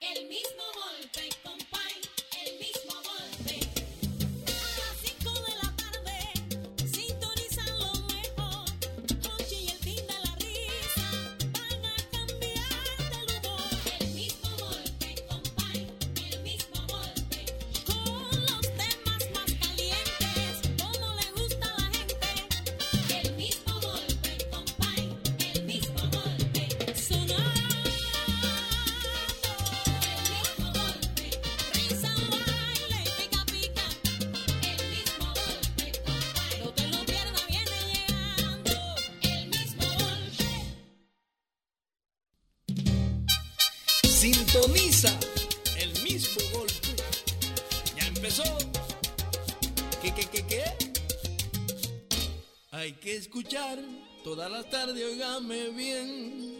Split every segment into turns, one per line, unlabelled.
El mismo golpe, compay, el mismo golpe. A las 5 de la tarde, sintonizan lo mejor. Hochi y el fin de la risa van a cambiar de humor. El mismo golpe, compay, el mismo golpe. Con los temas más calientes, como le gusta a la gente. El mismo golpe, compay, el mismo golpe. Sonora. El mismo golpe, risa, baile, pica, pica. El mismo golpe, compay. No te lo pierdas, viene llegando. El mismo golpe.
Sintoniza el mismo golpe. Ya empezó. ¿Qué, qué, qué, qué? Hay que escuchar toda la tarde, óigame bien.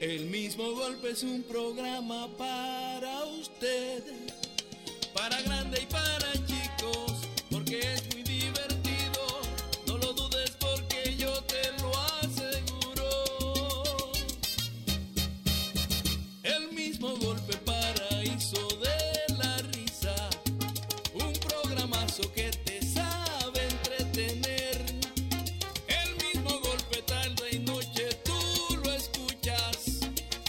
El mismo golpe es un programa para usted, para grande y para chicos, porque es muy divertido. No lo dudes porque yo te lo aseguro. El mismo golpe paraíso de la risa. Un programazo que te sabe entretener. El mismo golpe tarde y noche tú lo escuchas.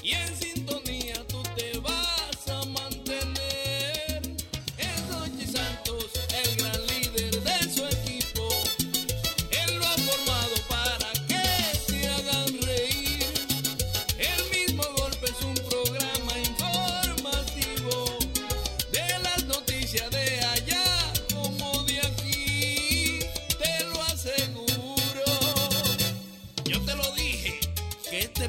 Y en sintonía tú te vas a mantener. Es noche y este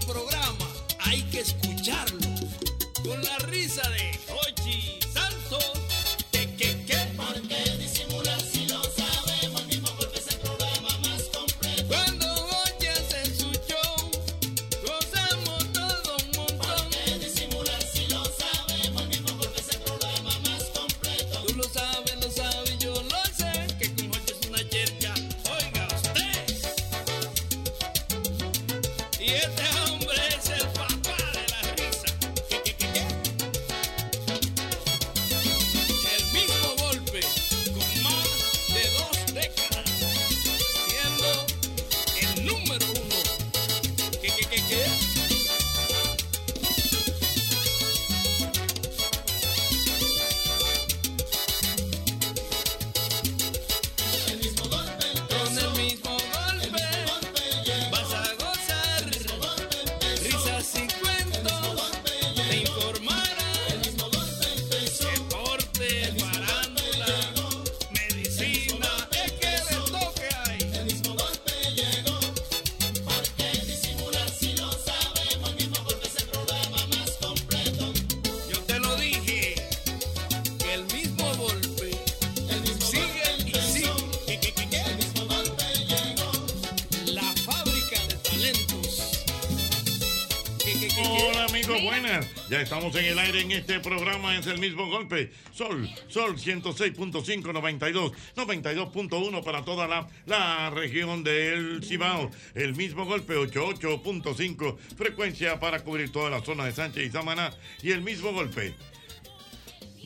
buenas. Ya estamos en el aire en este programa, es el mismo golpe. Sol, Sol 106.5, 92, 92.1 para toda la, la región del Cibao. El mismo golpe 88.5, frecuencia para cubrir toda la zona de Sánchez y Samaná. Y el mismo golpe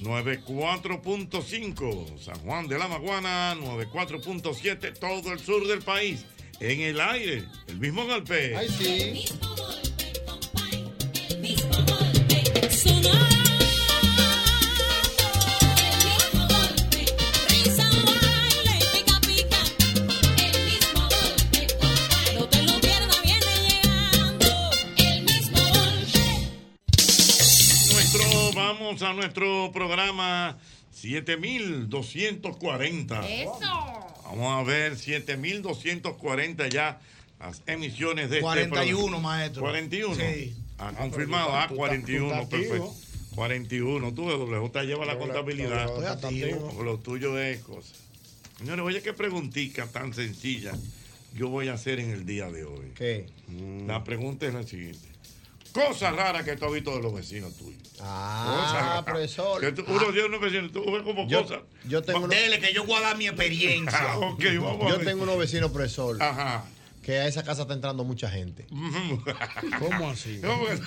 94.5, San Juan de la Maguana, 94.7, todo el sur del país. En el aire, el mismo golpe.
Ay, sí.
No te lo pierdas, viene llegando el mismo golpe.
Nuestro, vamos a nuestro programa 7240.
¿Eh?
Eso.
Vamos a ver 7240 ya las emisiones de este
41,
programa.
maestro.
41.
Sí.
Ah, confirmado. Ah,
tú estás-
41,
tú estás
perfecto.
activo.
41. Tú, W, te lleva la contabilidad.
Estoy activo.
Porque Lo tuyo es cosa. Señores, oye, qué preguntita tan sencilla yo voy a hacer en el día de hoy.
¿Qué?
La pregunta es la siguiente. Cosas raras que tú has visto de los vecinos tuyos. Cosas
Ah,
raras.
profesor. Ah.
Que tú- uno tiene unos vecinos, tú ves como
Yo,
cosas.
yo tengo unos,
Dele que yo voy a dar mi experiencia.
Ah, ok, vamos a
yo
ver.
tengo unos vecinos, profesor,
Ajá.
que a esa casa está entrando mucha gente.
¿Cómo así?
¿Cómo que,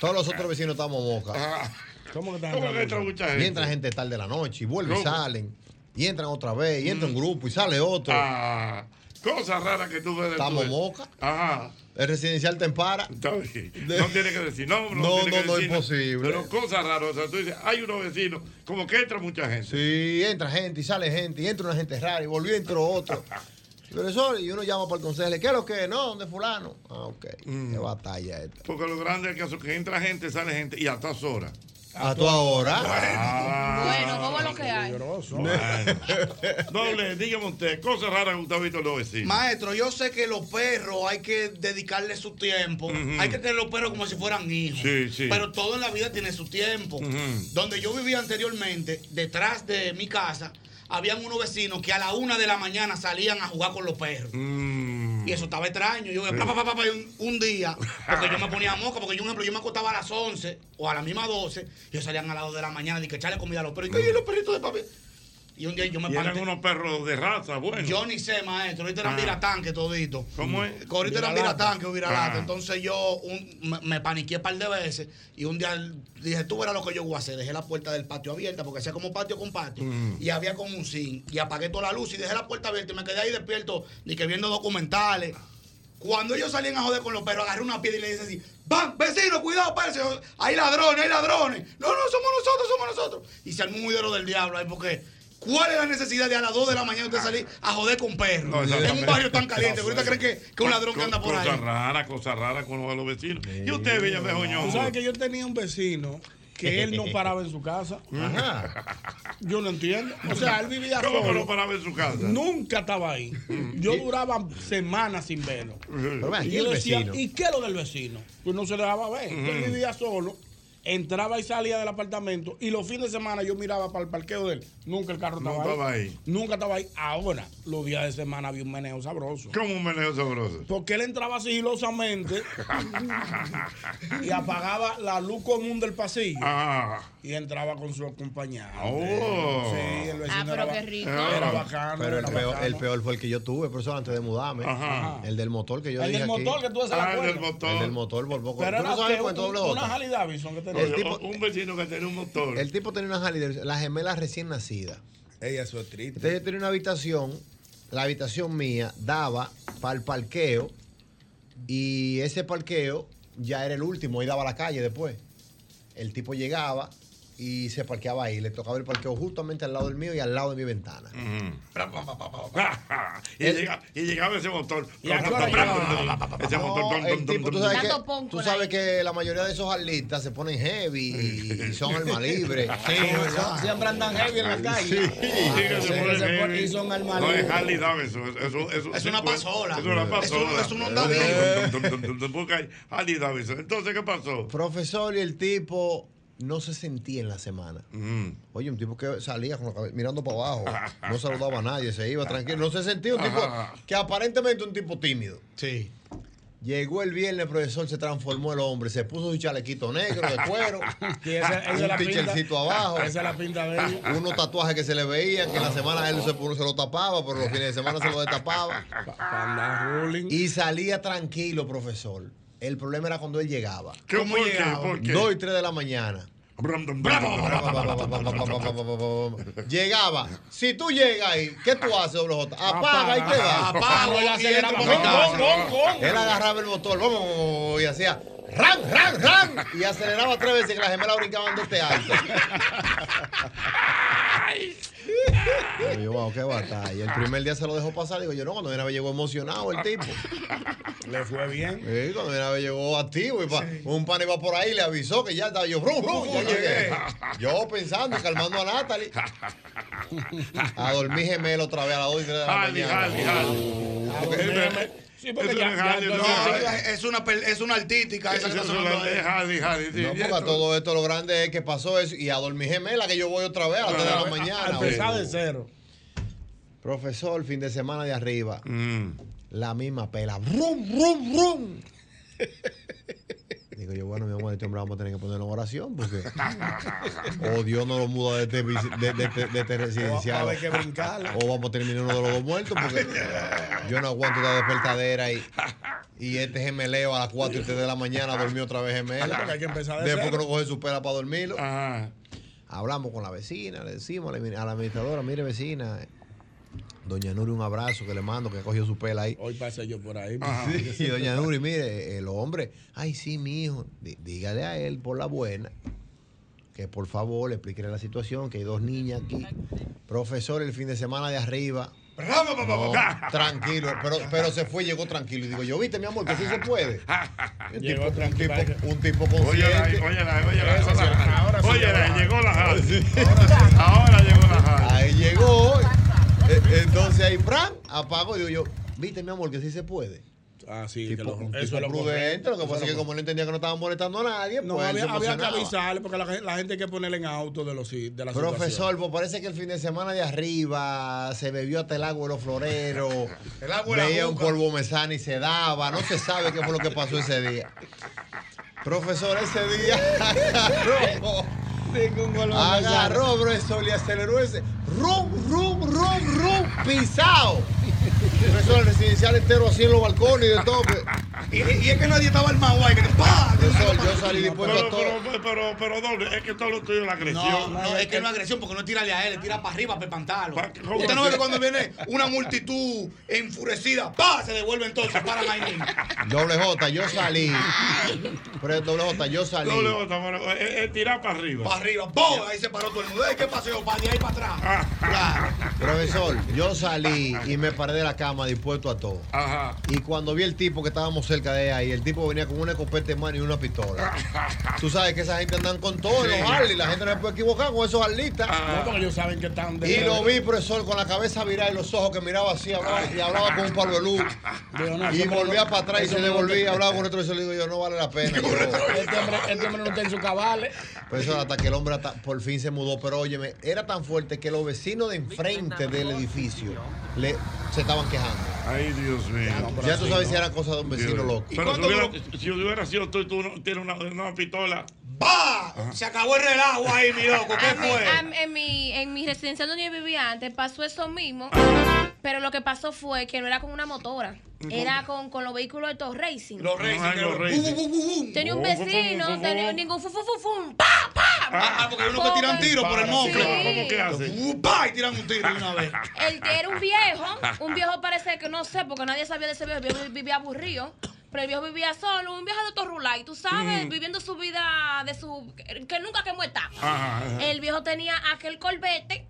Todos los otros vecinos estamos mocas.
ah,
¿Cómo que están
cómo que entra
hablando?
mucha gente?
Y entra gente tarde de la noche, y vuelven y
Loco.
salen, y entran otra vez, y entra un grupo, y sale otro.
Mm. Ah, cosas raras que tú ves de
Estamos
tu-
moca.
Ajá.
El residencial te empara.
Está bien. No tiene que decir nombre. No,
No,
tiene que
no, no,
decir nada.
imposible.
Pero cosas raras. O sea, tú dices, hay unos vecinos, como que entra mucha gente.
Sí, entra gente y sale gente, y entra una gente rara, y volvió y entró otro. Profesor, y uno llama para el consejo, ¿qué es lo que es? No, ¿dónde fulano? Ah, ok.
Mm.
Qué batalla esta.
Porque lo grande del caso es que entra gente, sale gente y a todas horas.
A tu ahora.
Ah,
Bueno, ¿cómo es lo que hay?
Peligroso.
bueno. Doble, dígame usted, cosas raras que usted ha visto en los vecinos.
Maestro, yo sé que los perros hay que dedicarle su tiempo. Hay que tener los perros como si fueran hijos.
Sí, sí.
Pero todo en la vida tiene su tiempo. Donde yo vivía anteriormente, detrás de mi casa, habían unos vecinos que a la una de la mañana salían a jugar con los perros.
Mm.
Y eso estaba extraño. Yo, pa, pa, pa, pa, pa, y un, un día, porque yo me ponía moca, porque yo, un ejemplo, yo me acostaba a las 11 o a las mismas 12, y ellos salían a las 2 de la mañana y que echarle comida a los perros. Y, que, "Ay, los perritos de papi. Y un día yo me
Y eran
parté.
unos perros de raza, bueno.
Yo ni sé, maestro. Ahorita
Ah.
eran viratanque todito.
¿Cómo es?
Mm. Que Ahorita eran viratanque o viralata.
Ah.
Entonces yo un- me, me paniqué un par de veces y un día dije, tú verás lo que yo voy a hacer. Dejé la puerta del patio abierta porque hacía como patio con patio
Mm.
y había como un zinc. Y apagué toda la luz y dejé la puerta abierta y me quedé ahí despierto ni que viendo documentales. Cuando ellos salían a joder con los perros, agarré una piedra y le dije así, ¡Van, vecino, cuidado, parece! Hay ladrones, hay ladrones. No, no, somos nosotros, somos nosotros. Y se armó un muidero del diablo ahí porque... ¿Cuál es la necesidad de a las 2 de la mañana usted salir a joder con perros?
No,
en un
exactamente.
barrio tan caliente. ¿Ahorita creen que, que un ladrón que anda por ahí?
Cosas raras, cosas raras con los de los vecinos. Y usted, Villamejo
Tú sabes
Ñongo.
que yo tenía un vecino que él no paraba en su casa.
Ajá.
Yo no entiendo. O sea, él vivía
¿Cómo que no
solo.
paraba en su casa?
Nunca estaba ahí. Yo
Mm.
duraba semanas sin verlo.
Pero ven,
Y
aquí
yo
el
decía,
vecino.
¿y qué es lo del vecino? Pues no se le daba ver. Él vivía solo, entraba y salía del apartamento. Y los fines de semana yo miraba para el parqueo de él. Nunca el carro estaba,
Nunca estaba
ahí.
ahí.
Nunca estaba ahí. Ahora, los días de semana había un meneo sabroso.
Como un meneo sabroso.
Porque él entraba sigilosamente y apagaba la luz común del pasillo
Ah,
y entraba con su acompañante.
Oh.
Sí, el vecino
Ah, pero
era,
qué
ba-
rico.
era bacano.
Pero el
era
peor, eh,
bacano.
el peor fue el que yo tuve, profesor, antes de mudarme.
Ajá.
El del motor que yo
El
dije
del motor
aquí.
que tú haces
ah,
la
el del
cuenta.
motor.
El del motor volvó con...
Pero
¿Tú
era
no sabes
que
cuál
un-
doble
una
J?
Harley Davidson que tenía.
Oye,
el tipo-
o- Un vecino que tenía un motor.
El tipo tenía una Harley, la gemela recién nacida.
Ella su triste.
Entonces yo tenía una habitación, la habitación mía daba para el parqueo y ese parqueo ya era el último, y daba a la calle después. El tipo llegaba y se parqueaba ahí, le tocaba el parqueo justamente al lado del mío y al lado de mi ventana.
y,
El-
llega- y llegaba ese motor.
¿Y a qué hora llegaba?
Ese
No,
motor.
el tipo, tú sabes, que,
Tanto ponco
tú
ahí.
sabes que la mayoría de esos artistas se ponen heavy y, y son alma libre.
Son- Siempre andan heavy en la calle.
Sí, que se
Sí,
pone
se
heavy.
pone- y son alma
No es
libre.
Harley Davidson. Es, es- es-
Es una pasola.
Es una pasola.
Es un- es un Honda
onda Busca Harley Davidson. Entonces, ¿qué pasó?
Profesor y el tipo no se sentía en la semana.
Mm.
Oye, un tipo que salía con la cabeza- mirando para abajo, no saludaba a nadie, se iba tranquilo, no se sentía un tipo
Ajá.
que aparentemente un tipo tímido.
Sí.
Llegó el viernes, profesor, se transformó el hombre, se puso su chalequito negro de cuero,
Sí, esa- esa es
un
la pinta.
tichercito abajo,
Esa es la pinta de él.
unos tatuajes que se le veían, que en la semana él se, puso- se lo tapaba, pero los fines de semana se lo destapaba.
Para andar rolling.
Y salía tranquilo, profesor. El problema era cuando él llegaba.
¿Qué,
¿Cómo
¿Por qué?
llegaba?
¿Por qué?
Dos y tres de la mañana.
Brum, dum, dum.
Llegaba. Si tú llegas ahí, ¿qué tú haces, doble J? Apaga y te vas.
Apago y acelera para mi
Gon,
casa.
gon, gon, gon. Él agarraba el motor, vamos, y hacía ran, ran, ran. Y aceleraba tres veces que las gemelas brincaban de este alto. Digo Yo, wow, qué batalla. El primer día se lo dejó pasar. Digo, yo no, cuando viene a ver llegó emocionado el tipo.
Le fue bien.
Sí, cuando viene a ver llegó activo. Y pa- un pan iba por ahí, le avisó que ya estaba yo, brum, brum, ya llegué. Yo pensando, calmando a Natalie. A dormir gemelo otra vez a las 2 y 3 de la
Harley,
mañana.
Harley, Harley.
Sí, porque
Eso
ya,
es
ya-
Harley,
ya-
no,
ya-
eh.
Es una, pel- es una artística esa que está
Eso
sonando
es
ahí.
Harley, Harley, sí.
No, porque a todo esto lo grande es que pasó eso y a dormir gemela que yo voy otra vez a las 3 de la
a- a
mañana.
empezar de cero.
Profesor, fin de semana de arriba,
Mm.
la misma pela. ¡Rum, rum, rum! Digo yo, bueno, mi amor, este hombre vamos a tener que ponerlo en oración porque. O Dios no lo muda de este, visi- de, de este- de este residencial.
Va a haber que brincarla.
O vamos a terminar uno de los dos muertos porque yo no aguanto esta despertadera y, y este gemeleo a las 4 y 3 de la mañana dormí otra vez gemela.
Porque hay que empezar de
Después que
cero.
no coge su pela para dormirlo.
Ajá.
Hablamos con la vecina, le decimos a la, a la administradora, mire vecina, eh, doña Nuri un abrazo que le mando, que cogió su pela ahí.
Hoy pasé yo por ahí.
Y doña Nuri, mire, el hombre, ay sí, mi hijo, dígale a él por la buena, que por favor le explique la situación, que hay dos niñas aquí. Profesor, el fin de semana de arriba. No,
Ah.
tranquilo, pero, pero se fue, llegó tranquilo. Y digo, yo viste, mi amor, que sí se puede. Un
Llegó
tipo, un
tranquilo.
tipo, un tipo consciente.
Óyela, ahí, óyela, ahí, óyela.
Eso sí, ahora sí
Óyela,
llegó la-
llegó la Harley. Ahora llegó la Harley.
Ahí llegó. Eh, Entonces ahí, Fran, apagó. Digo yo, viste, mi amor, que sí se puede.
Ah, sí, que
Tipo,
lo,
un
eso
tipo
es lo
prudente. Lo que
correcto.
pasa es que como no entendía que no estaban molestando a nadie,
No,
pues él
había,
se
había que
emocionaba.
avisarle porque la, gen- la gente hay que ponerle en auto de, los, de la situación.
Profesor, pues parece que el fin de semana de arriba se bebió hasta el agua de los floreros.
El agua de la
Veía un
juca.
polvo mesana y se daba. No se sabe qué fue lo que pasó ese día. Profesor, ese día agarró, agarró, profesor, y aceleró ese. Rum, rum, rum, rum, pisao. Profesor, el residencial entero así en los balcones y de todo. pues.
Y, y es que nadie estaba armado ahí. Que, ¡pa!
Profesor, yo salí dispuesto
Pero,
a todo.
pero, pero, pero, pero, doble, es que todo lo tuyo es la
No,
agresión.
no, es que no es agresión porque no es tirarle a él, es tira para arriba para espantarlo.
Pa- ¿cómo
Usted no ve
así?
que cuando viene una multitud enfurecida, ¡pa! Se devuelve entonces, paran ahí mismo.
Doble J, yo salí. Pero doble J, yo salí.
Doble bota, pero es, es tirar para arriba.
Para arriba, ¡pum! Ahí se paró todo el mundo. ¡Ey, qué pasó? Para de ahí para atrás.
Ah.
Claro. Profesor, yo salí y me paré de la cama dispuesto a todo.
Ajá.
Y cuando vi el tipo que estábamos cerca de ahí, el tipo venía con una escopeta en mano y una pistola. Tú sabes que esa gente andan con todo en los Harley, la gente no se puede equivocar con esos harlistas.
Ah. No, porque ellos saben que están de
Y lo vi, profesor, con la cabeza virada y los ojos que miraba así, hablaba, y hablaba con un palo de luz.
Digo, no,
Y
eso me lo-
volvía para atrás y
eso
se
me lo-
devolvía, hablaba con otro y se le digo, yo no vale la pena. yo-
Este hombre, este hombre no está en su cabal.
Profesor, hasta que el hombre hasta- por fin se mudó, pero óyeme, era tan fuerte que los vecinos de enfrente del edificio le, se estaban quejando.
Ay, Dios mío.
Ya tú sabes si era cosa de un vecino loco.
Pero si
cuánto
hubiera,
duró?
si hubiera sido tú, tú no, tienes una, una pistola.
¡Pa! Se acabó el relajo ahí, mi loco. ¿Qué
A mí-
pues.
fue?
a- en, mi, en mi residencia donde yo vivía antes pasó eso mismo, pero lo que pasó fue que no era con una motora, era con, con los vehículos de estos racing.
Los reyes.
Ay, los Racing.
Bu, bu, bu, bu, bu.
Tenía un
Oh, fu, fu, fu,
vecino,
fu,
tenía
fu.
ningún fu, fu, fu, fum, pa, pa.
Ah, porque hay unos que tiran tiros por el
Para,
mofle.
¿cómo- ¿Cómo que
Bu,
hace?
bu, ¡Pa! Y tiran un tiro de una vez.
El que era un viejo, un viejo parece que no sé, porque nadie sabía de ese viejo, el viejo vivía aburrido. Pero el viejo vivía solo, un viejo de Torrulay, tú sabes,
Mm.
viviendo su vida de su. que nunca quemó está.
Ajá, ajá.
El viejo tenía aquel corbete.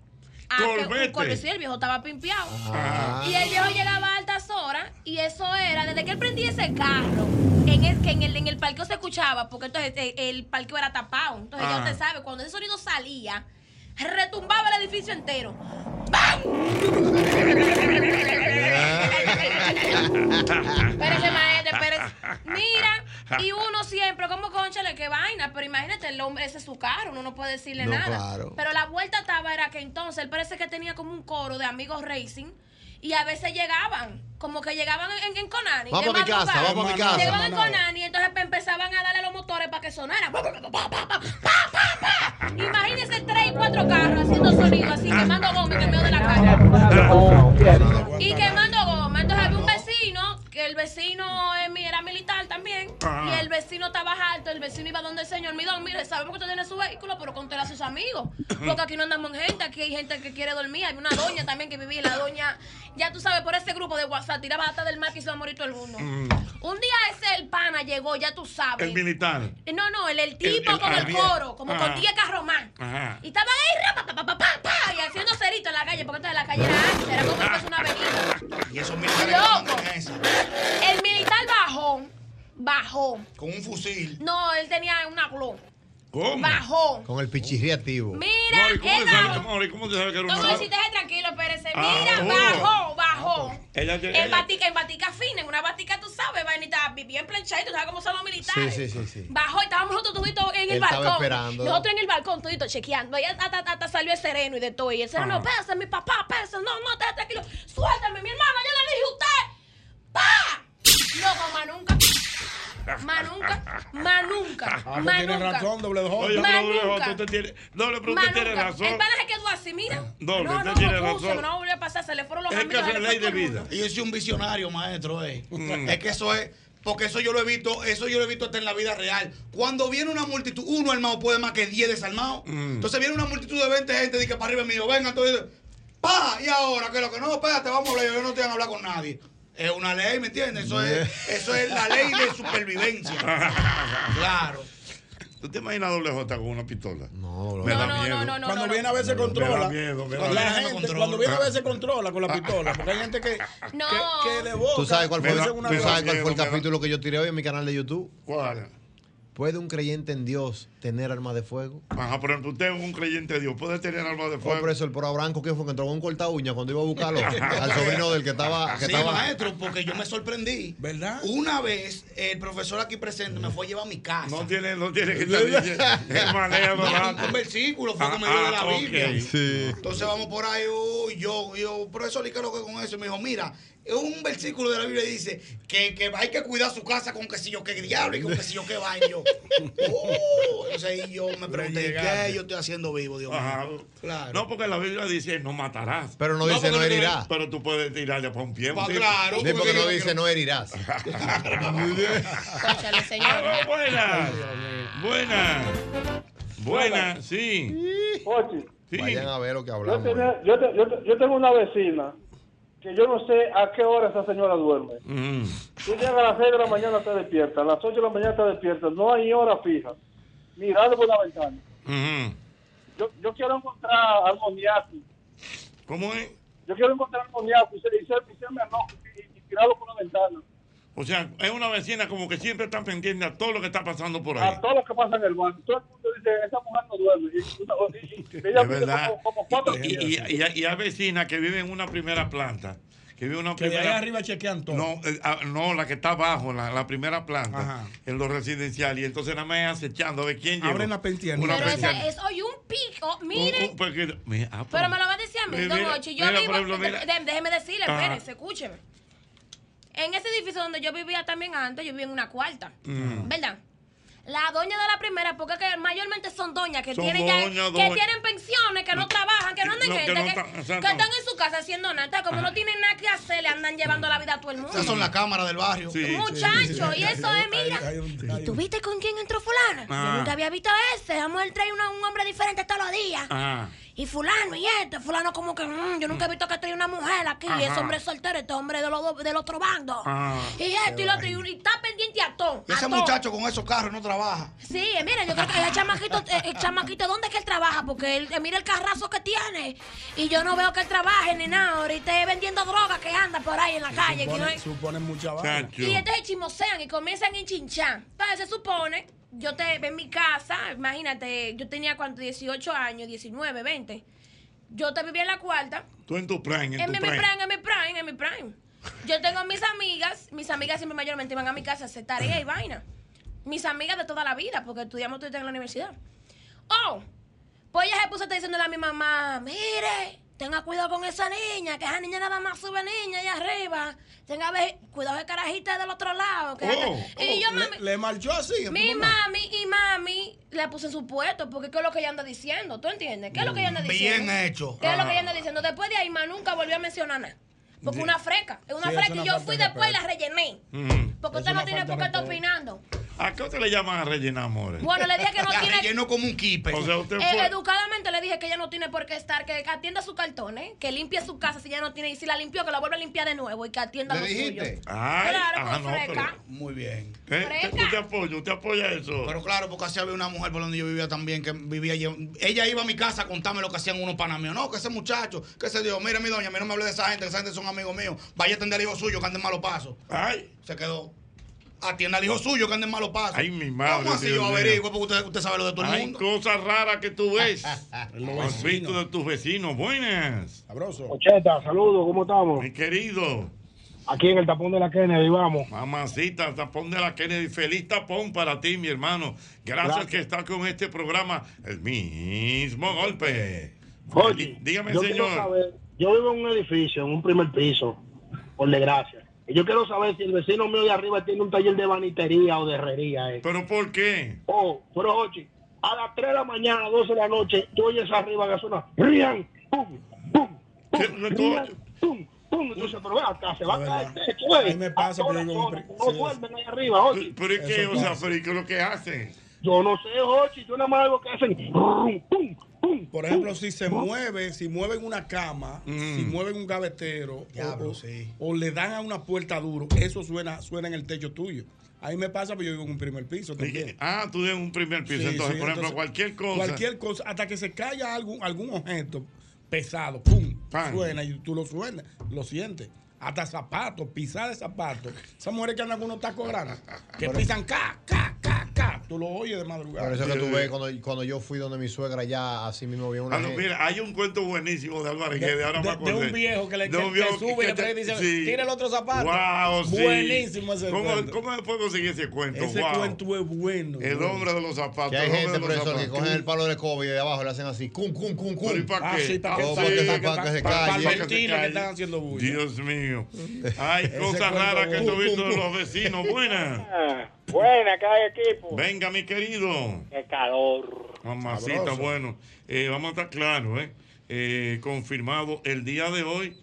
aquel- un
Corvette.
Corvette, sí, el viejo estaba pimpeado.
Ah.
Y el viejo llegaba a altas horas y eso era, desde que él prendía ese carro, en el, que en el, en el parqueo se escuchaba, porque entonces eh, el parqueo era tapado. Entonces
Ah.
ya usted sabe, cuando ese sonido salía, retumbaba el edificio entero. ¡Bam! Espérese, maestro, espérese. Mira, y uno siempre, como conchale, qué vaina, pero imagínate, el hombre, ese es su carro, uno no puede decirle
No,
nada.
claro.
Pero la vuelta estaba era que entonces él parece que tenía como un coro de amigos racing Y a veces llegaban, como que llegaban en, en Conani.
Vamos
en
pa' mi casa,
madrugada.
vamos pa' mi casa.
Llegaban en
Manada.
Conani, entonces pe- empezaban a darle los motores para que sonaran. Pa, pa, pa, pa, pa, pa, pa. Imagínense tres y cuatro carros haciendo sonido así, quemando goma en el medio de la calle. Y quemando goma. Entonces había un vecino, que el vecino eh, mi- era militar también,
Ajá.
y el vecino estaba alto, el vecino iba donde el señor, Midón, mire, sabemos que usted tiene su vehículo, pero contela a sus amigos, porque aquí no andamos en gente, aquí hay gente que quiere dormir, hay una doña también que vivía, y la doña, ya tú sabes, por ese grupo de WhatsApp, tiraba hasta del mar que se va a morir todo el mundo. Un día ese el pana llegó, ya tú sabes.
Mm. El militar.
No, no, el, el tipo
El- el-
con
ah,
el
bien.
coro, como
Ajá.
con 10 carros más.
Ajá.
Y estaba ahí, ra, pa, pa, pa, pa, pa, y haciendo cerito en la calle, porque entonces la calle era ancha, era como si fuese una avenida.
Y esos militares
Loco.
que andan en esa,
El militar bajó, bajó.
con un fusil.
No, él tenía una glow.
¿Cómo?
Bajó.
Con el pichirri activo.
Mira,
Mori, ¿cómo
él
te sabes,
bajó.
Mori, ¿cómo te sabes que era
No,
una
no,
bala?
si te dejes tranquilo, espérese.
Ah,
Mira,
oh. pues, eh,
bajó, bajó.
Ella- ella-
en, batica, en batica fina, en una batica, tú sabes, vainita, bien planchadita, tú sabes cómo son los militares.
Sí, sí, sí, sí.
Bajó y estábamos nosotros toditos en el
Él estaba
balcón.
esperando.
Nosotros en el balcón toditos chequeando. Ahí hasta, hasta- hasta salió el sereno y de todo. Y el sereno,
Ajá.
pesa, mi papá, pesa, no, no, esté tranquilo. Suéltame, mi hermana, yo le dije a usted. ¡Pa! No, más nunca. Más nunca, más nunca,
Ah, tú
más
tienes
nunca.
razón, doble de
Oye,
joya.
Más
pero doble,
nunca.
J, usted tiene, doble, pero
Más
usted tiene
nunca. El
razón.
pana se quedó así, mira.
Doble,
no,
usted
no,
tiene
no, puse,
razón.
No, no volvió a pasar, se le fueron los
Es que
amigos.
eso
se
es
le fue
ley de
todo el
vida. Mm.
mundo.
Y yo soy un visionario, maestro. eh. Es que eso es. Porque eso yo lo he visto, eso yo lo he visto hasta en la vida real. Cuando viene una multitud, uno armado puede más que 10 desarmados.
Mm.
Entonces viene una multitud de 20 gente, dice para arriba mío, venga, entonces, pa, y ahora, que lo que no, espérate, vamos a hablar, yo no te voy a hablar con nadie. Es una ley, ¿me entiendes? Eso es, eso es la ley de supervivencia. claro.
¿Tú te imaginas doble J con una pistola?
No, bro.
Me da
No, no,
miedo.
no, no, no.
Cuando viene a veces
Me da
controla.
miedo, me da
la
miedo.
gente,
Controla.
cuando viene a veces controla con la pistola. Porque hay gente que,
No.
que, que de boca.
¿Tú sabes cuál fue,
Me da-
tú
dicen una
me da
sabes
cosa.
cuál fue el
miedo, me da-
capítulo que yo tiré hoy en mi canal de YouTube?
¿Cuál?
¿Puede un creyente en Dios tener armas de fuego?
Ajá, por ejemplo, usted es un creyente de Dios. Puede tener armas de
Fue
fuego.
preso el Pora Branco que fue que entró con un corta uña cuando iba a buscarlo al sobrino del que estaba. Que
Sí,
estaba
maestro, porque yo me sorprendí.
¿Verdad?
Una vez el profesor aquí presente me fue a llevar a mi casa.
No tiene, no tiene que estar diciendo. que maneja los
No, un,
datos.
un versículo fue que me
Ah,
dio de
ah,
la
ok.
Biblia.
Sí.
Entonces vamos por ahí, uy, yo, yo, profesor, ¿y qué es lo que con eso? Y me dijo, mira, un versículo de la Biblia dice que, que hay que cuidar su casa con que si yo qué diablo y con que si yo qué va. Y yo, oh, entonces ahí yo me pregunté,
llegaste.
¿qué yo estoy haciendo vivo, Dios
Ajá.
mío? Claro.
No, porque la Biblia dice no matarás.
Pero no dice
porque
no
tú tienes-
herirás.
Pero tú puedes tirarle para un pie. un
Pa-
tiro.
claro,
Sí, porque
yo
no dice no herirás.
Cónchale, señor.
Ah, buenas. Buenas. Buenas, sí.
Ochi,
sí.
Vayan a ver lo que
yo,
hablamos.
tenía- yo te- yo te- yo tengo una vecina que yo no sé a qué hora esa señora duerme.
Mm.
Tú llegas a las 6 de la mañana, está despierta. A las 8 de la mañana está despierta. No hay hora fija. Mirando por la ventana.
Ujú.
Yo, yo quiero encontrar armoniaco.
¿Cómo es?
Yo quiero encontrar armoniaco y, se- y, se- y se me enojo y, y tirarlo por la ventana.
O sea, es una vecina como que siempre está pendiente a todo lo que está pasando por ahí.
A todo lo que pasa en el barrio. Todo el mundo dice, esa mujer no duerme. Y, una- y- y- ella
Es
vive
verdad.
como, como cuatro
Y, y, y- y- y hay vecinas que viven en una primera planta. Que viven en una
Que de ahí
primera
arriba chequean todo.
No, eh, ah, no, la que está abajo, la, la primera planta,
Ajá.
en lo residencial. Y entonces nada más es acechando a ver quién llega.
Abren la penteadera.
Pero
penteadera.
ese es hoy un pico.
Un- un
Miren.
pequeño- mira, ah,
Pero me lo va a decir a mí,
Mira,
don Ocho. Yo
mira,
vivo.
por ejemplo, mira.
de- déjeme decirle,
Ajá.
espérense, escúcheme. En ese edificio donde yo vivía también antes, yo vivía en una cuarta.
Mm.
¿Verdad? La doña de la primera, porque que mayormente son doñas que
Son
tienen ya,
doñas,
que
doña.
tienen pensiones, que no trabajan, que no andan
No, que
gente,
no
que,
están-
que
exacto.
están en su casa haciendo nada. Entonces, como no tienen nada que hacer, le andan llevando la vida a todo el mundo.
Esas son las cámaras del barrio.
Sí.
Muchacho, y eso es, mira.
Hay un- hay un-
¿Tú viste con quién entró fulana?
Ah.
Yo nunca había visto ese. La mujer trae una- un hombre diferente todos los días.
Ah,
Y fulano, y este, fulano como que, mm, yo nunca he visto que trae una mujer aquí.
Ajá.
Ese hombre es soltero, este hombre es de los do- del otro bando.
Ah.
Y esto y lo otro, y, un- y está pendiente a todo.
Ese
a todo.
muchacho con esos carros no trabaja.
Sí, eh, mira, yo creo que el chamaquito, eh, el chamaquito, ¿dónde es que él trabaja? Porque él, eh, mira el carrazo que tiene. Y yo no veo que él trabaje ni nada. Ahorita es vendiendo droga que anda por ahí en la calle. que no
Suponen,
hay-
suponen mucha vaina.
chacho.
y este entonces chimosean y comienzan a enchinchar. Entonces se supone, yo te en mi casa, imagínate, yo tenía cuánto, 18 años, 19, 20. Yo te vivía en la cuarta,
Tú en tu prime, en,
en
tu
mi, mi
prime.
prime, en mi prime, en mi prime. Yo tengo mis amigas, mis amigas siempre mayormente van a mi casa a hacer tarea y vaina. Mis amigas de toda la vida, porque estudiamos todas en la universidad. Oh, pues ella se puso a estar diciéndole a mi mamá, mire, Tenga cuidado con esa niña, que esa niña nada más sube niña allá arriba. Tenga ve- cuidado de carajita del otro lado.
Oh,
que esa- y yo, mami,
le, le marchó así. a tu
mi
mamá.
mami y mami la puse en su puesto, porque ¿qué es lo que ella anda diciendo? ¿Tú entiendes? ¿Qué es lo que ella anda diciendo?
Bien hecho.
¿Qué es lo
Ah.
que ella anda diciendo? Después de ahí, más nunca volvió a mencionar nada. Porque
Sí.
una freca, es una
Sí, es
freca
una
y yo
falta
fui
de
después y la
respeto.
rellené.
Mm.
Porque
Es
usted no
una
tiene
falta
por
de
qué estar
respeto.
opinando.
¿A qué usted le llaman a rellenar, amores?
Bueno, le dije que no
La
tiene.
relleno como un kipe.
O sea, usted
Eh,
fue.
educadamente le dije que ella no tiene por qué estar, que atienda su cartón, ¿eh? que limpie su casa si ella no tiene, y si la limpió, que la vuelva a limpiar de nuevo y que atienda
¿Le
lo suyo.
dijiste?
Ay,
Claro,
ah,
pues,
no,
freca.
pero.
Muy bien.
¿eh?
Freca.
Usted apoya, usted apoya eso.
Pero claro, porque así había una mujer por donde yo vivía también, que vivía yo. Ella iba a mi casa a contarme lo que hacían unos panameos. No, que ese muchacho, que se dijo, mire mi doña, a mí no me hable de esa gente, que esa gente son amigos míos. Vaya a atender al hijo suyo que ande en malos pasos.
Ay,
Se quedó. Atienda al hijo suyo que ande en malos pasos.
Ay, mi madre,
¿Cómo así
Dios
yo
mío.
averiguo? Porque usted, usted sabe lo de todo el
hay
mundo.
cosas raras que tú ves.
Los
Has visto de
vecinos.
tus vecinos. Buenas,
Sabroso.
Ocheta, saludos, ¿cómo estamos?
mi querido.
Aquí en el tapón de la Kennedy, vamos.
Mamacita, tapón de la Kennedy. Feliz tapón para ti, mi hermano. Gracias, que estás con este programa. El mismo golpe.
Oye,
Dí- Dígame,
yo
señor.
quiero saber, yo vivo en un edificio, en un primer piso, por desgracia. Y yo quiero saber si el vecino mío de arriba tiene un taller de vanitería o de herrería. eh.
¿Pero por qué?
Oh, pero oye, a las 3 de la mañana, 12 de la noche, tú oyes arriba que suena, rían, pum, pum, pum,
¿Qué? No, tú-
rían, pum, pum. Y tú dices, pero ven acá, se va a
Es
caer el
verdad.
techo, eh.
A mí me pasa, pero
A todas
yo vivo en
horas,
pri-
No
sí,
duermen ahí arriba, oye.
Pero es que,
Eso
o sea,
pasa.
pero ¿y qué es lo que hacen?
Yo no sé, oye, yo nada más veo que hacen, rum, pum, pum.
Por ejemplo, si se mueven, si mueven una cama, si
Mm.
mueven un gavetero,
Diablo,
o, o-
sí.
o le dan a una puerta duro, eso suena, suena en el techo tuyo. Ahí me pasa, pero yo vivo en un primer piso también.
Ah, tú tienes un primer piso.
Sí,
entonces,
sí,
por ejemplo,
entonces,
cualquier cosa.
Cualquier cosa, hasta que se caiga algún, algún objeto pesado, pum,
Pan.
suena y tú lo suenas, lo sientes. Hasta zapatos, pisar de zapatos. Esas mujeres que andan con unos tacos grandes, que pisan ca, ca, ca, ca. Tú lo oyes de madrugada.
Por eso que tú ves, cuando, cuando yo fui donde mi suegra ya, así mismo vi una.
Ah, no,
gente.
mira, hay un cuento buenísimo de Álvarez Guedes, ahora
de-
me acordé.
de un viejo que le-
De un
que- que sube y
te-
le trae y dice, "Tira el otro zapato".
Guau, sí.
Buenísimo ese
¿Cómo,
cuento.
¿Cómo se puede conseguir ese cuento?
Ese
Guau.
cuento es bueno.
El
bro.
hombre de los zapatos.
Que hay
el hombre de
gente,
los
profesor, que
zapatos.
cogen el palo de escoba y de abajo le hacen así, cum, cum, cum, cum.
Pero ¿y para
Ah,
qué?
sí, para que
Ah,
Oh,
salga,
porque-
para-
para que se
para- para
calle.
que se
advertirle que
calle.
están haciendo bulla.
Dios mío. Hay cosas
cuento
raras que
bueno.
tú visto de los vecinos. Buenas.
Buena, acá hay equipo.
Venga, mi querido.
Qué calor.
Mamacita,
Sabroso.
bueno, eh, vamos a estar claros, ¿eh? Eh, confirmado el día de hoy.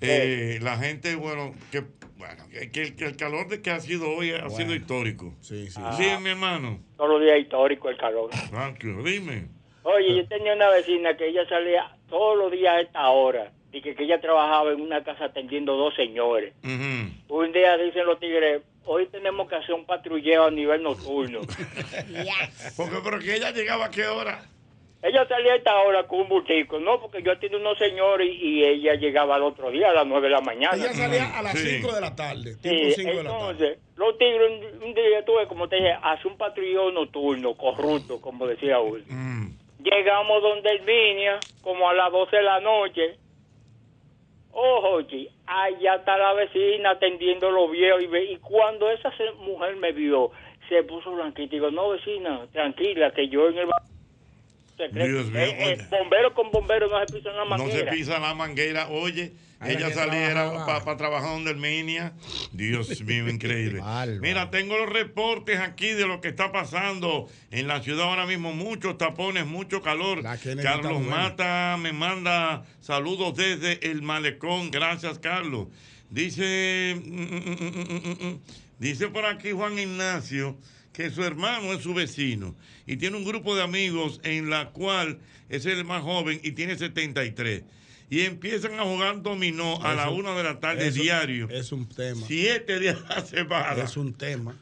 eh, La gente, bueno, que, bueno, que, que- que el calor de que ha sido hoy ha sido histórico. Ah.
Sí, sí.
Sí, mi hermano.
Todos los días histórico el calor.
Tranquilo, dime.
Oye, yo tenía una vecina que ella salía todos los días a esta hora. Y que, que ella trabajaba en una casa atendiendo dos señores.
Ujú.
Un día dicen los tigres, hoy tenemos que hacer un patrulleo a nivel nocturno.
Porque, pero que ella llegaba a qué hora.
ella salía a esta hora con un bultico, ¿no? Porque yo atiendo unos señores y ella llegaba al otro día a las nueve de la mañana.
Ella salía a las
Sí.
5 de la tarde,
Sí,
tipo 5 de la tarde.
entonces, los tigres un, un día tuve, como te dije, hace un patrulleo nocturno, corrupto, como decía Uri.
Mm.
Llegamos donde Herminia, como a las 12 de la noche. Ojo, chi, allá está la vecina atendiendo los viejos. Y, ve- y cuando esa se- mujer me vio, se puso blanquita y digo, no, vecina, tranquila, que yo en el... ba- Se cree-
Dios mío,
eh, eh,
oye.
bombero con bombero no se pisa en la
No se
manguera.
pisa la manguera, oye.
Ay,
ella
que
saliera
trabajaba.
para trabajar donde el Minia. Dios mío, increíble.
Bárbaro.
Mira, tengo los reportes aquí de lo que está pasando en la ciudad ahora mismo. Muchos tapones, mucho calor.
La Kennedy está
Carlos
buena.
Mata me manda saludos desde el malecón. Gracias, Carlos. Dice, mm, mm, mm, mm, mm, mm. dice por aquí Juan Ignacio que su hermano es su vecino y tiene un grupo de amigos en la cual es el más joven y tiene 73. Y empiezan a jugar dominó a la
Eso-
una de la tarde
eso
diario.
Es un tema.
Siete días a la semana.
Es un tema.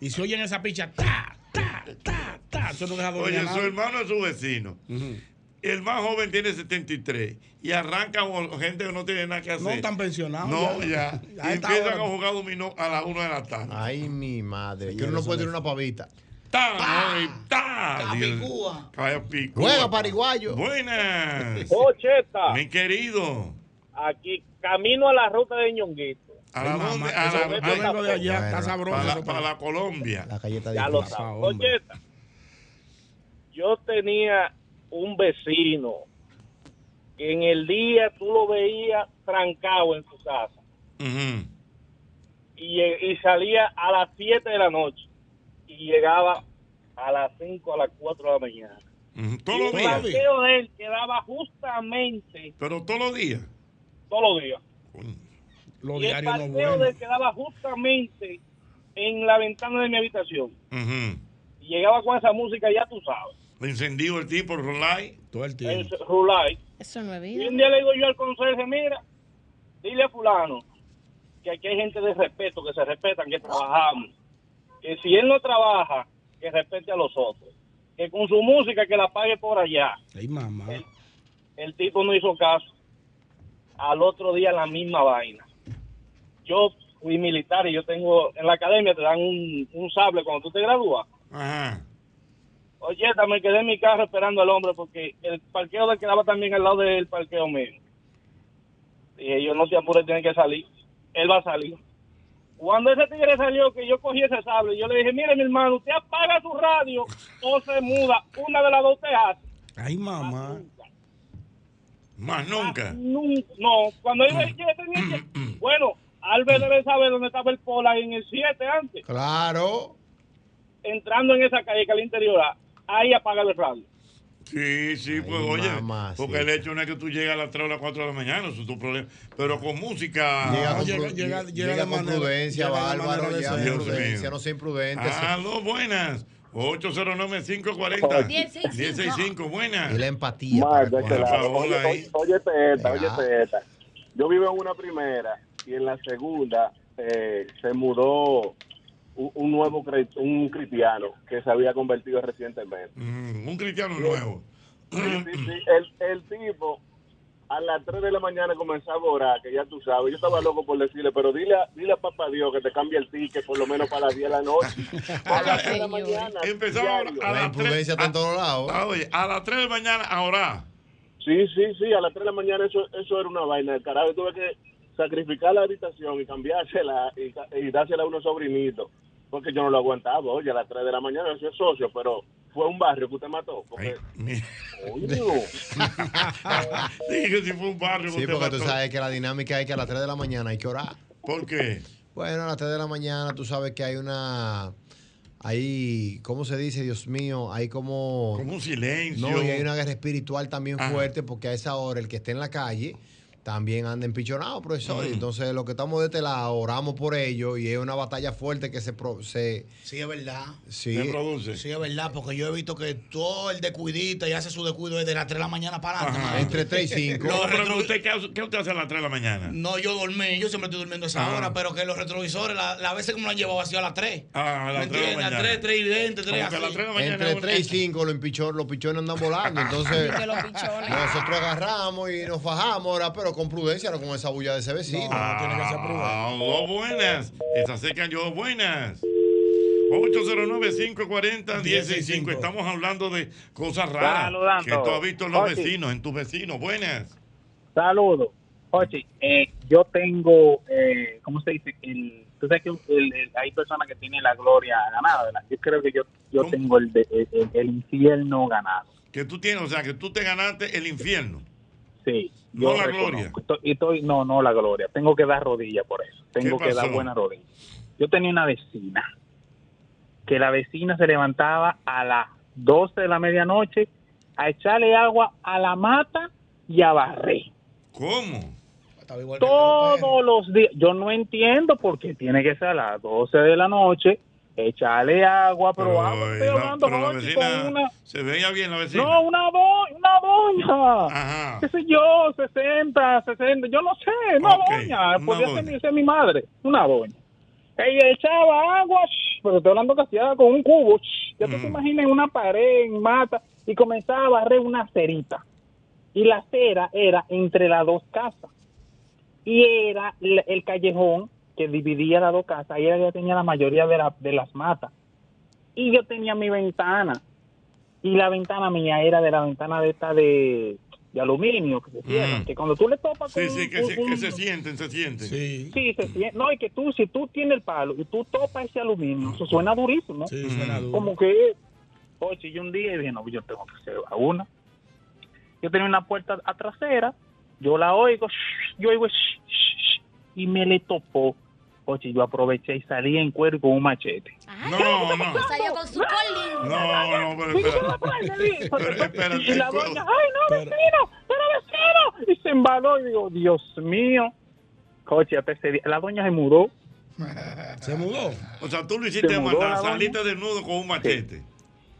Y si oyen esa picha, ta, ta, ta, ta. Eso no deja dormir
Oye,
a
su
nadie.
hermano es su vecino.
Ujú.
El más joven tiene 73 y arranca con gente que no tiene nada que hacer.
No están pensionados.
No, ya. Y
A esta
empiezan
hora.
a jugar dominó a las 1 de la tarde.
Ay, mi madre. Yo
Señores,
no puedo
eso
tener una pavita.
¡Tan! ¡Ay, tan!
Capicúa.
Capicúa.
Juega, pariguayo.
Buenas.
Ocheta,
Mi querido.
aquí camino a la ruta de Ñonguito.
¿A la
Ay, mamá,
dónde? A
eso-
la-
yo vengo de allá,
Bueno,
está
para
sabroso.
la- para la Colombia.
La galleta
Ya
de
lo
Rafa,
sabes.
hombre.
Oye, yo tenía un vecino
que en el día tú lo veías trancado en su casa
Mm-hmm.
y, eh, y salía a las 7 de la noche y llegaba a las 5, a las 4 de la mañana.
Mm, Todos
Y
los
el
días.
parqueo de él quedaba justamente
Pero todos los días.
todos los días.
Los
Y el
diarios no
parqueo
bueno.
de él quedaba justamente en la ventana de mi habitación.
Ujú.
Y llegaba con esa música, ya tú sabes.
Encendido el tipo, Rolay.
Todo el
el Rulay.
Eso no es
Y
vida.
un día le digo yo al conserje, mira, dile a fulano que aquí hay gente de respeto, que se respetan, que trabajamos. Que si él no trabaja, que respete a los otros. Que con su música que la pague por allá.
Ay, mamá.
El tipo no hizo caso. Al otro día la misma vaina. Yo fui militar y yo tengo, en la academia te dan un, un sable cuando tú te gradúas.
Ajá.
Oye, me quedé en mi carro esperando al hombre porque el parqueo le quedaba también al lado del parqueo mío. Dije, yo no te apures, tiene que salir. Él va a salir. Cuando ese tigre salió, que yo cogí ese sable, yo le dije, mire, mi hermano, usted apaga su radio o se muda. Una de las dos te hace.
Ay, mamá.
Más nunca.
Nunca- No, cuando él me yo tenía que... Bueno, Albert debe saber dónde estaba el Pola en el 7 antes.
Claro.
Entrando en esa calle que al interior, ahí apaga el radio.
Sí, sí, pues
Ay,
oye.
mamacita.
Porque el hecho no es que tú llegas a las 3 o las 4 de la mañana, eso es tu problema. Pero con música.
Llega
Ah,
con,
llega-
pru-
llega-
llega
llega de
con
manera-
prudencia,
llega de
bárbaro.
manera
Llega con
decente.
prudencia, no sea imprudente.
Aló, Ah, buenas. 809-540.
1065.
1065, buenas.
Y la empatía.
Marco,
para
este
con-
lado.
Paola
Oye,
ahí.
oye, óyete esta,
Venga.
óyete esta. Yo vivo en una primera y en la segunda eh, se mudó un, un nuevo cre- un cristiano que se había convertido recientemente.
Mm, un cristiano nuevo.
Sí, sí, sí. El, el tipo a las 3 de la mañana comenzaba a orar, que ya tú sabes. Yo estaba loco por decirle, pero dile a, dile a papá Dios que te cambie el ticket por lo menos para las 10 de la noche. A las 3 de la mañana.
Empezaba a orar.
diario.
a
La
las
imprudencia
tres-
está en todos lados.
Ah, oye, a las 3 de la mañana a orar.
Sí, sí, sí, a las 3 de la mañana eso, eso era una vaina. El carajo tuve que sacrificar la habitación y cambiársela y, ca- y dársela a unos sobrinitos. Porque yo no lo aguantaba, oye, a las 3 de la mañana, yo soy socio, pero fue un barrio que usted
Ay,
mató. Porque,
mira.
coño,
Dije que si fue un barrio.
Sí,
usted
porque tú
Ah,
mató.
sabes que la dinámica es que a las 3 de la mañana hay que orar.
¿Por qué?
Bueno, a las 3 de la mañana tú sabes que hay una... Hay, ¿cómo se dice? Dios mío, hay como...
Como un silencio.
No, y hay una guerra espiritual también
Ajá.
fuerte porque a esa hora el que esté en la calle también anda empichonado, profesor.
Mm.
Y Entonces, los que estamos de este lado oramos por ellos y es una batalla fuerte que se... pro- se
Sí, es verdad.
sí,
Se produce.
Sí, es verdad, porque yo he visto que todo el descuidista y hace su descuido desde las 3 de la mañana para adelante.
Ajá.
madre.
entre 3 y 5.
No,
Los
pero
retro-
usted, ¿qué, hace- qué usted hace a las 3 de la mañana?
No, yo dormí, yo siempre estoy durmiendo a esa
Ajá.
hora, pero que los retrovisores, la- las veces como lo han llevado vacío a las 3.
Ah, a las
¿Me
3 de
entiendes?
la
A las
mañana.
3, 3 y 20, 3
Como que a las 3 de la mañana.
Entre
es
3 y
un-
5 los pichones, los pichones andan volando. Entonces,
que los pichones.
nosotros agarramos y nos fajamos ahora, pero con prudencia, no con esa bulla de ese vecino.
Ah,
tiene que ser prudente.
dos buenas. Esa se cayó buenas. 809-540-165. Estamos hablando de cosas raras
Saludando.
que tú has visto en los
Oye.
vecinos, en tus vecinos. Buenas.
Saludos. Oye, eh, yo tengo, eh, ¿cómo se dice? El, tú sabes que el- el- hay personas que tienen la gloria ganada, ¿verdad? Yo creo que yo, yo
¿Cómo?
tengo el, de- el, el- el infierno ganado.
Que tú tienes, o sea, que tú te ganaste el infierno.
Sí.
No
yo
la
reconozco.
gloria.
Estoy- y estoy- no, no la gloria. Tengo que dar rodilla por eso. Tengo que dar
pasó?
buena rodilla. Yo tenía una vecina que la vecina se levantaba a las 12 de la medianoche a echarle agua a la mata y a barrer.
¿Cómo?
todos los días. Yo no entiendo por qué tiene que ser a las 12 de la noche, echarle agua, pero, agua,
eh,
estoy
la-
hablando
pero la
Jorge,
vecina
con una...
se veía bien la vecina.
No, una, bo- una doña.
Ajá.
qué sé yo, 60, 60, yo no sé, una
Ok,
doña,
una
podría
doña.
ser, mi- ser mi madre, una doña. Ella echaba agua, shh, pero estoy hablando que hacía con un cubo, shh. ya tú
Mm.
te imaginas en una pared, en mata, y comenzaba a barrer una cerita. Y la cera era entre las dos casas. Y era el, el callejón que dividía las dos casas, y ella ya tenía la mayoría de, la- de las matas. Y yo tenía mi ventana y la ventana mía era de la ventana de esta de, de aluminio que se cierra,
Mm.
que cuando tú le topas
Sí,
con
sí, que
un-
se,
un-
que se sienten, se sienten.
Sí,
sí, se siente. no y que tú si tú tienes el palo y tú topas ese aluminio eso suena durísimo oh,
sí, suena duro.
como que oye y un día dije no yo tengo que hacer a una Yo tenía una puerta a trasera, yo la oigo, shh, yo oigo, shh, shh, shh, y me le topó. Oye, yo aproveché y salí en cuero con un machete.
No, no.
Salió con su colín.
No, no, pero espera. Pero espérate,
y la
¿cómo?
doña, ay, no, vecino, pero vecino. Y se embaló y digo, Dios mío. Coche, hasta ese día, la doña se mudó.
Se mudó.
O sea, tú lo hiciste
Se mudó
matar,
la doña.
saliste desnudo con un machete.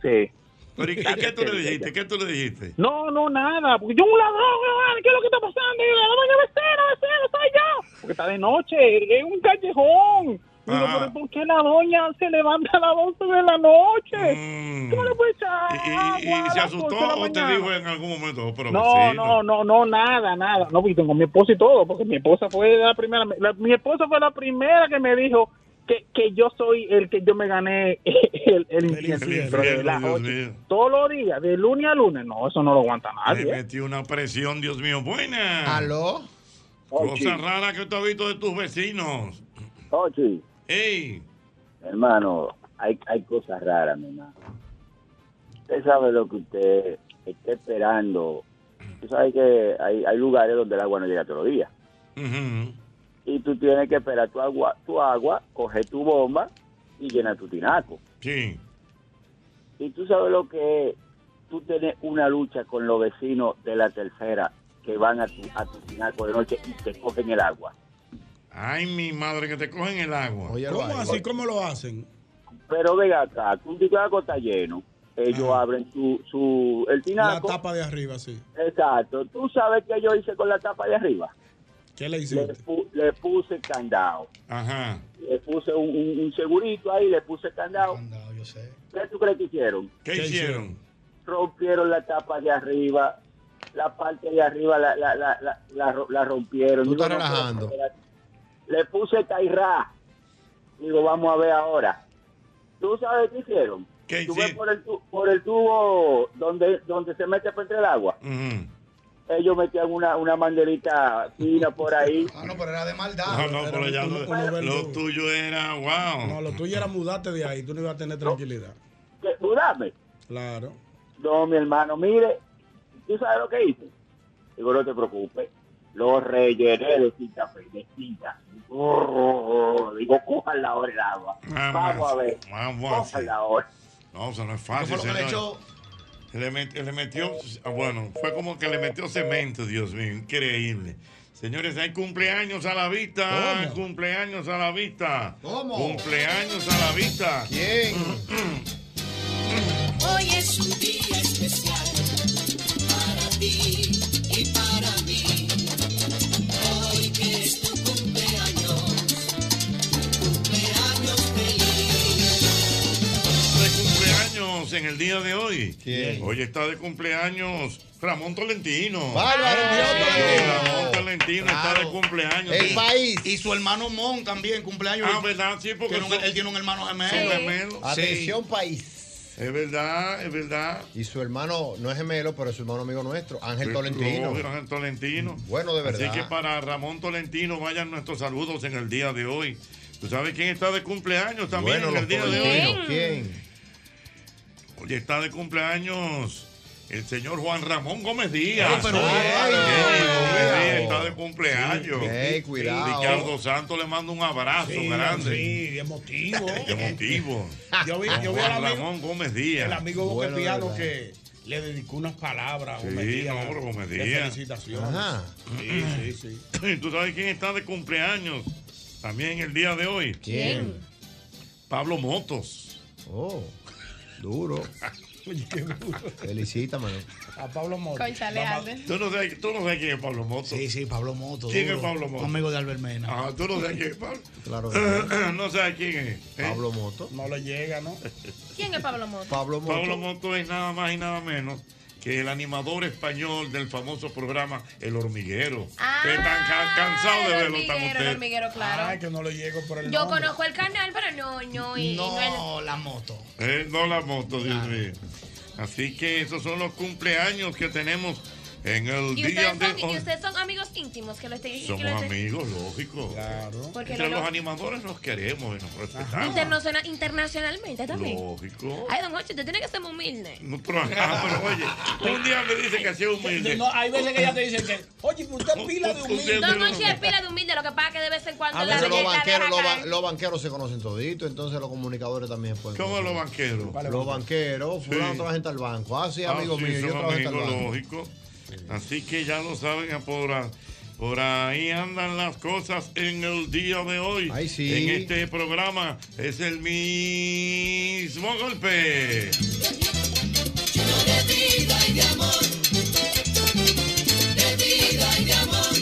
Sí.
Pero ¿y, y qué tú le dijiste? ¿Qué tú le dijiste?
No, no, nada, porque yo un ladrón, ¿verdad? ¿qué es lo que está pasando? Y yo, la doña vecino, vecino, soy yo. Porque está de noche, es un callejón. Y Digo,
Ajá.
pero ¿por qué la doña se levanta a las 12 de la noche?
Mm.
¿Cómo le puede echar
¿Y,
agua
y- y
a
se
las 11
asustó
de
o
la
te
mañana?
dijo en algún momento? "Oh, Pero pues
No, no, no, no, nada, nada. No, porque tengo mi esposa y todo, porque mi esposa fue la primera, la- mi esposa fue la primera que me dijo que, que yo soy el que yo me gané el, el infierno.
infierno,
Pero de
Dios
las ocho,
mío.
todos los días, de lunes a lunes, no, eso no lo aguanta
Le
nadie.
metí una presión, Dios mío, buena.
¿Aló?
Oh,
Cosa rara que tú has visto de tus vecinos.
Ochi,
¡Ey!
hermano, hay, hay cosas raras, mi hermano. Usted sabe lo que usted está esperando. Tú sabes que hay, hay lugares donde el agua no llega todos los días.
Ujú.
Y tú tienes que esperar tu agua, tu agua, coger tu bomba y llenar tu tinaco.
Sí.
Y tú sabes lo que es, tú tienes una lucha con los vecinos de la tercera que van a tu, a tu tinaco de noche y te cogen el agua.
Ay, mi madre, que te cogen el agua.
Oye,
¿Cómo
Alvaro.
así? ¿Cómo lo hacen?
Pero venga acá, tu tinaco está lleno. Ellos
Ajá.
abren su, su, el
La
tinaco.
tapa de arriba, sí.
Exacto. Tú sabes que yo hice con la tapa de arriba.
¿Qué le
Le,
hiciste? Ah.
pu- le puse candado.
Ajá.
Le puse un, un- un segurito ahí, le puse candado.
Andado, yo sé.
¿Qué tú crees que hicieron?
¿Qué,
¿Qué
hicieron?
Rompieron la tapa de arriba. La parte de arriba la, la, la, la, la ro- la rompieron.
Tú
Digo,
estás
no,
relajando.
pero- Le puse tairá. Digo, vamos a ver ahora. ¿Tú sabes qué hicieron?
¿Qué
Tú ves
hicieron?
por el, tu- por el tubo donde, donde se mete para entre el agua.
Ujú.
ellos metían una, una manguerita fina por ahí.
Ah, no, pero era de
Ah,
maldad.
no, pero ya
Uno-
lo,
uno ve el
lo
logo.
tuyo era, wow.
No, lo tuyo era mudarte de ahí, tú no ibas a tener tranquilidad.
Que, "Dudame".
Claro.
No, mi hermano, mire, ¿tú sabes lo que hice? Digo, no te preocupes. Los rellené de cinta, fe- de cinta. Digo, digo, cójanla ahora el agua.
Ah,
Vamos a ver.
Vamos a
Cójanla
hacer.
ahora.
No, eso no es
¿Qué fue
fácil.
lo que le
señor.
echó?
Le, met- le metió, ah, bueno, fue como que le metió cemento, Dios mío, increíble. Señores, hay cumpleaños a la vista,
¿Cómo?
cumpleaños a la vista.
¿Cómo?
Cumpleaños a la vista.
¿Quién?
Hoy es un día especial para ti y para mí. Hoy que es tu cumpleaños, cumpleaños feliz.
De cumpleaños en el día de hoy.
¿Quién?
Hoy está de cumpleaños Ramón Tolentino.
Bárbaro,
Sí,
Dios
Ramón
mío.
Tolentino está de
Bravo.
cumpleaños.
El país.
Y su hermano Mon también, cumpleaños.
Ah, ¿verdad? Sí, porque
Tiene un-
son-
él tiene un hermano gemelo.
son gemelos.
Atención, país.
Es verdad, es verdad.
Y su hermano, no es gemelo, pero es su hermano amigo nuestro, Ángel Tolentino. Mm,
Obvio, Ángel Tolentino.
Bueno, de verdad.
Así que para Ramón Tolentino vayan nuestros saludos en el día de hoy. ¿Tú sabes quién está de cumpleaños también
Bueno,
en el
los
día de hoy?
Tolentinos. ¿Quién?
Hoy está de cumpleaños el señor Juan Ramón Gómez Díaz.
Ah, pero
Sí,
bueno.
Gómez Díaz está de cumpleaños.
Ey, cuidado.
Ricardo Santos le mando un abrazo
Sí,
grande.
sí, emotivo.
Qué motivo.
Yo vi,
Don
yo vi al
Juan
amigo,
Ramón Gómez
el
Díaz.
amigo
Bueno,
Boca Piano
de
que le dedicó unas palabras.
Sí,
Gómez Díaz,
no, pero Gómez
de
Díaz.
Felicitaciones.
Ajá.
Sí, sí, sí.
¿Tú sabes quién está de cumpleaños también en el día de hoy?
¿Quién?
Pablo Motos.
Oh, duro.
Oye, qué duro.
Felicita, mano.
A Pablo Moro.
Cónchale, Albert.
Tú no sabes, tú no sabes quién es Pablo Moto.
Sí, sí, Pablo Moto.
¿Quién
duro.
es Pablo Moto?
Amigo de Albert Mena.
Ah, tú no sabes quién es Pablo.
Claro que sí.
no sabes quién es. ¿eh?
Pablo Moto.
No le llega, ¿no?
¿Quién es Pablo Moto?
Pablo Moto.
Pablo Moto es nada más y nada menos que el animador español del famoso programa El Hormiguero.
Ah,
Ustedes están ca- cansados de
el
verlo tan
hormiguero, el
ustedes.
hormiguero,
Ay,
claro.
que no le llego por el
Yo
nombre.
conozco el canal, pero no, no, y, y no es-
No, la moto.
Eh, no la moto, Dios mío. Así que esos son los cumpleaños que tenemos en el
Y
día
ustedes,
de
son, y
hoy.
ustedes son amigos íntimos que lo estén. que lo
Somos
estén-
amigos, lógico. Claro.
Porque
Entre
no
los
lo-
animadores nos queremos y nos respetamos.
Internaciona- internacionalmente también.
Lógico.
Ay, don Ocho, usted tiene que ser muy humilde.
No, pero, ah, pero oye, un día me dice que sea humilde.
No, hay veces que ella te dice que, oye, usted es pila de humilde.
Don Ocho es pila de humilde, lo que pasa es que de vez en cuando
A
la,
veces los
la deja
banqueros, los,
caer.
ba- los banqueros se conocen toditos, entonces los comunicadores también se pueden.
¿Cómo los banqueros?
Los banqueros, fulano
Sí.
trabaja en tal banco. Ah, sí,
Ah,
amigo
sí,
mío, yo
son
trabajo en tal
amigos,
banco.
lógico. Así que ya lo saben, a por, a- por ahí andan las cosas en el día de hoy. En este programa es el mismo golpe.
De vida y de amor, de vida y de amor,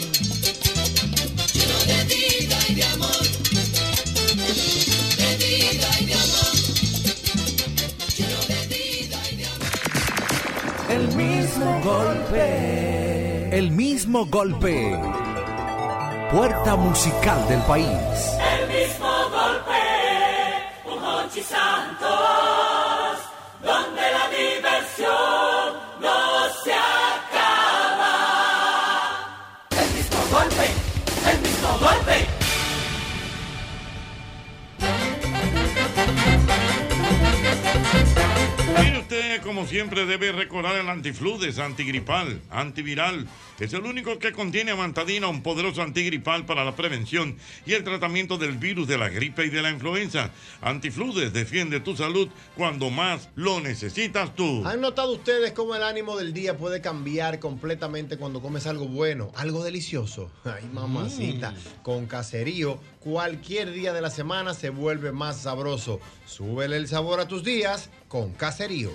lleno de vida y de amor, de vida y de amor, lleno de vida y de amor.
El mismo golpe. El mismo golpe. Puerta musical del país.
El mismo golpe, un Hochi Santos, donde la diversión no se acaba. El mismo golpe, el mismo golpe.
Mire usted, como siempre, debe recordar el antifludes, antigripal, antiviral. Es el único que contiene amantadina, un poderoso antigripal para la prevención y el tratamiento del virus de la gripe y de la influenza. Antifludes defiende tu salud cuando más lo necesitas tú.
¿Han notado ustedes cómo el ánimo del día puede cambiar completamente cuando comes algo bueno, algo delicioso? Ay, mamacita, con caserío, cualquier día de la semana se vuelve más sabroso. Súbele el sabor a tus días con caserío.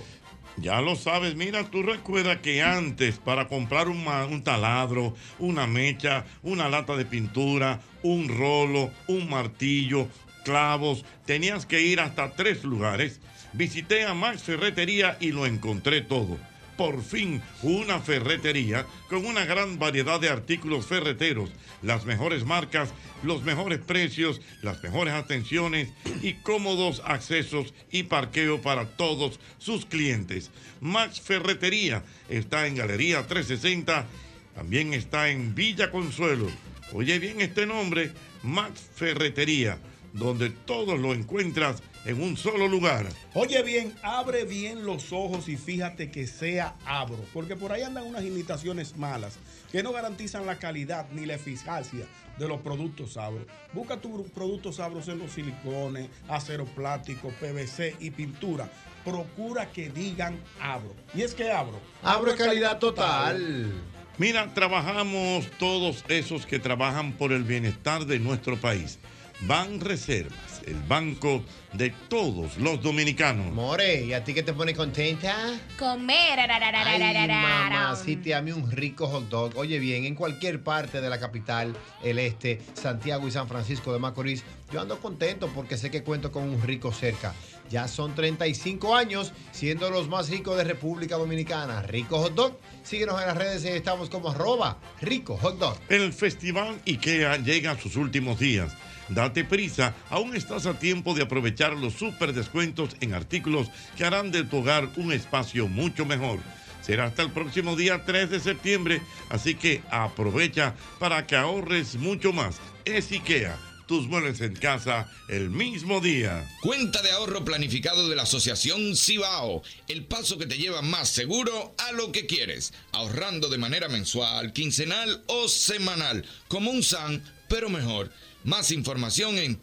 Ya lo sabes, mira, tú recuerdas que antes para comprar un, ma- un taladro, una mecha, una lata de pintura, un rolo, un martillo, clavos, tenías que ir hasta tres lugares. Visité a Max Ferretería y lo encontré todo. Por fin, una ferretería con una gran variedad de artículos ferreteros, las mejores marcas, los mejores precios, las mejores atenciones y cómodos accesos y parqueo para todos sus clientes. Max Ferretería está en Galería 360, también está en Villa Consuelo. Oye bien este nombre, Max Ferretería, donde todos lo encuentras en un solo lugar.
Oye bien, abre bien los ojos y fíjate que sea abro, porque por ahí andan unas imitaciones malas que no garantizan la calidad ni la eficacia de los productos abro. Busca tus productos abros en los silicones, acero plástico, PVC y pintura. Procura que digan abro. Y es que abro.
Abro
es
calidad total.
Mira, trabajamos todos esos que trabajan por el bienestar de nuestro país. Van Reservas, el banco de todos los dominicanos.
More, ¿y a ti qué te pone contenta?
Comer.
Ay,
ararararararara.
mamacita, a mí un rico hot dog. Oye bien, en cualquier parte de la capital, el este, Santiago y San Francisco de Macorís, yo ando contento porque sé que cuento con un rico cerca. Ya son 35 años siendo los más ricos de República Dominicana. Rico hot dog. Síguenos en las redes, eh, estamos como arroba rico hot dog.
El Festival IKEA llega a sus últimos días. Date prisa, aún estás a tiempo de aprovechar los super descuentos en artículos que harán de tu hogar un espacio mucho mejor. Será hasta el próximo día 3 de septiembre, así que aprovecha para que ahorres mucho más. Es IKEA, tus muebles en casa el mismo día.
Cuenta de ahorro planificado de la Asociación Cibao, el paso que te lleva más seguro a lo que quieres, ahorrando de manera mensual, quincenal o semanal, como un SAN, pero mejor. Más información en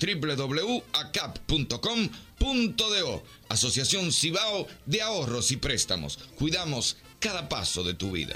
www.acap.com.do. Asociación Cibao de Ahorros y Préstamos. Cuidamos cada paso de tu vida.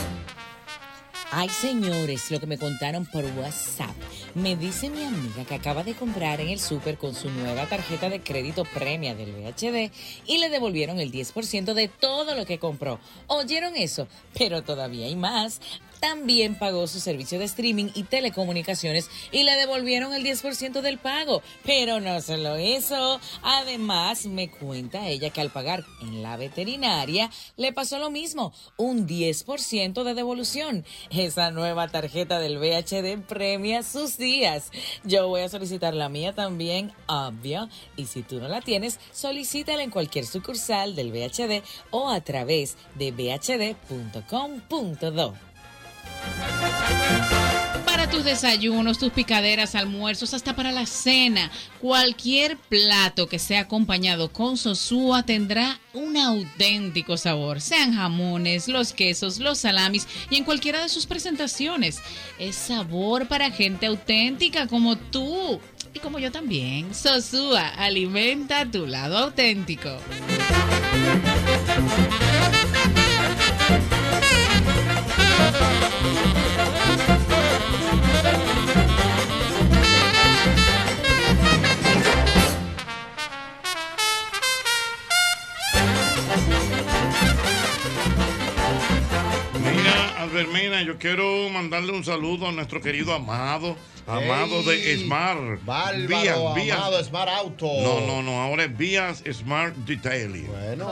Ay, señores, lo que me contaron por WhatsApp. Me dice mi amiga que acaba de comprar en el súper con su nueva tarjeta de crédito premia del VHD y le devolvieron el 10% de todo lo que compró. ¿Oyeron eso? Pero todavía hay más.
también pagó su servicio de streaming y telecomunicaciones y le devolvieron el 10% del pago. Pero no solo eso, además me cuenta ella que al pagar en la veterinaria le pasó lo mismo, un 10% de devolución. Esa nueva tarjeta del VHD premia sus días. Yo voy a solicitar la mía también, obvio, y si tú no la tienes, solicítala en cualquier sucursal del VHD o a través de vhd.com.do.
Para tus desayunos, tus picaderas, almuerzos, hasta para la cena, cualquier plato que sea acompañado con sosúa tendrá un auténtico sabor. Sean jamones, los quesos, los salamis y en cualquiera de sus presentaciones. Es sabor para gente auténtica como tú y como yo también. Sosúa, alimenta tu lado auténtico.
Mira, Albermena, yo quiero mandarle un saludo a nuestro querido amado, amado de
Ey,
Smart.
Bárbaro,
Vías, vías.
amado, Smart Auto.
No, no, no, ahora es Vías Smart Detailing.
Bueno,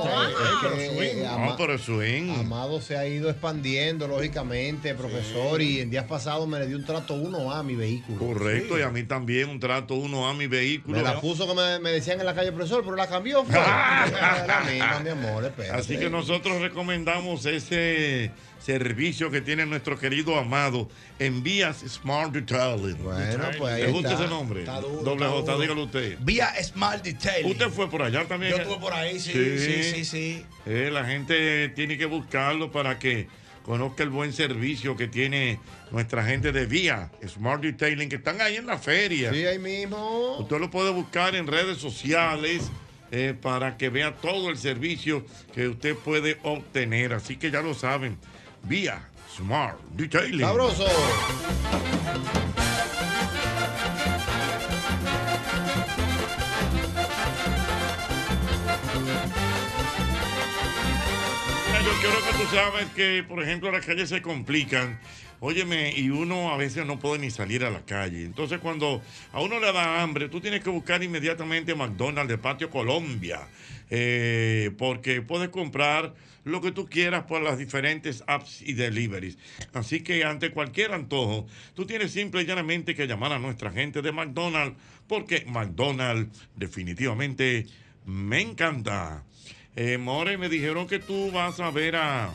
pero
es que,
swing.
eh,
No,
ama-
pero swing.
Amado se ha ido expandiendo, lógicamente, profesor, y en días pasados me le dio un trato 1A a mi vehículo.
Correcto, y a mí también un trato uno a mi vehículo.
Me la puso que me, me decían en la calle, profesor, pero la cambió. fue.
Ah.
la misma, mi amor, espérate.
Así que nosotros recomendamos ese servicio que tiene nuestro querido amado en Vías Smart Detailing.
Bueno, pues ahí
¿Le gusta
está.
ese nombre?
Está duro,
Doble
está
J,
duro.
dígalo usted.
Vía Smart Detailing.
¿Usted fue por allá también?
Yo estuve por ahí, sí, sí, sí, sí.
Eh, la gente tiene que buscarlo para que conozca el buen servicio que tiene nuestra gente de Vía Smart Detailing, que están ahí en la feria.
Sí, ahí mismo.
Usted lo puede buscar en redes sociales eh, para que vea todo el servicio que usted puede obtener. Así que ya lo saben, vía Smart Detailing.
¡Sabroso!
Mira, Yo quiero que tú sabes que, por ejemplo, las calles se complican. Óyeme, y uno a veces no puede ni salir a la calle. Entonces, cuando a uno le da hambre, tú tienes que buscar inmediatamente McDonald's de Patio Colombia. eh, porque puedes comprar lo que tú quieras por las diferentes apps y deliveries. Así que ante cualquier antojo, tú tienes simple y llanamente que llamar a nuestra gente de McDonald's, porque McDonald's definitivamente me encanta. Eh, More, me dijeron que tú vas a ver a,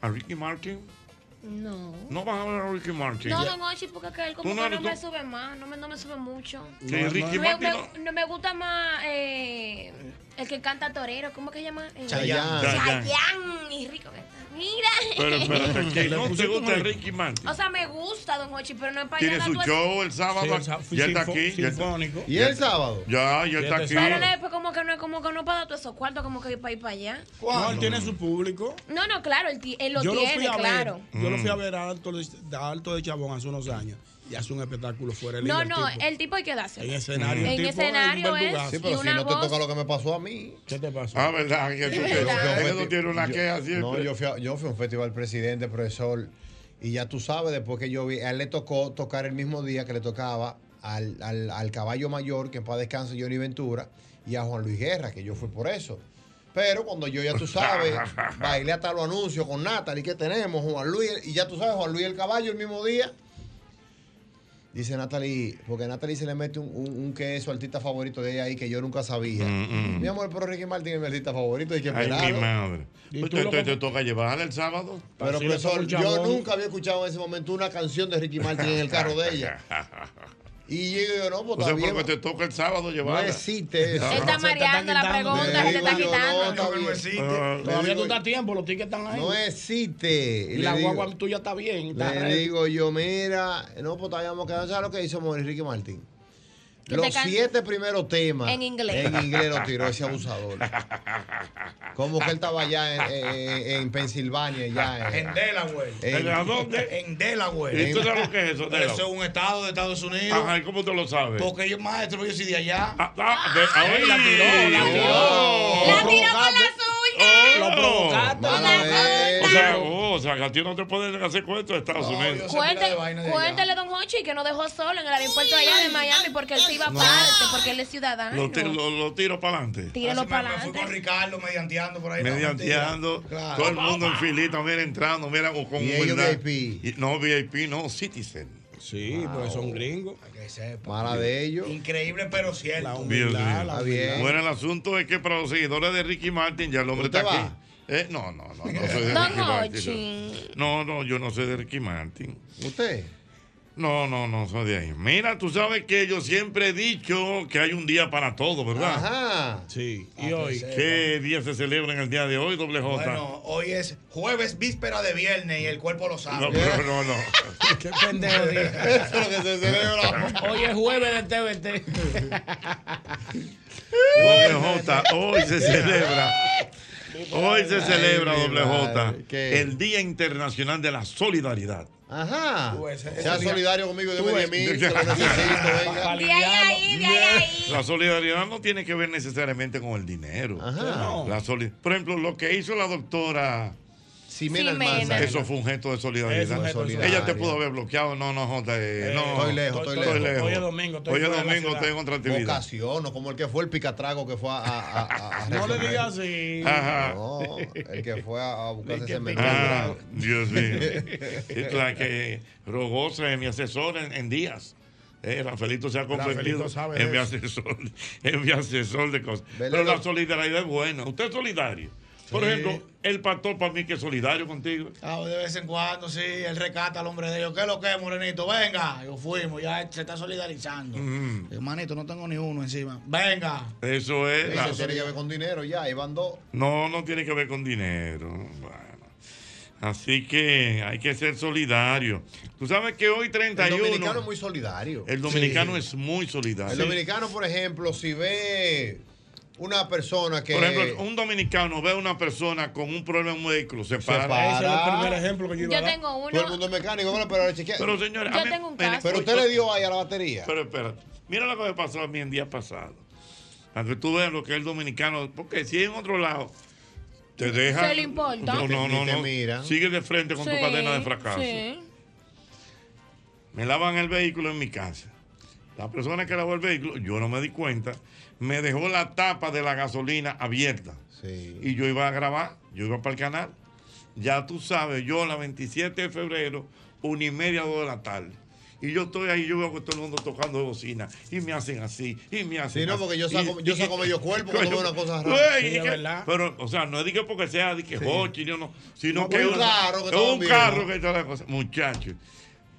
a Ricky Martin.
No.
No vas a ver a Ricky Martin.
No, don Ochi, porque que él como
Tú
que
no
no
eres
me
tú.
sube más, no me, no me sube mucho.
Sí, Ricky
me,
Martin,
me- no me gusta más eh, el que canta torero, ¿cómo que se llama? Eh,
Chayanne.
Chayanne.
Chayanne.
y rico que está. Mira.
Pero espérate, que no te gusta Ricky Martin.
O sea, me gusta Don Hochi, pero no es para
Tiene
allá
su
la
show el sábado.
Sí, el sá-
ya está
sinfo-
aquí. ya está-
sinfónico.
¿Y el sábado?
Ya, ya
Ya
está
está
aquí.
Pero no, pues como que no, como que no para dar todos esos cuartos, como que ir para ir para allá.
No, él tiene su público.
No, no, claro, él, ti- él lo
yo lo
tiene,
fui a
claro.
ver, yo lo
Mm.
fui a ver a Alto, de, a Alto de Chabón hace unos años y hace un espectáculo fuera de
No,
liga el
no,
tipo.
el tipo hay que darse.
En escenario, el
En
tipo es un
escenario es.
verdugazo.
Sí,
y
pero si
una
no te
voz.
toca lo que me pasó a mí.
¿Qué te pasó?
Ah, ¿verdad? Que tú-
verdad.
que tú tienes una queja siempre.
No, yo fui, a, yo fui a un festival presidente, profesor, y ya tú sabes, después que yo vi, a él le tocó tocar el mismo día que le tocaba al, al- al caballo mayor, que en paz descanse Johnny Ventura, y a Juan Luis Guerra, que yo fui por eso. Pero cuando yo ya tú sabes, bailé hasta los anuncios con Natalie, que tenemos, Juan Luis, y ya tú sabes, Juan Luis el caballo el mismo día. Dice Natalie, porque a Natalie se le mete un, un, un que es su artista favorito de ella ahí que yo nunca sabía.
Mm, mm.
Mi amor, pero Ricky Martin es mi artista favorito, hay que
Ay,
esperarlo.
mi madre.
¿Y
Pues
tú
te,
lo
te-
que-
te toca llevarla el sábado.
Pero profesor, yo nunca había escuchado en ese momento una canción de Ricky Martin en el carro de ella. Y yo digo, no, pues
O sea,
está bien.
porque te toca el sábado llevarla.
No existe eso.
Él
está mareando la pregunta, se
Le
te está
digo,
quitando.
No, está bien.
Todavía
digo-
tú estás a tiempo, los tickets están ahí.
No existe.
Y
Le
la
digo-
guagua tuya está bien. está
Le
ready.
digo yo, mira, no, pues todavía vamos a quedar. ¿Sabes lo que hizo Mauricio Ricky Martín?
Que te
Los
can-
siete primeros temas.
En inglés.
En inglés lo tiró ese abusador. Como que él estaba allá en, en- en Pensilvania. Ya, en,
En Delaware.
¿En a
dónde?
En Delaware.
¿Y tú sabes lo que es eso, Delaware?
Eso es un estado de Estados Unidos.
Ajá, ¿y cómo te lo sabes?
Porque yo, maestro, yo soy de allá.
Ah, de- ay,
la tiró, la tiró.
oh.
Lo provocaste.
Oh.
Lo provocaste.
O sea, oh, cosa, que a ti no te pueden hacer cuento de Estados Unidos.
Cuéntale, cuéntele, don Hochi, que nos dejó solo en el aeropuerto allá de Miami porque él se iba
No.
aparte, porque él es ciudadano.
Lo, ti- lo- lo tiro para adelante.
Tírelo para
Me fui
adelante.
con Ricardo medianteando por ahí.
Medianteando,
Claro.
todo el mundo en filita, mira, entrando, mira, con con
Y ellos
VIP. no, VIP, no, Citizen. Sí,
porque son
gringos.
Ah, oh. Que sepa.
Mala de ellos.
Increíble, pero cierto. La
Está bien. Bueno, el asunto es que para los seguidores de Ricky Martin, ya el hombre está
¿Usted va?
aquí. Eh, no, no, no, no soy de
Don
Ricky Martin.
Hochi.
No, no, yo no soy de Ricky Martin.
¿Usted?
No, no, no soy de ahí. Mira, tú sabes que yo siempre he dicho que hay un día para todo, ¿verdad?
Ajá.
Sí.
Ah, que sepa.
¿Qué día se celebra en el día de hoy, doble J?
Bueno, hoy es jueves, víspera de viernes y el cuerpo lo sabe.
no, pero no, no.
Qué
pendejo, dije.
Eso es lo que se celebra.
Hoy es jueves de TVT.
Doble J, hoy se celebra. Hoy se celebra,
Ay, mi
doble J,
madre, ¿qué?
el Día Internacional de la Solidaridad.
Ajá.
Tú, ese- ese
sea
día-
solidario conmigo,
Tú,
deme
ese-
10 mil, que lo necesito, venga.
De ahí, ahí, de ahí, ahí.
La solidaridad no tiene que ver necesariamente con el dinero.
Ajá.
La soli- Por ejemplo, lo que hizo la doctora
Ximena Ximena. Almanza.
Eso fue un gesto de
Es un
solidaridad.
gesto de
Ella te
solidaridad.
pudo haber bloqueado. No, no, Jota. eh,
Eh,
no.
estoy lejos, estoy, lejos.
Hoy es domingo, estoy en otra actividad.
Ocasión, no como el que fue el picatrago que fue a. a- a- a-
No le
resolver.
digas así.
Ajá.
No, el que fue a, a buscarse ese
Ah,
mercado.
Dios mío. Es La que rogó ser mi asesor en, en días. Eh, Rafaelito se ha convertido
Rafaelito sabe de
en mi,
eso.
asesor, en mi asesor de cosas. Pero la solidaridad es buena. Usted es solidario. Por
Sí.
ejemplo, el pastor para mí que es solidario contigo.
Ah, de vez en cuando, sí, él recata al hombre de ellos. ¿Qué es lo que es, Morenito? Venga. Yo fuimos, ya él se está solidarizando.
Mm,
Hermanito, no tengo ni uno encima. Venga.
eso es. Eh, la-
Eso tiene que ver con dinero ya, ahí van dos.
No, no tiene que ver con dinero. Bueno. Así que hay que ser solidario. Tú sabes que hoy
El
31.
dominicano es muy solidario.
El dominicano
Sí.
es muy solidario.
El dominicano, por ejemplo, si ve una persona que.
Por ejemplo, un dominicano ve a una persona con un problema en un vehículo, se para.
para. Ese era el primer
ejemplo que
Yo tengo uno.
Todo el mundo es mecánico, bueno, pero chequea.
Pero señores,
Yo
a mí-
tengo un
mire,
caso.
Pero usted le dio ahí a la batería.
Pero espérate, mira lo que me pasó a mí el día pasado. Para que tú veas lo que es el dominicano, porque si en otro lado te deja.
Se le importa.
No, no, no.
Ni te
no.
mira.
Sigue de frente con tu
Sí,
cadena de fracaso.
sí.
Me lavan el vehículo en mi casa. La persona que lavó el vehículo, yo no me di cuenta, me dejó la tapa de la gasolina abierta. Y yo iba a grabar, yo iba para el canal. Ya tú sabes, yo la 27 de febrero, una y media, dos de la tarde. Y yo estoy ahí, yo veo que todo el mundo tocando bocina. Y me hacen así, y me hacen
Sí, no,
así.
porque yo saco-
Y-
yo
y-
saco medio cuerpo cuando veo una cosa rara.
Güey,
Sí,
y
es
que-
verdad.
Pero, o sea, no es de que porque sea de que
Sí.
Hochi, no, no, sino
No,
que
un
una-
carro que
es
estaba
un
bien,
carro
¿no?
que está la cosa. Muchachos,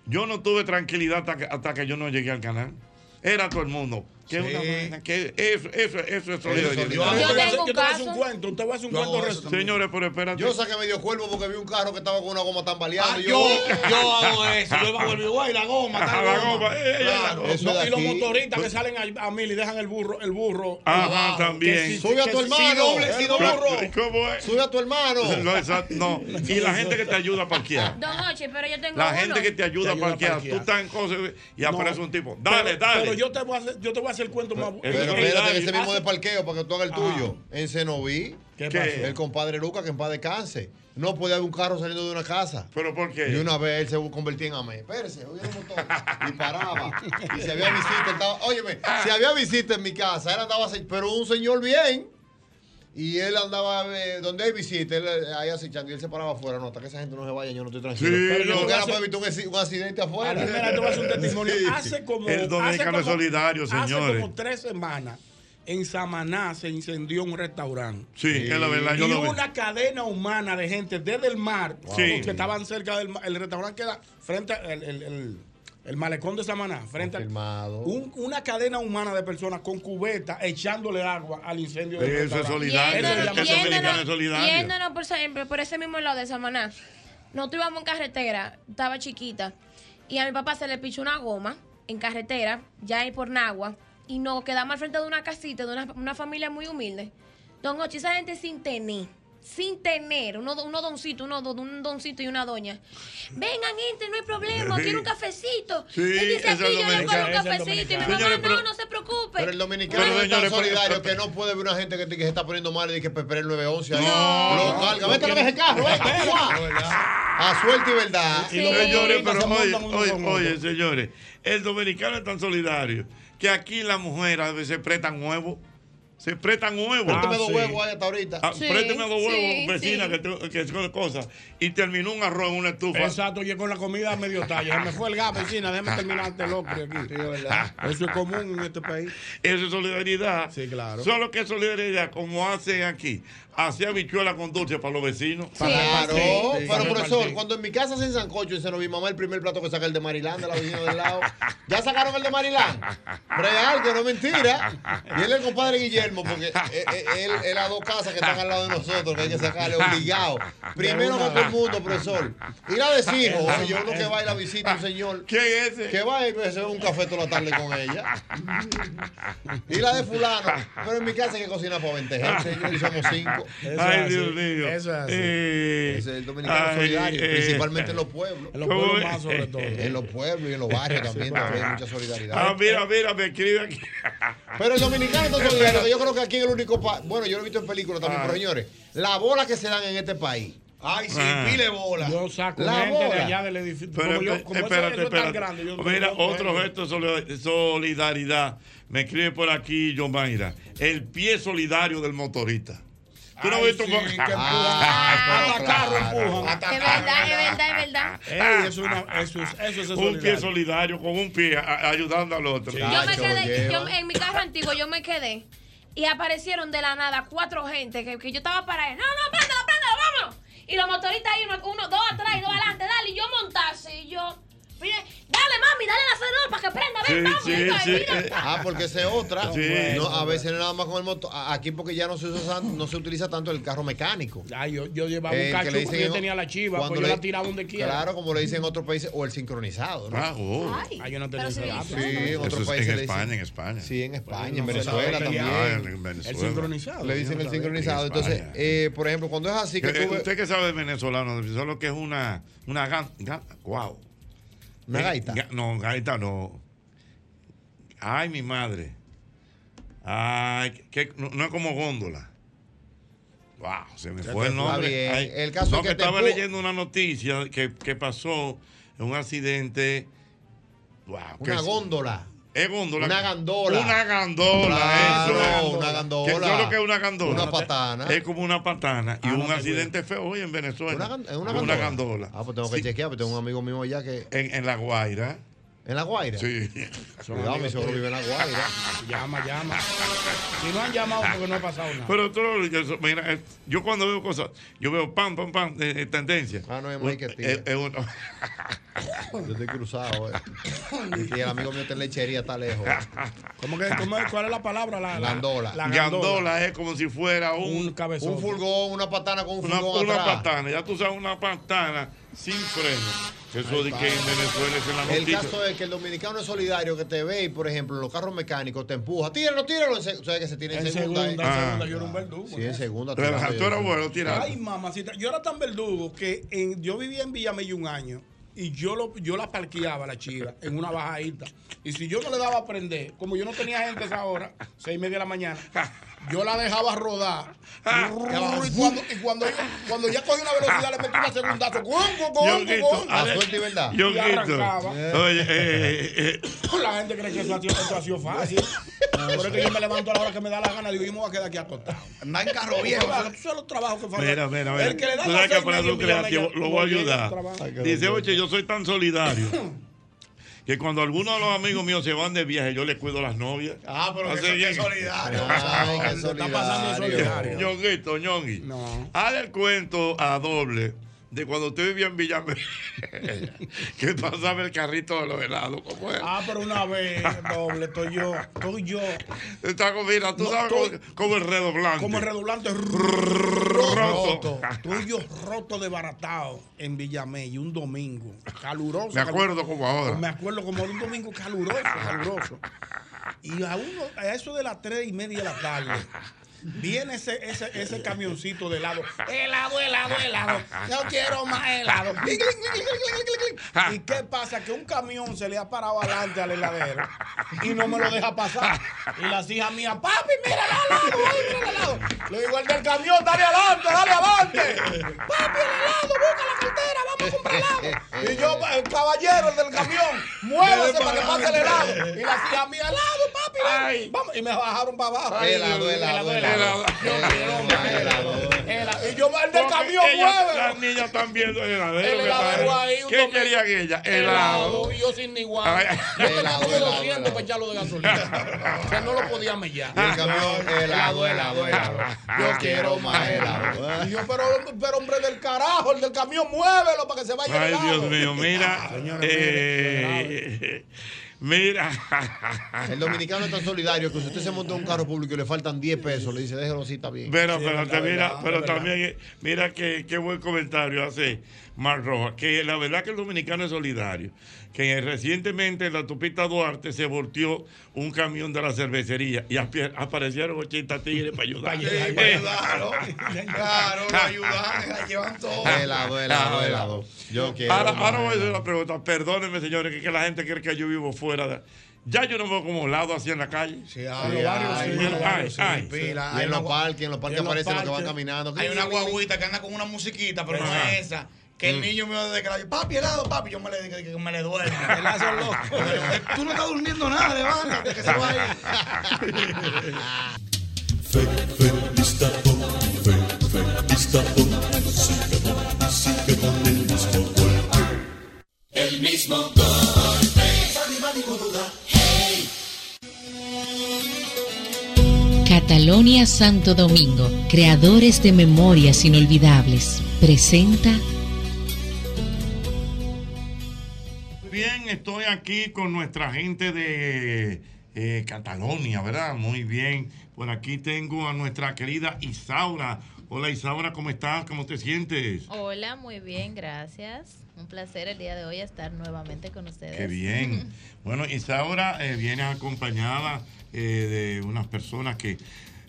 yo no tuve tranquilidad hasta que, hasta que yo no llegué al canal. Era todo el mundo. Que
Sí.
una vaina, que eso, eso, eso es solidaridad.
Yo te voy a hacer un cuento, usted va a hacer un
Yo hago eso
cuento resumido.
también. Señores, pero espérate.
Yo saqué medio cuervo porque vi un carro que estaba con una goma tambaleada.
Ah,
y
yo- yo hago eso, yo hago el video, ay, la goma, tal
La
goma.
goma, eh, eh, la
Claro.
goma. Eso
No,
de
y los
aquí. Pues-
motoristas que salen a, a mil y dejan el burro, el burro.
Ajá,
abajo.
también.
Que si-
Sube a
que
tu
si- Si
hermano.
doble, si
El
doble
burro.
burro.
¿Cómo es?
Sube a tu hermano.
No, exacto, no. Y la gente que te ayuda a parquear.
Don Hochi, pero yo tengo
La
uno.
gente que te ayuda, a parquear. Tú estás en cosas y aparece un tipo. Dale,
pero,
dale.
Pero yo te voy a hacer, yo te voy a hacer el cuento más bu-
Pero
Solidario.
espérate, que ese mismo
Hace- Ah.
de parqueo, para que tú hagas el tuyo. En Cenoví,
¿Qué pasó?
el compadre Luca, que en paz descanse, no podía haber un carro saliendo de una casa.
¿Pero por qué?
Y una vez él se convertía en amén. Espérese, oye el motor. Y paraba. Y si había visita, él estaba. Óyeme, si había visita en mi casa, él andaba. así, Pero un señor bien. Y él andaba, eh, donde hay visita, él eh, ahí acechando. Y él se paraba afuera. No, hasta que esa gente no se vaya, yo no estoy tranquilo.
Sí,
pero
no.
yo no puede evitar un, acci- un accidente afuera.
Ah, Mira, te voy a hacer un testimonio. Hace como,
El
hace
dominicano es
como-
solidario,
Hace
señores.
como tres semanas en Samaná se incendió un restaurante.
Sí, es la verdad, yo
y
lo
hubo
vi.
una cadena humana de gente desde el mar,
Wow.
porque
Sí.
estaban cerca del mar. El restaurante queda frente al el, el- el malecón de Samaná, frente al. un- una cadena humana de personas con cubetas echándole agua al incendio del
Eso es
restaurante.
solidario.
Eso se
Yéndonos,
llama-
Ese dominicano es solidario.
Yéndonos por, siempre, por ese mismo lado de Samaná. Nosotros íbamos en carretera, estaba chiquita, y a mi papá se le pichó una goma en carretera, ya ahí por Nagua, y nos quedamos al frente de una casita de una, una familia muy humilde. Don Ochi, esa gente sin tener. sin tener, uno, uno doncito, uno, do- un doncito y una doña. Vengan, gente, no hay problema, quiero un cafecito.
Sí,
Él dice
eso
aquí,
es
yo le
dominicano.
pongo un
Eso es
cafecito y me
dominicano.
mamá,
Señores,
no,
pero-
no se preocupe.
Pero el dominicano
Pero,
es tan
señores, pero- pero-
solidario que no puede ver una gente que, te- que se está poniendo mal y dice que Pepe el 911 ahí. lo carga. Vete a la vez el carro, venga, A suerte y verdad.
Y los señores, pero oye, oye, oye, señores, el dominicano es tan solidario que aquí las mujeres a veces se prestan huevos. Se prestan huevos.
Préstame dos huevos ahí hasta ahorita.
Ah, présteme dos huevos,
sí,
vecina,
sí.
que, tengo- que es una cosa. Y terminó un arroz en una estufa.
Exacto, llegó la comida a medio talla. Se me fue el gas, vecina. Déjame terminar este loco de aquí. Eso es común en este país.
Eso es solidaridad. Sí,
claro.
Solo que es solidaridad, como hacen aquí, hace habichuela con dulce para los vecinos.
Claro, pero profesor, cuando en mi casa hacen sancocho en Senoví, mamá, el primer plato que saca el de Marilán, de la vecina del lado. ¿Ya sacaron el de Marilán? Real, que no es mentira. Y él es el compadre Guillermo, porque eh, eh, él es las dos casas que están al lado de nosotros, que hay que sacarle obligado. Primero con todo el mundo, profesor. Y la deshijo, oye, yo uno que va y la visita a
Ah,
un señor.
¿Quién es ese?
Que va y se ve un café toda la tarde con ella. Y la de fulano. Pero en mi casa hay que cocinar para 20 gente, yo y somos cinco.
Ay, Dios mío.
Eso es así.
Eh,
Ese es el dominicano
ay,
solidario,
eh,
principalmente en los pueblos.
En los ¿Cómo pueblos es? más,
sobre todo. En los pueblos y en los barrios también, también hay mucha solidaridad.
Ah, mira, mira, me escribe aquí.
Pero el dominicano está solidario, que yo creo que aquí es el único país. Bueno, yo lo he visto en películas también,
Ah.
pero señores, las bolas que se dan en este país. Ay,
sí, Ah. pile
bola.
Yo saco
La
gente de
bola.
allá del edificio.
Pero
como yo,
espe-
como
espérate,
eso, eso es tan
espérate.
grande. yo-
Mira,
yo-
otro gesto de soli- solidaridad. Me escribe por aquí, John Mayra. El pie solidario del motorista. ¿Tú no has visto un- Ah,
Hasta carro empujan.
Es verdad, es verdad, es verdad.
Ey, eso es una- eso es- eso es ser
un pie
solidario.
solidario con un pie a- ayudando al otro.
Yo me quedé, yo- en mi carro antiguo yo me quedé y aparecieron de la nada cuatro gente que, que yo estaba para él. No, no, préndelo, préndelo, vámonos. Y los motoristas ahí, uno, uno, dos atrás y dos adelante, dale. Y yo montase y yo, mire, dale mami, dale el acelerador para que prenda, ven, vamos. venga, venga.
Ah, porque esa es otra.
Sí.
No, a veces no es nada más con el motor. A- Aquí porque ya no se, usa, san- no se utiliza tanto el carro mecánico. Eh,
Ah, yo, yo llevaba un cacho porque yo tenía la chiva, pues yo la tiraba donde quiera.
Claro, como le dicen en otros países, o el sincronizado. ¿no?
Ah, oh. Ay,
Ah, yo no tenía
pero
ese
sí,
dato.
sí, en
Eso
otros
es
países
en
le
España,
dicen.
en España.
Sí, en España, en
no,
Venezuela
no,
también.
ah, en Venezuela.
El sincronizado. Le dicen el sincronizado.
En España.
Entonces, eh, por ejemplo, cuando es así que
Eh,
tú ves-
Usted que sabe de venezolano, solo que es una, una gan- gan- guau.
¿Una
Eh,
gaita?
ga- no, gaita no. Ay, mi madre. Ay, que, que- no, no es como góndola. Wow, se me
Ya
fue
te
el nombre.
fue. Está bien.
Ay,
El caso
no,
es que te
estaba
pu-
leyendo una noticia que, que pasó en un accidente. Wow, que
una
es-
góndola.
Es góndola.
Una gandola.
Una gandola,
Claro,
eso.
una gandola.
¿Qué- qué es lo que es una gandola?
Una patana.
Es como una patana. Y
Ah,
un
no te
accidente feo hoy en Venezuela.
Una, gan- es una
Una
gandola.
gandola.
Ah, pues tengo que
Sí.
chequear, porque tengo un amigo mío allá que.
En, en La Guaira.
¿En La Guaira?
Sí.
Cuidado, mi sobrino vive en La Guaira.
Llama, llama. Si no han llamado porque no ha pasado nada.
Pero tú, lo- yo- mira, eh, yo cuando veo cosas, yo veo pam, pam, pam, eh, eh, tendencia. Ah, no,
es muy que tira. Yo estoy cruzado, eh. Y el amigo mío está en lechería, está lejos.
¿Cómo que, cómo es- ¿Cuál es la palabra? La, la-
Gandola.
la
gandola es como si fuera un,
Un cabezón.
Un furgón, una patana con un
una,
furgón
una
atrás.
patana. Ya tú sabes, una patana sin freno. Eso de que en Venezuela es en la
El
noticia.
caso es que el dominicano es solidario que te ve y, por ejemplo, en los carros mecánicos te empuja. Tíralo, tíralo. en se- O sea, que se tiene en,
En
segunda.
segunda,
¿eh?
en
Ah.
segunda, yo era un verdugo.
Sí, en segunda.
Pero,
tirando,
tú
yo-
eras bueno tirando.
Ay, mamacita. Yo era tan verdugo que en- yo vivía en Villamella un año y yo, lo, yo la parqueaba, la chiva, en una bajadita. Y si yo no le daba a prender, como yo no tenía gente a esa hora, seis y media de la mañana, yo la dejaba rodar. y cuando, y cuando, cuando ya cogí una velocidad, le metí una segundazo. ¡Gum, gum, gum,
Yo
gum,
grito.
gum!
a ver, Yo
Y
grito.
arrancaba.
Oye, eh, eh, eh,
Pues La gente cree que eso ha sido, eso ha sido fácil. Por eso que yo me levanto a la hora que me da la gana. Digo, yo me voy a quedar aquí acostado. Andar
en carro viejo.
Eso es los trabajos que faltan.
Mira, mira, mira.
El que le da
Tú
las
sabes que
seis,
para
nadie
un
me llama,
creativo
ya
lo
no
voy a
llega
ayudar.
trabajo.
Dice, oye, yo soy tan solidario. Que cuando algunos de los amigos míos se van de viaje, yo les cuido las novias.
Ah, pero que
Así
eso- que
bien.
solidario.
Ay, qué
Está pasando
solidario.
solidario. Ñonguito, Ñongui. Haz el cuento a doble de cuando usted vivía en Villamel. que pasaba el carrito de los helados. ¿Cómo era?
Ah, pero una vez, doble, estoy yo, estoy yo.
Está con- mira, tú
No,
sabes
estoy-
cómo- como el redoblante.
Como el redoblante roto. Estoy yo roto de baratado en Villamey, un domingo, caluroso.
Me acuerdo
caluroso.
como ahora.
Me acuerdo como de un domingo caluroso, caluroso. Y a, uno, a eso de las tres y media de la tarde, Viene ese, ese, ese camioncito de helado.
Helado, helado, helado.
Yo quiero más helado. Clic, clic, clic, clic, clic, clic, clic. ¿Y qué pasa? Que un camión se le ha parado adelante al heladero y no me lo deja pasar. Y las hijas mías, papi, mira el helado, ay, mira el helado. Le digo al del camión, dale adelante, dale adelante. Papi, el helado, busca la cartera, vamos a comprar helado. Y yo, el caballero el del camión, muévase para que pase el helado. Y las hijas mías, helado, papi, vamos. Y me bajaron para abajo.
Helado, helado, helado.
Y yo, el del Este camión, muévese.
Las niñas están viendo el heladero.
El
que
heladero
está
ahí, un
¿Qué
domingo.
querían ellas? Helado.
Helado, y yo sin ni guay.
Ay, ay.
Yo tenía como 200 para echarlo de gasolina. que no lo podía mellar.
helado, helado, helado. Yo quiero más helado. Y yo, pero, pero hombre del carajo, el del camión, muévelo para que se vaya
Ay,
helado.
Dios mío, mira. eh, Mira.
El dominicano es tan solidario que si usted se monta en un carro público y le faltan 10 pesos, le dice, déjelo así, está bien.
Pero, pero, te- mira, pero también, mira que- qué buen comentario hace Mar Rojas, que la verdad que el dominicano es solidario, que recientemente en la autopista Duarte se volteó un camión de la cervecería y apie- aparecieron 80 tigres para ayudar. Eh.
Sí, para ayudarlo. Claro, lo ayudan, la llevan todo.
Helado, helado, helado. Yo quiero.
Ahora,
más
ahora voy a hacer
helado.
una pregunta, perdónenme señores, que, es que la gente cree que yo vivo fuera de... Ya yo no veo como helado así en la calle. Sí,
Sí,
Ay,
hay, hay,
ay.
sí. Y en los parques, en los parques aparecen los que van caminando.
Hay una guaguita que anda con una musiquita, pero no
Ajá.
es esa. Que el niño me desde que la papi, helado, papi, yo me le, que- que me le duermo. Tú no estás durmiendo nada, levántate, que se va a ir.
El mismo golpe. Hey.
Catalonia Santo Domingo, creadores de memorias inolvidables, presenta
Bien, estoy aquí con nuestra gente de eh, Catalonia, ¿verdad? Muy bien. Por aquí tengo a nuestra querida Isaura. Hola Isaura, ¿cómo estás? ¿Cómo te sientes?
Hola, muy bien, gracias. Un placer el día de hoy estar nuevamente con ustedes.
Qué bien. Bueno, Isaura eh, viene acompañada eh, de unas personas que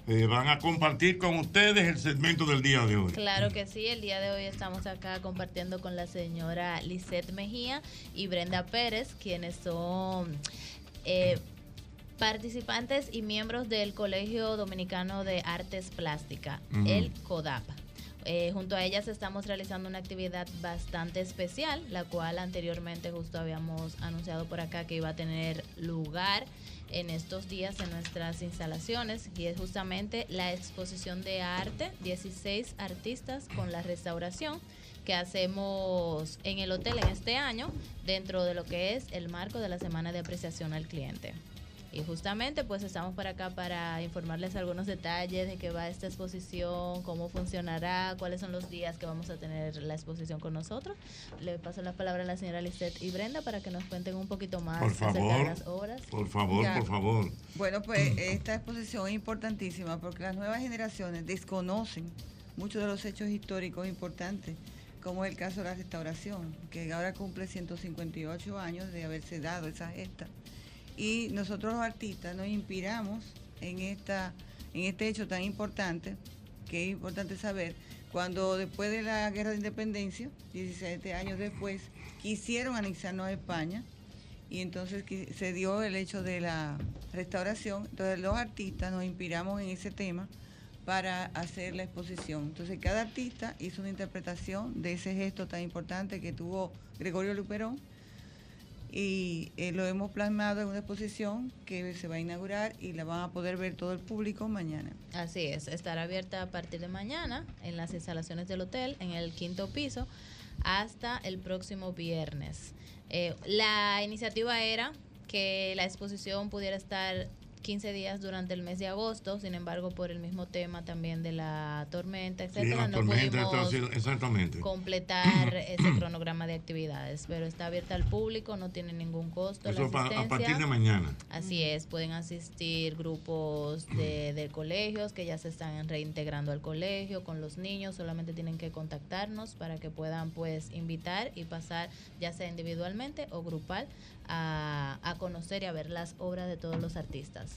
eh, van a compartir con ustedes el segmento del día de hoy.
Claro que sí, el día de hoy estamos acá compartiendo con la señora Lisette Mejía y Brenda Pérez, quienes son eh, participantes y miembros del Colegio Dominicano de Artes Plásticas,
Ujú.
el CODAP. Eh, junto a ellas estamos realizando una actividad bastante especial, la cual anteriormente justo habíamos anunciado por acá que iba a tener lugar en estos días en nuestras instalaciones y es justamente la exposición de arte 16 artistas con la restauración que hacemos en el hotel en este año dentro de lo que es el marco de la semana de apreciación al cliente. Y justamente pues estamos por acá para informarles algunos detalles de qué va esta exposición, cómo funcionará, cuáles son los días que vamos a tener la exposición con nosotros. Le paso la palabra a la señora Lisette y Brenda para que nos cuenten un poquito más
Por
Ah, acerca de
favor.
las obras.
Por favor,
Ya.
por favor.
Bueno, pues esta exposición es importantísima porque las nuevas generaciones desconocen muchos de los hechos históricos importantes, como es el caso de la restauración, que ahora cumple 158 años de haberse dado esa gesta. Y nosotros los artistas nos inspiramos en, esta, en este hecho tan importante, que es importante saber, cuando después de la Guerra de Independencia, 17 años después, quisieron anexarnos a España y entonces que se dio el hecho de la restauración. Entonces los artistas nos inspiramos en ese tema para hacer la exposición. Entonces cada artista hizo una interpretación de ese gesto tan importante que tuvo Gregorio Luperón y eh, lo hemos plasmado en una exposición que se va a inaugurar y la van a poder ver todo el público mañana.
Así es, estará abierta a partir de mañana en las instalaciones del hotel, en el quinto piso, hasta el próximo viernes. Eh, la iniciativa era que la exposición pudiera estar 15 días durante el mes de agosto, sin embargo, por el mismo tema también de la tormenta,
Sí,
etcétera,
la
no
tormenta está
pudimos
haciendo- exactamente.
completar ese cronograma de actividades, pero está abierta al público, no tiene ningún costo. la
Eso pa- a
asistencia.
partir de mañana.
Así es, pueden asistir grupos de, de colegios que ya se están reintegrando al colegio con los niños, solamente tienen que contactarnos para que puedan pues invitar y pasar ya sea individualmente o grupal a, a conocer y a ver las obras de todos los artistas.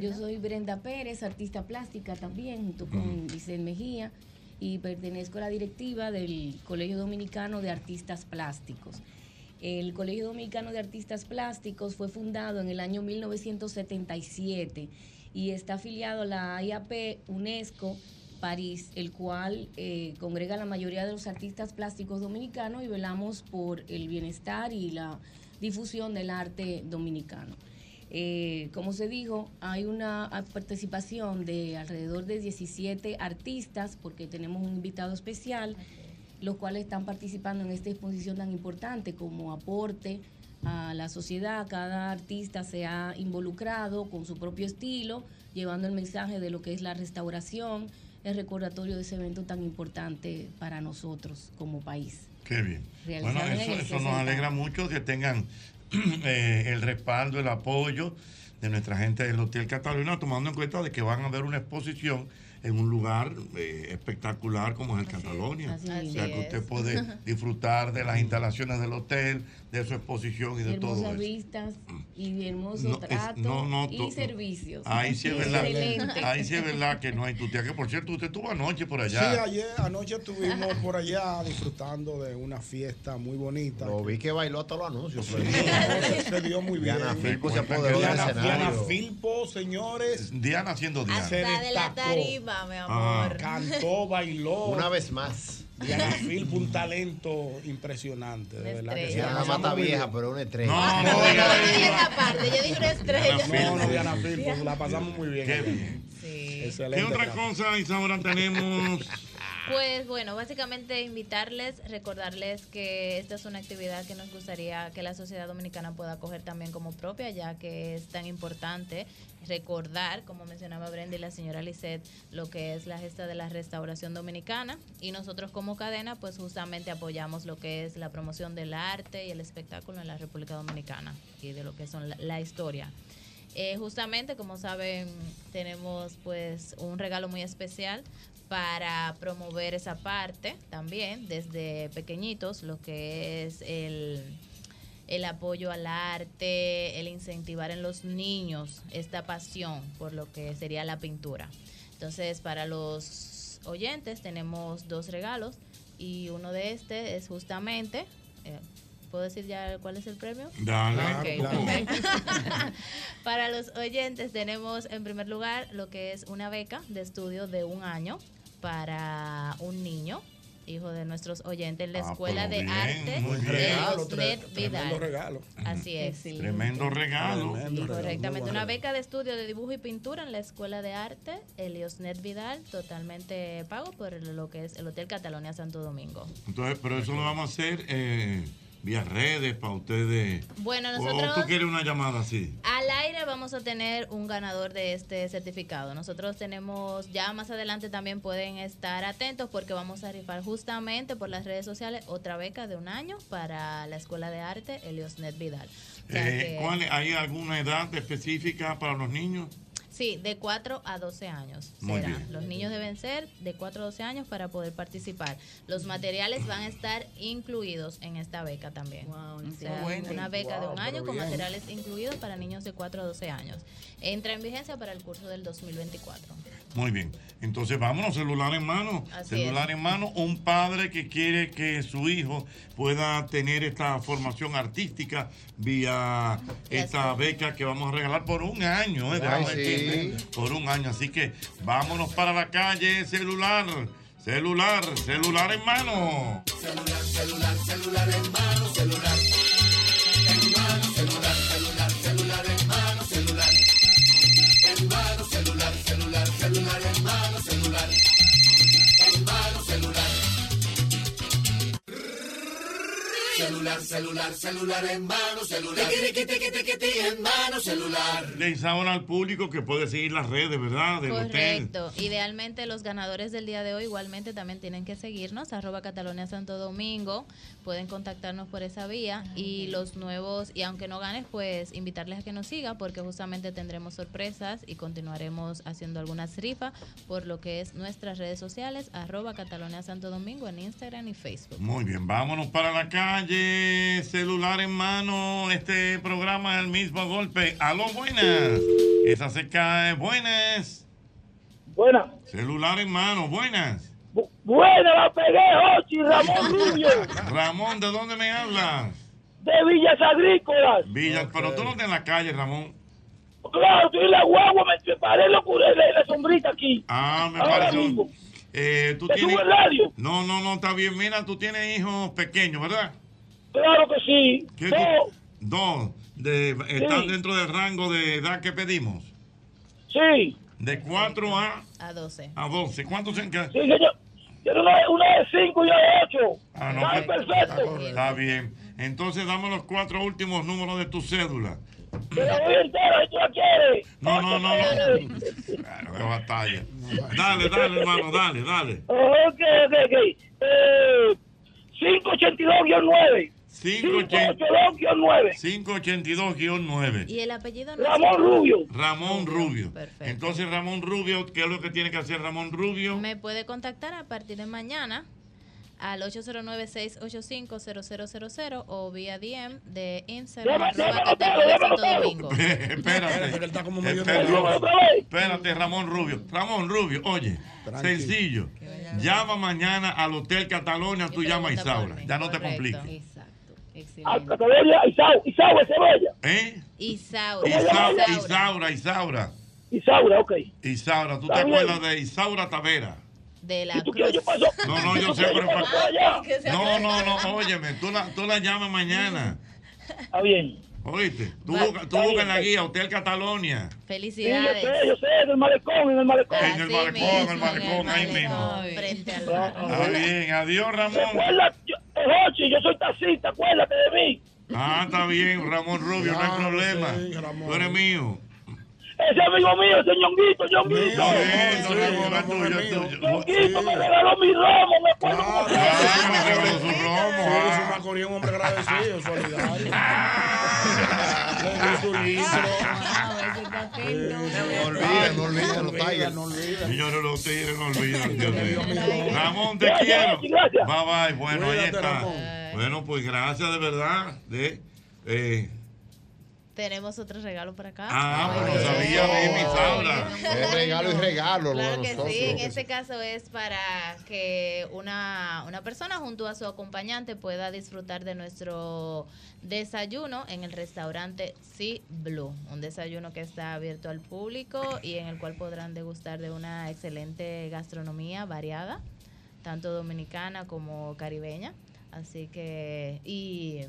Yo soy Brenda Pérez, artista plástica también, junto con Vicente Mejía, y pertenezco a la directiva del Colegio Dominicano de Artistas Plásticos. El Colegio Dominicano de Artistas Plásticos fue fundado en el año 1977 y está afiliado a la IAP UNESCO París, el cual eh, congrega la mayoría de los artistas plásticos dominicanos y velamos por el bienestar y la difusión del arte dominicano. Eh, como se dijo, hay una participación de alrededor de 17 artistas, porque tenemos un invitado especial, los cuales están participando en esta exposición tan importante como aporte a la sociedad. Cada artista se ha involucrado con su propio estilo, llevando el mensaje de lo que es la restauración, el recordatorio de ese evento tan importante para nosotros como país.
Qué bien.
Realizado
Bueno,
en
eso,
el
eso nos
60.
alegra mucho que tengan eh, el respaldo, el apoyo de nuestra gente del Hotel Catalina, tomando en cuenta de que van a ver una exposición en un lugar eh, espectacular como es el Catalonia.
así
o sea,
es.
que usted puede disfrutar de las instalaciones del hotel, de su exposición y de todo
Hermosas
eso.
vistas y hermoso
No, es-
trato
no, no, to-
y servicios.
Ahí sí es verdad.
Excelente.
Ahí sí es verdad que no hay tutía. Que por cierto, usted estuvo anoche por allá.
Sí, ayer, anoche estuvimos por allá disfrutando de una fiesta muy bonita. Lo vi que bailó hasta los anuncios. se dio muy bien.
Diana Filpo se apoderó del
Diana, Diana
escenario.
Filpo, señores.
Diana haciendo Diana.
Se
Hasta de la
destacó.
tarima, mi
Ah.
amor.
Cantó, bailó.
Una
vez más. Diana Filpo, un talento impresionante. De verdad que sí.
Diana
La pasamos
mata
muy bien.
vieja, pero una estrella.
No,
no,
no,
no,
Yo dije esa parte, yo dije una estrella.
No, no, Diana Filpo, la pasamos muy bien.
Qué bien. ¿Qué otra cosa, Isaura, tenemos?
Pues bueno, básicamente invitarles, recordarles que esta es una actividad que nos gustaría que la sociedad dominicana pueda coger también como propia, ya que es tan importante recordar, como mencionaba Brenda y la señora Lisette, lo que es la gesta de la restauración dominicana. Y nosotros como cadena, pues justamente apoyamos lo que es la promoción del arte y el espectáculo en la República Dominicana y de lo que son la- la historia. Eh, justamente, como saben, tenemos pues un regalo muy especial para promover esa parte también desde pequeñitos, lo que es el, el apoyo al arte, el incentivar en los niños esta pasión por lo que sería la pintura. Entonces, para los oyentes tenemos dos regalos y uno de este es justamente... eh, ¿Puedo decir ya cuál es el premio?
Dale.
Ok,
Claro,
perfecto. Para los oyentes tenemos en primer lugar lo que es una beca de estudio de un año para un niño, hijo de nuestros oyentes, en la
Ah,
Escuela de
pero bien,
Arte
muy bien.
de
Regalo,
Oslet
tre-
Vidal.
tremendo regalo.
Así es.
Tremendo regalo.
Correctamente, una beca de estudio de dibujo y pintura en la Escuela de Arte Eliosnet Vidal, totalmente pago por lo que es el Hotel Catalonia Santo Domingo.
Entonces, pero eso lo vamos a hacer eh, vía redes para ustedes.
Bueno,
¿O Oh, tú
nosotros
quieres una llamada así?
Al aire vamos a tener un ganador de este certificado. Nosotros tenemos, ya más adelante también pueden estar atentos porque vamos a rifar justamente por las redes sociales otra beca de un año para la Escuela de Arte Eliosnet Vidal. O sea
Eh,
que-
¿cuál, ¿Hay alguna edad específica para los niños?
Sí, de 4 a 12 años
Muy
será.
bien.
Los niños deben ser de 4 a 12 años para poder participar. Los materiales van a estar incluidos en esta beca también. o sea,
excelente.
una beca de
Wow,
un año
pero
con
bien.
materiales incluidos para niños de 4 a 12 años. Entra en vigencia para el curso del 2024.
Muy bien. Entonces, vámonos, celular en mano.
Así
celular
es.
en mano. Un padre que quiere que su hijo pueda tener esta formación artística vía esta beca que vamos a regalar por un año. ¿eh? Déjame
Ay, sí.
decirle, Por un año. Así que vámonos para la calle, celular. Celular, celular en mano.
Celular, celular, celular en mano, celular. En mano, celular, celular, celular en mano, celular. En mano, celular, celular, celular en mano, celular. En mano, celular. Celular, celular, celular en mano, celular. Tiqui, tiqui, tiqui, tiqui, tiqui, en mano, celular.
Le Isaura al público que puede seguir las redes, ¿verdad? Del hotel.
Correcto. Idealmente los ganadores del día de hoy igualmente también tienen que seguirnos, arroba Catalonia Santo Domingo. Pueden contactarnos por esa vía. Y los nuevos, y aunque no ganes, pues invitarles a que nos siga porque justamente tendremos sorpresas y continuaremos haciendo algunas rifas por lo que es nuestras redes sociales, arroba Catalonia Santo Domingo en Instagram y Facebook.
Muy bien, vámonos para la calle, celular en mano, este programa es el mismo golpe. Aló, buenas. Esa se cae. Buenas.
Buenas.
Celular en mano. Buenas.
Buena, la pegué, Ochi, Ramón Rubio,
Ramón, ¿de dónde me hablas?
de Villas Agrícolas.
Villas, pero tú no estás en la calle, Ramón.
Claro, estoy en la guagua, me preparé lo curé de la sombrita aquí.
Ah, me
Ahora
pareció.
mismo.
Eh, tú
¿Te
tienes...
subo el radio?
No, no, no, está bien. Mira, tú tienes hijos pequeños, ¿verdad?
Claro que sí.
¿Qué tú-
Dos.
Dos. De, ¿Están
Sí.
dentro del rango de edad que pedimos?
Sí.
De 4 a,
A 12.
a 12. ¿Cuántos se encargan?
Sí, señor. Tiene una, una de cinco y una de ocho.
Ah, no,
Sabe
pero-
perfecto.
Está bien. Entonces dame los cuatro últimos números de tu cédula.
Te la voy entera y tú la quieres.
No, no, no, no. Claro, qué batalla. Dale, dale, hermano, dale, dale.
Ok, ok, ok. Eh, 582-9.
582-9. 582-9.
Y el apellido no
Ramón Rubio.
Ramón Rubio. Entonces, Ramón Rubio, ¿qué es lo que tiene que hacer Ramón Rubio?
Me puede contactar a partir de mañana al 809-685-0000 o vía DM de Instagram.
Llama-
arroba
llámalo,
Cateco de
llámalo,
Santo
llámalo.
Domingo.
Espérate. Espérate, Espérate, Ramón Rubio. Ramón Rubio, oye, sencillo. Llama mañana al Hotel Catalonia, tú llamas a Isaura. Ya no te compliques.
A Cataluña, Ah, Isau, Isau, ese bella.
¿Eh?
Isaura.
Isaura, Isaura, Isaura.
Isaura, ok.
Isaura, ¿tú te
Está bien.
acuerdas de Isaura Tavera?
De la Cruz.
No, no, yo sé, pero para-
Que se
No,
acuerde.
no, no, óyeme, tú la, tú la llamas mañana.
Está bien.
Oíste, tú, busca- tú buscas en
pues.
la guía, Hotel Catalonia.
Sí, yo
Felicidades.
sé, yo sé, en el malecón, en el malecón.
En el balcón, en el balcón, ahí mismo.
Frente al
Está bien, adiós Ramón.
Recuerda, yo, eh, Jochi, yo soy taxista, acuérdate de mí.
Ah, está bien, Ramón Rubio, no hay problema. Tú eres mío.
Ese amigo mío, ese ñonguito, ñonguito. Ñonguito me regaló mi romo, me acuerdo.
Macorís es un hombre agradecido, solidario. Le dio su
No olvides, no olvides, no olvides. Señores, los tigres no olvidan. Dios mío. Ramón, te
Gracias,
quiero.
Jochi, gracias.
Bye, bye. Bueno, ahí
Cuídate,
está.
Ramón.
Bueno, pues gracias de verdad. De, eh,
Tenemos otro regalo para acá.
ah,
Ay,
pero no sabía de mi Isaura.
Es regalo y regalo lo de
Claro que
nosotros.
sí, en este caso es para que una, una persona junto a su acompañante pueda disfrutar de nuestro desayuno en el restaurante Sea Blue, un desayuno que está abierto al público y en el cual podrán degustar de una excelente gastronomía variada, tanto dominicana como caribeña. Así que, y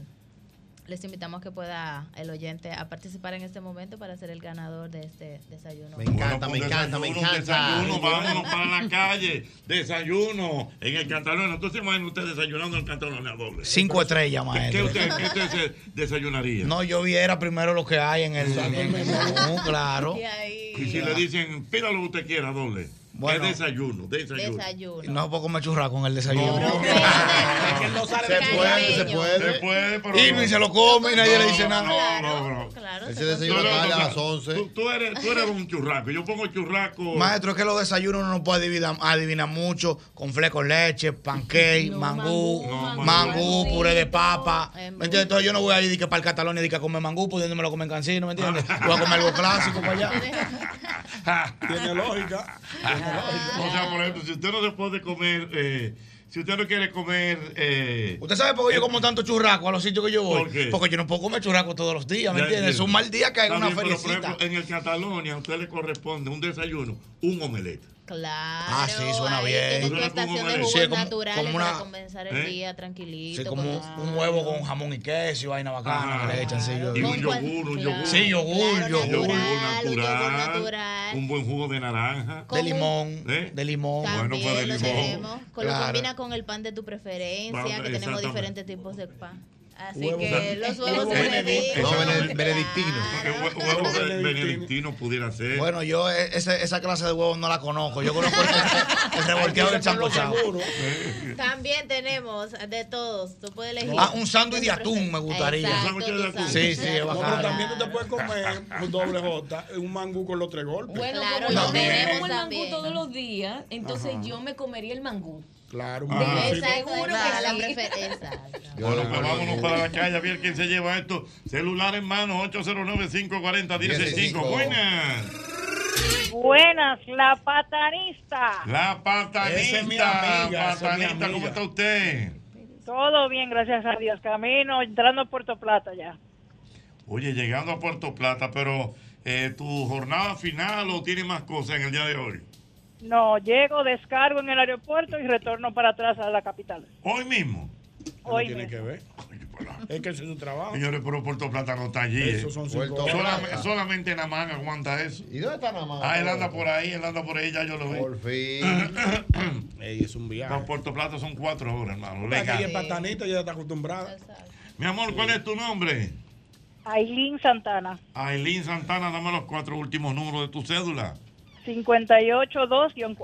les invitamos que pueda el oyente a participar en este momento para ser el ganador de este desayuno.
Me encanta, me encanta, me
Desayuno,
encanta.
Desayuno, vámonos para la calle. Desayuno en el Catalón. Entonces, imaginen ustedes desayunando en el Catalón a doble.
Cinco estrellas,
¿Qué
maestro.
usted, qué usted se desayunaría?
No, yo viera primero lo que hay en el. en- No, claro.
Y si le dicen, pídalo lo que usted quiera, doble.
Bueno.
es desayuno, desayuno.
Desayuno.
No puedo comer churraco en el desayuno.
Se puede, se puede.
Se puede, pero.
Y ni se lo come y nadie le dice nada.
No, no, no.
Ese desayuno
Tú eres-
tarde a
o sea,
las 11.
Tú, tú eres, tú eres un churraco. Yo pongo churraco.
Maestro, es que los desayunos uno no puede adivinar, adivinar mucho con fle con leche, pancake, mangú, mangú, puré de papa. ¿Me entiendes? Entonces yo no voy a ir di que para el Catalón y di que a comer mangú, pudiéndome lo comer en cancino, ¿me entiendes?
Ah.
Voy a comer algo clásico para allá.
Tiene lógica. o sea, por ejemplo, si usted no se puede comer, eh, si usted no quiere comer. Eh,
¿Usted sabe por qué yo como tanto churraco a los sitios que yo voy?
¿Por qué?
Porque yo no puedo comer churraco todos los días, ¿me
Ya
entiendes? Es
entiendo.
un mal día que hay
Está
una
bien, pero, por
felicita.
ejemplo, en el Catalonia a usted le corresponde un desayuno, un omelette.
Claro.
Ah, sí, suena
ahí
bien.
Tienes tu
Suena como
estación de
merengue.
jugos
Sí, como-
naturales
como una-
para comenzar el
¿Eh?
día tranquilito.
Sí, como un,
con-
un huevo con jamón y queso y vaina bacana que le echan. Sí, yo-
Y un yogur, un yogur.
Sí, yogur, yogur.
natural, Un buen jugo de naranja. ¿Eh?
De limón. De limón.
Bueno, pues de
También lo tenemos.
limón.
Con- Lo combina con el pan de tu preferencia,
Vamos,
que tenemos
exactamente.
diferentes tipos de pan. Así
Huevos
que
de-
los huevos
Huevos
se
de-
benedictos.
No,
Bene- Benedictino.
Huevo de benedictino pudiera ser.
Bueno, yo eh, ese- esa clase de huevos no la conozco. Yo conozco el, el revolteado del chanco chao.
También tenemos de todos. Tú puedes elegir.
Ah, un sándwich de atún me gustaría.
Exacto, Un sándwich de atún.
Sí, sí, es
No, pero
bacano.
también tú te puedes comer un doble J, un mangú con los tres golpes.
Bueno, como yo como el mangú todos los días, entonces
Ajá.
yo me comería el mangú.
Claro,
Ah,
mamá.
sí.
Seguro
Para la
que sí.
Bueno, pues vámonos para la calle a ver quién se lleva esto. Celular en mano, 809-540-165. Buenas.
Buenas, la patanista.
La patanista.
Esa es mi amiga, esa es mi
patanista, ¿cómo
amiga.
está usted?
Todo bien, gracias a Dios. Camino, entrando a Puerto Plata ya.
Oye, llegando a Puerto Plata, pero eh, tu jornada final o tiene más cosas en el día de hoy.
No, llego, descargo en el aeropuerto y retorno para atrás a la capital.
Hoy mismo.
Hoy
tiene
mismo.
que ver. Es que ese es su trabajo.
Señores, pero Puerto Plata no está allí. eh.
Esos son cinco
Solame-
horas.
solamente, Namán aguanta eso.
¿Y dónde está Namán?
Ah, él anda por ahí, él anda por ahí, ya yo lo veo. Por
fin. Ey, es un viaje.
No, Puerto Plata son cuatro horas, hermano.
Aquí
Legal.
en Patanito ya está acostumbrada.
Mi amor, ¿cuál es tu nombre?
Aileen Santana,
Aileen Santana, dame los cuatro últimos números de tu cédula.
582-4.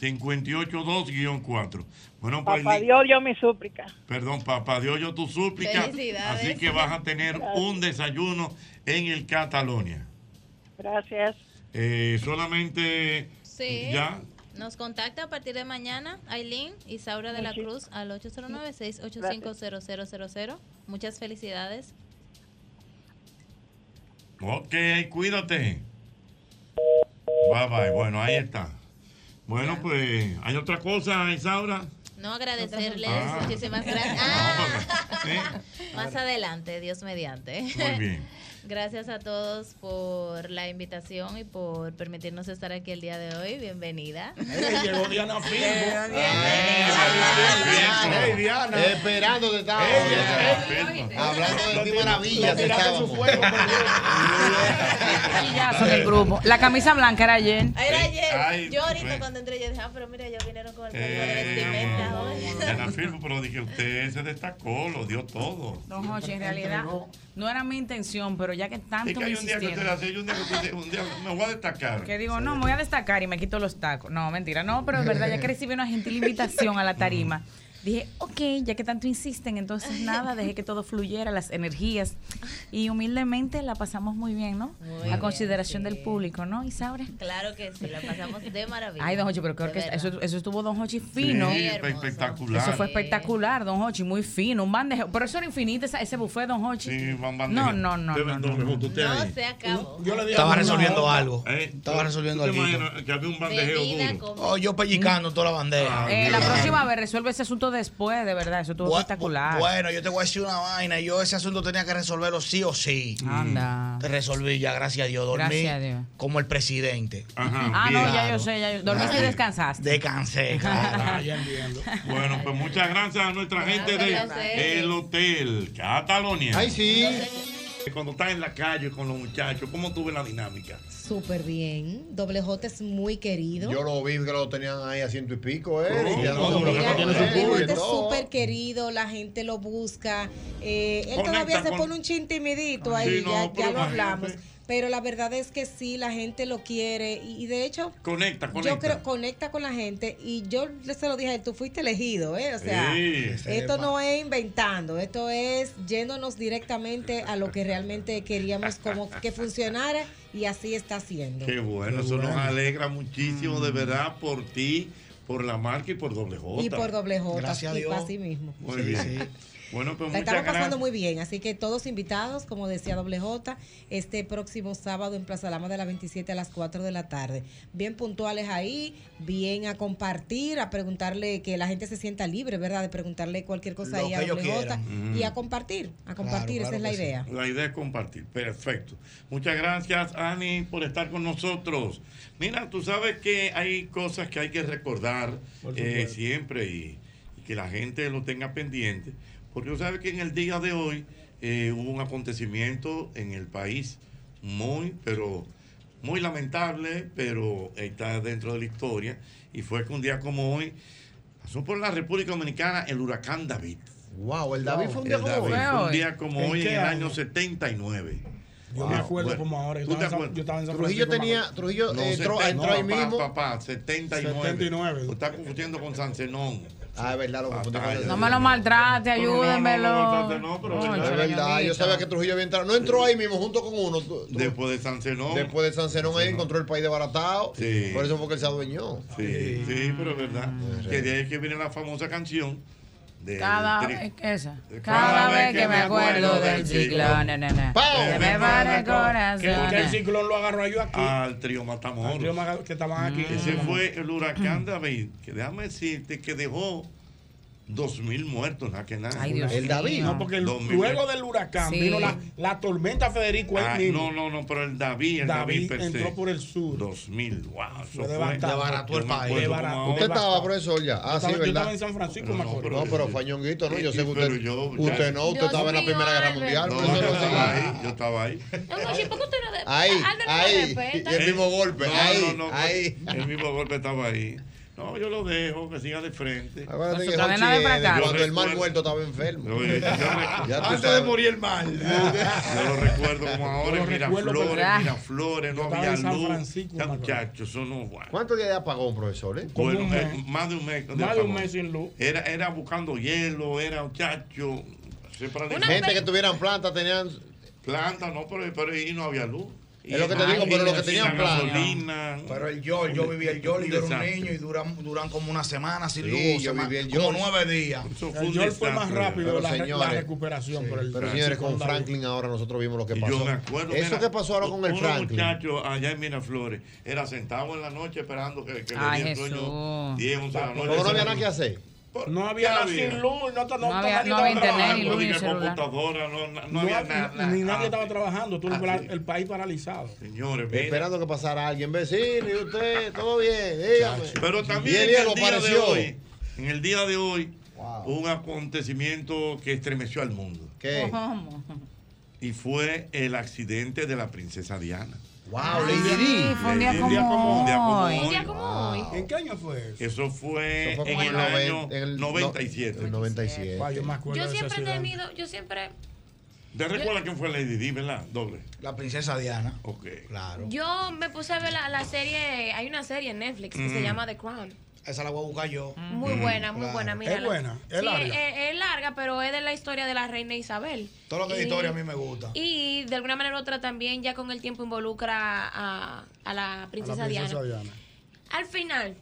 582-4. Bueno, pues,
Papá
Aileen,
Dios, yo mi súplica.
perdón, papá, Dios yo tu súplica.
Felicidades.
Así que vas a tener un desayuno en el Catalonia.
Gracias.
Eh, solamente
Sí.
ya.
Nos contacta a partir de mañana Aileen Isaura de la Cruz al 809-685-0000. Muchas felicidades.
Ok, cuídate. Bye bye. Bueno, ahí está. Bueno, pues, ¿hay otra cosa, Isaura?
No agradecerles.
Ah.
Muchísimas gracias. Ah. Más
Claro.
adelante, Dios mediante.
Muy bien.
Gracias a todos por la invitación y por permitirnos estar aquí el día de hoy. Bienvenida.
Llegó Diana Firmo.
Ey, Diana. Esperando te estaba.
Eh.
Hablando de ti maravillas te estábamos.
Son
Eh.
el grupo. La camisa blanca era ayer.
Era ayer.
Ay, pues.
yo ahorita
bueno.
cuando entré, yo dije, ah, pero mira, ya vinieron con el cambio de vestimenta hoy.
Eh, la firmo, pero dije, usted se destacó, lo dio todo.
Don Jochi, en realidad no era mi intención, pero ya que
Es
tanto
que
me
hay un día que usted
insistieron.
hace, hay un día que usted dice, un día me voy a destacar.
Que digo, no, me voy a destacar y me quito los tacos. No, mentira, no, pero es verdad, ya que recibí una gentil invitación a la tarima, dije, ok, ya que tanto insisten, entonces nada, dejé que todo fluyera, las energías. Y humildemente la pasamos muy bien, ¿no? a consideración del público, ¿no, Isaura?
Claro que sí, la pasamos de maravilla.
Ay, Don Hochi, pero creo
De
que
verdad.
eso, eso estuvo Don Hochi fino.
Sí, fue espectacular.
Eso fue espectacular, Don Hochi, muy fino. Un bandejo. Pero eso era infinito, esa- ese buffet, Don Hochi. no, no, no.
Usted- me juntó usted ahí.
Se acabó.
Yo le
Estaba
una
resolviendo
hora.
algo.
Eh,
Estaba resolviendo
¿tú te
algo.
imaginas que había un bandejeo
Bebida,
duro? Ah,
Oh, yo pellicando toda la bandeja.
Eh, la próxima vez resuelve ese asunto después, de verdad. Eso estuvo espectacular.
Bueno, yo te voy a decir una vaina. Yo ese asunto tenía que resolverlo sí o sí.
Anda.
Te resolví ya, gracias a Dios. Dormí
Gracias a Dios.
como el presidente.
Ah, no, ya yo sé, ya yo. Dormiste y descansaste.
Descansé.
Bueno, pues muchas gracias a nuestra gente
Gracias a ustedes.
de el Hotel Catalonia.
Ay, sí.
Cuando estás en la calle con los muchachos, ¿cómo tú ves la dinámica?
Súper bien. Doble J es muy querido.
Yo lo vi que lo tenían ahí a ciento y pico, eh.
Oh,
y ya
no,
no,
pero que no tiene su
eh,
Doble J
y
Este es
todo.
súper querido, la gente lo busca. Eh, él
Conecta
todavía se
con-
pone un chin timidito ahí,
Sí, no,
ya,
pero
ya lo hablamos.
imagínate.
Pero la verdad es que sí, la gente lo quiere. Y, y de hecho,
Conecta,
yo
conecta.
creo conecta con la gente. Y yo le- se lo dije a él, tú fuiste elegido, ¿eh? O sea,
Sí.
esto no es inventando, esto es yéndonos directamente a lo que realmente queríamos como que funcionara. Y así está siendo.
Qué bueno, eso nos alegra muchísimo,
Mm.
de verdad, por ti, por la marca y por doble J.
Y por doble J.
Gracias a
y
Dios.
para sí mismo.
Muy bien. Bueno, pues
La
muchas
estamos
gracias.
pasando muy bien, así que todos invitados, como decía Doble J, este próximo sábado en Plaza Lama de las 27 a las 4 de la tarde. Bien puntuales ahí, bien a compartir, a preguntarle, que la gente se sienta libre, ¿verdad? De preguntarle cualquier cosa
Lo
ahí a
que ellos
Doble J
quieran.
y
Ujú.
a compartir, a compartir, esa es la
Claro,
idea.
claro que sí. La idea es compartir, perfecto. Muchas gracias, Ani, por estar con nosotros. Mira, tú sabes que hay cosas que hay que recordar
Por
eh,
supuesto.
siempre y, y que la gente lo tenga pendiente, porque tú sabes que en el día de hoy eh, hubo un acontecimiento en el país muy, pero muy lamentable, pero está dentro de la historia, y fue que un día como hoy pasó por la República Dominicana el huracán David.
Wow, el David fue un día como hoy.
Fue un día como
¿En
hoy en
qué
el
año?
año 79.
Yo me acuerdo como ahora. Yo
Ah, ¿Tú te
estaba en San-
acuerdas?
yo estaba en San
Trujillo Francisco, tenía- mamá. Trujillo, eh, entró-
seten-
entró ahí
papá,
mismo.
Papá, 79. Tú estás confundiendo con San Zenón.
Ah, es verdad, lo confundí con el-
No me lo maltrate, ayúdenmelo.
Es verdad, yo sabía que Trujillo había entrado. No entró ahí mismo junto con uno. tú- tú-
Después de San Zenón.
Después de San Zenón ahí encontró el país desbaratado.
Sí.
Por eso fue que él se adueñó.
Sí, sí, pero es verdad.
Ah,
Que de ahí es que viene la famosa canción. De
Cada
tri-
vez que esa.
Cada
Cada
vez
vez que me acuerdo del ciclón, na, na, na. Se me para el
Que porque el
corazón.
ciclón lo agarró a yo aquí.
Al trío Matamoros.
Al trío Maga- que estaban aquí.
Mm, Ese fue el huracán David, que déjame decirte que dejó dos mil muertos, nada que nada.
Ay, Dios
el David.
mío. No, porque el-
Dos mil
luego
muertos.
del huracán vino la, la tormenta Federico ahí
Ah,
mismo.
no, no, no, pero el David, el David,
David
per se.
entró por el sur.
2000, wow. eso
Fue de
fue-
bastante. Desbarató el
Yo me
país.
acuerdo
Desbarató.
como
Usted
ahora.
estaba profesor ya. Ah,
Yo
sí,
estaba- yo
¿verdad?
estaba en San Francisco, me acuerdo.
No, pero fañonguito, ¿no? Yo sé que usted. usted no, usted
Dios
estaba en la
mío,
Primera Guerra
Albert.
Mundial.
No,
por eso
yo estaba
no estaba
ahí, yo estaba ahí.
Oye, ¿por qué usted no de-
Ahí,
Albert no
ahí,
respeta?
y el mismo golpe,
No,
ahí,
no, no, El mismo golpe estaba ahí. No, yo lo dejo, que siga de frente.
Acuérdate que Hochi era cuando el mal muerto estaba enfermo.
Oye, yo recuerdo-
Ya tú
Antes
sabes.
de morir el mal. Yo lo recuerdo como ahora,
Yo
en
lo recuerdo,
Miraflores,
pero-
Miraflores, no
Yo estaba
había
en San
luz.
Francisco,
Ya,
me acuerdo.
muchachos, eso no guau.
¿Cuántos días ya pagó un profesor? eh?
Bueno, eh, más de un mes.
Más de un
apagón.
mes sin luz.
Era, era buscando hielo, era muchacho. siempre de-
Gente que tuvieran planta tenían.
Planta, no, pero, pero ahí no había luz.
Es lo que te digo, pero lo que tenían planta.
Pero el yo, yo viví el yo, y yo era un niño y duran, duran como una semana sin
Sí,
luz.
yo
sema-
viví el
Como
Yol.
nueve días.
El Yol fue más rápido la, re- la recuperación. por el
Pero señores, con Franklin ahora nosotros vimos lo que
Y
pasó. Eh,
Yo me acuerdo.
Eso
mira,
que pasó ahora con el
uno
Franklin.
muchacho allá en Miraflores era sentado en la noche esperando que, que le diera el sueño 10, 11 de la noche.
Como no había nada que hacer.
No había nada
había?
sin luz, no, te-
No
no,
había-
nadie
no
estaba
había internet,
trabajando.
ni luz, ni No había celular. computadora, no- no- no había nada.
Ni nadie estaba trabajando, tú el, el país paralizado.
Señores,
Eh,
mira.
Esperando que pasara alguien, vecino, y usted, todo bien, dígame.
Pero
Y
también
el
en el
hielo
día de
apareció.
hoy, en el día de hoy, un acontecimiento que estremeció al mundo.
¿Qué?
¿Cómo?
Y fue el accidente de la princesa Diana.
Wow,
Ah, Sí, fue un día
Lady Di. Un día como
como hoy.
hoy. Un día
como hoy.
¿En qué año fue eso?
Eso fue,
Eso fue
en
como
el,
el noven-
año
en el no-
97.
el 97.
Guau, yo me acuerdo
Yo
de esa
siempre he
ciudad.
tenido, yo siempre,
¿Te recuerdas quién fue Lady Di, verdad? Doble.
La princesa Diana.
Ok.
Claro.
yo me puse a ver la, la serie, hay una serie en Netflix que se
Mm.
llama The Crown.
Esa la voy a buscar yo.
Muy buena, muy buena, mira.
Mm, Es buena, es
sí, eh,
larga.
Es, es larga, pero es de la historia de la reina Isabel.
Todo lo que
Y-
es historia a mí me gusta.
Y de alguna manera u otra también ya con el tiempo involucra a, a la princesa Diana. Al final,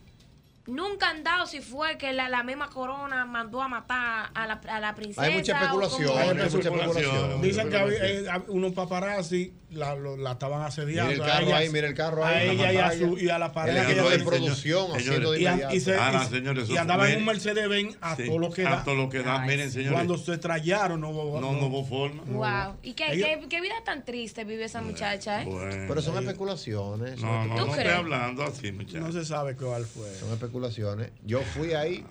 nunca han dado si fue que la, la misma corona mandó a matar a la, a la princesa.
Hay mucha especulación,
o cómo-
hay mucha especulación.
Dicen que había, eh, hab- unos paparazzi la, lo- la estaban asediando.
Mira el
a
carro
ella,
ahí, mira el carro
A
ahí, la
ella y a,
pantalla.
su, y a la pareja.
El
que
equipo
ella
de
tenía.
producción
Señores,
haciendo de
y, a-
inmediato.
y se-
Ah,
y
no,
se-
señores, eso
y andaba
fue-
en un Mercedes-Benz a
Sí,
todo lo que
a
da.
todo lo que da. Miren, señores.
Cuando se trallaron, no hubo
No, no hubo forma.
Wow. ¿Y qué,
Ella-
qué- qué vida tan triste vivió esa muchacha, eh?
Pero son especulaciones. son
No, no,
especulaciones.
no estoy hablando así, muchachos.
No se sabe cuál fue.
Son especulaciones. Yo fui ahí.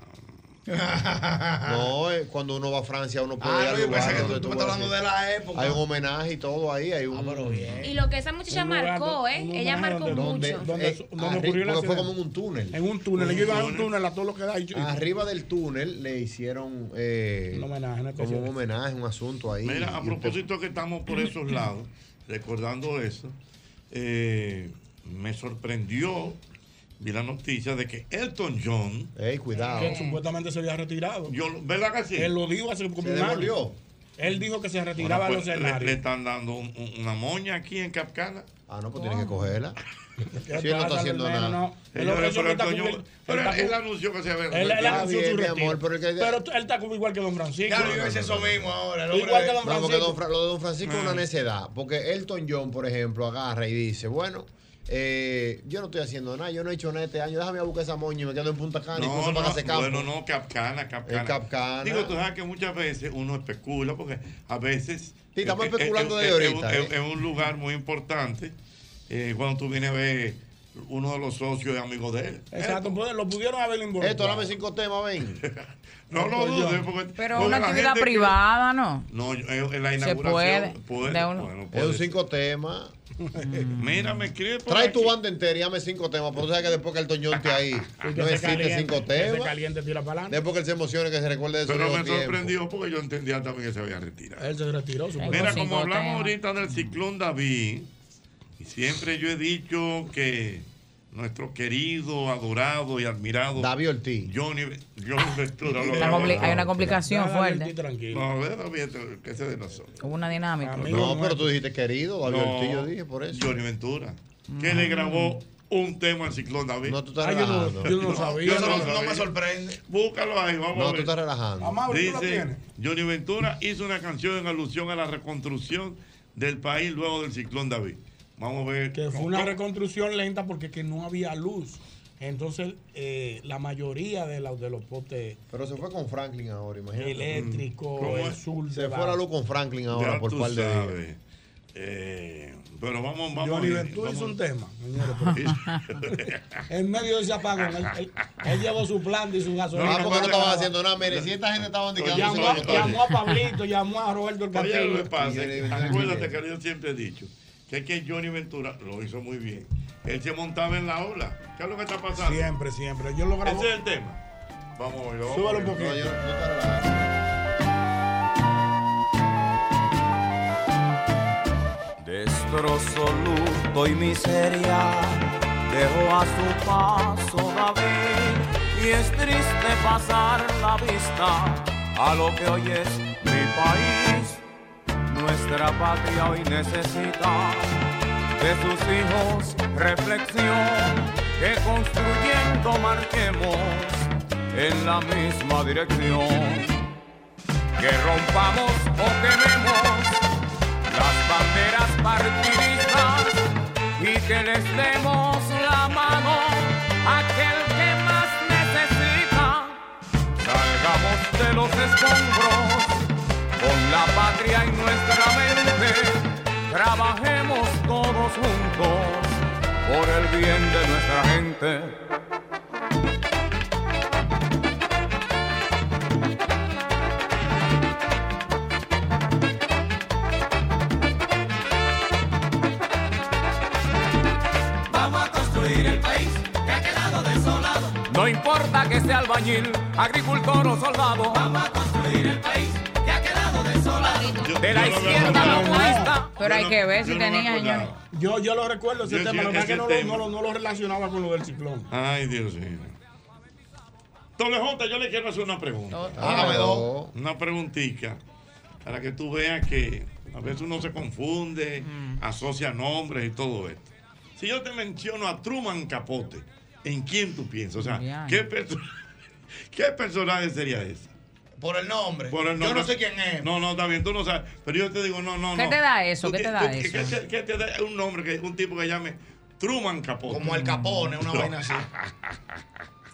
No, eh, cuando uno va a Francia, uno puede
Ah,
ir al
no, yo
lugar.
pensé que tú-
donde
tú me
vas
estás
a-
hablando de la época. Ah,
Hay un homenaje y todo ahí. Hay un,
Y lo que esa muchacha
Un lugar
marcó,
donde-
¿eh?
un
Ella
lugar
marcó
donde-
mucho.
donde-
Donde-
eh,
donde
arri-
ocurrió el
porque
accidento.
fue como en un túnel.
En un túnel. Yo iba a un túnel a todo lo que da. y- y-
Arriba del túnel le hicieron eh,
Un homenaje, una
como
especie
un
de-
homenaje, un asunto ahí.
Mira, a
Y usted-
propósito que estamos por esos lados, recordando eso, eh, me sorprendió, vi la noticia de que Elton John...
Ey, cuidado.
que supuestamente se había retirado.
¿Verdad que sí?
Él lo dijo hace como un año. Él dijo que se retiraba
Bueno, pues,
de los
le, le
escenarios.
están dando un- un- una moña aquí en Capcana.
Ah, no, pues tienen que cogerla.
Ya
si él no
pasa,
está haciendo
Alberto,
nada.
no. Él lo
Señores,
hizo que
pero el
está
coño-
cubri- Pero él, él anunció que se había
Él, él
Está
anunció
bien,
su
mi
retiro.
amor, pero el que-
tú- él está como igual que Don Francisco.
Ya, yo iba a decir eso
mismo ahora.
Pero
Igual que Don
no,
Francisco.
porque Don Fra- lo de Don Francisco es una
Ah.
necedad. Porque Elton John, por ejemplo, agarra y dice, bueno, eh, yo no estoy haciendo nada, yo no he hecho nada este año, déjame ir a buscar esa moña y me quedo en Punta Cana Ah, y
No,
cosas para
no,
hacer campo.
bueno, no, Capcana, Capcana.
En Capcana.
Digo, tú sabes que muchas veces uno especula, porque a veces.
Sí, estamos
es-
especulando
es-
desde
es-
ahorita,
Es,
¿eh?
es un lugar muy importante. eh, cuando tú vienes a ver uno de los socios y amigos de él.
Exacto, pues, lo pudieron haber involucrado.
Esto, dame
cinco temas, ven.
no lo dudes, porque.
Pero
porque
una
la
actividad
gente que-
privada, ¿no?
No, yo- eh, en la
Se
inauguración.
puede,
puede,
de uno.
bueno,
Es
puede
un
ser.
cinco temas.
Mira, me escribe por
Trae
aquí.
tu banda entera y dame cinco temas. Pero tú sabes que después que Elton John esté ahí,
Y que
no
se
existe
caliente,
cinco
que se
temas.
caliente, tira para adelante.
Después que él se emocione, que se recuerde de su
Pero
nuevo
me
tiempo.
sorprendió porque yo entendía también que se había retirado.
Él se retiró.
pues,
Mira, como
Cinco
hablamos
temas.
ahorita del ciclón David, y siempre yo he dicho que nuestro querido, adorado y admirado. David Ortiz. Johnny, Johnny Ventura. lo-
Una compli- hay una complicación
David
fuerte.
Ortiz, tranquilo. No, de David, Ortiz, que ese es de nosotros.
Hubo una dinámica.
No, pero tú dijiste querido, David
No,
Ortiz, yo dije por eso.
Johnny Ventura. Que le grabó un tema al ciclón David. No, tú
estás Ah, yo no- relajando. yo no sabía.
yo no,
No, no
me
me
sorprende. Búscalo ahí, vamos
No,
a
tú
ver.
estás relajando. Amable, tú lo
Dice,
tienes.
Johnny Ventura hizo una canción en alusión a la reconstrucción del país luego del ciclón David. Vamos a ver.
que fue una reconstrucción lenta porque que no había luz. Entonces, eh, la mayoría de, la- de los postes
Pero se fue con Franklin ahora, imagínate.
Mm.
eléctricos,
¿Cómo
el
es?
sur
Se
de
fue la luz con Franklin ahora
Ya
por
tú
par de días.
sabes. Eh, pero vamos, vamos.
Johnny
a ir,
Ventura hizo
vamos.
un tema, señores, porque- en medio de ese apagón. Él, él- él llevó su planta y su gasolina.
No, porque no estaban haciendo nada. Mire, si esta gente estaba indicando
Llamó, llamó a Pablito, llamó a Roberto
Oye, lo
el
que
Castillo.
pasa es que, acuérdate que yo siempre he dicho que es que Johnny Ventura lo hizo muy bien. Él se montaba en la ola. ¿Qué es lo que está pasando?
Siempre, siempre. Yo lo grabo.
Ese es el tema. Vamos a verlo.
Súbalo un poquito.
Destrozo luto y miseria, dejo a su paso David, y es triste pasar la vista a lo que hoy es mi país. Nuestra patria hoy necesita de sus hijos reflexión, que construyendo marquemos en la misma dirección. Que rompamos o quememos las banderas partidistas y que les demos la mano a aquel que más necesita. Salgamos de los escombros con la patria en nuestra mente. Trabajemos todos juntos por el bien de nuestra gente. Vamos a construir el país que ha quedado desolado. No importa que sea albañil, agricultor o soldado. Vamos a construir el país que ha quedado desolado. De la izquierda a la comunista.
Pero hay que ver si tenía señores.
Yo, yo lo recuerdo ese
Yo
tema, lo que
decía
pasa es que
ese
no
tema.
lo, no lo- no lo relacionaba con lo del ciclón.
Ay, Dios mío. Toblejota, yo le quiero hacer una pregunta. Ah,
Hágame dos.
Una preguntita. Para que tú veas que a veces uno se confunde,
Mm.
asocia nombres y todo esto. Si yo te menciono a Truman Capote, ¿en quién tú piensas? O sea,
Bien.
¿qué, perso- ¿qué personaje sería ese?
Por el nombre.
Por el
Yo
nombre.
no sé quién es.
No, no, está bien, tú no sabes. Pero yo te digo, no, no,
¿Qué
no.
te da eso?
Tú
¿Qué
ti-
te da
tú-
eso?
¿qué- qué- ¿Qué te da un nombre, que un tipo que llame Truman Capote?
Como el Capone, una
No.
vaina así.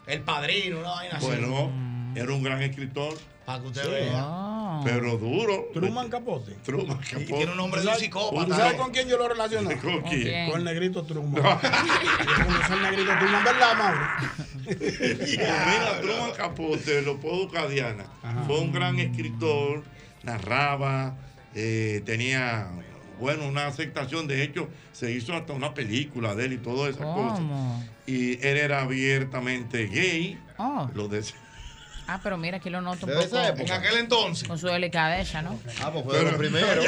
El padrino, una vaina así.
Bueno, era un gran escritor.
Para que usted
Sí.
Oh.
vea.
Pero duro.
Truman Capote.
Truman Capote.
tiene un nombre de un psicópata.
¿Tú sabes con quién yo lo relaciono?
¿Con quién?
Con el negrito Truman. Con ese negrito Truman, ¿verdad, Mauro?
Mira, Truman Capote, lo puedo buscar Diana. Fue un gran escritor, narraba, eh, tenía, bueno, una aceptación. De hecho, se hizo hasta una película de él y todas esas cosas.
¿Cómo?
Y él era abiertamente gay.
Oh.
Lo des-
Ah, pero mira, aquí lo noto un
De
poco.
esa época. En aquel
entonces.
Con su delicadeza, ¿no?
Ah, pues fue de los primeros.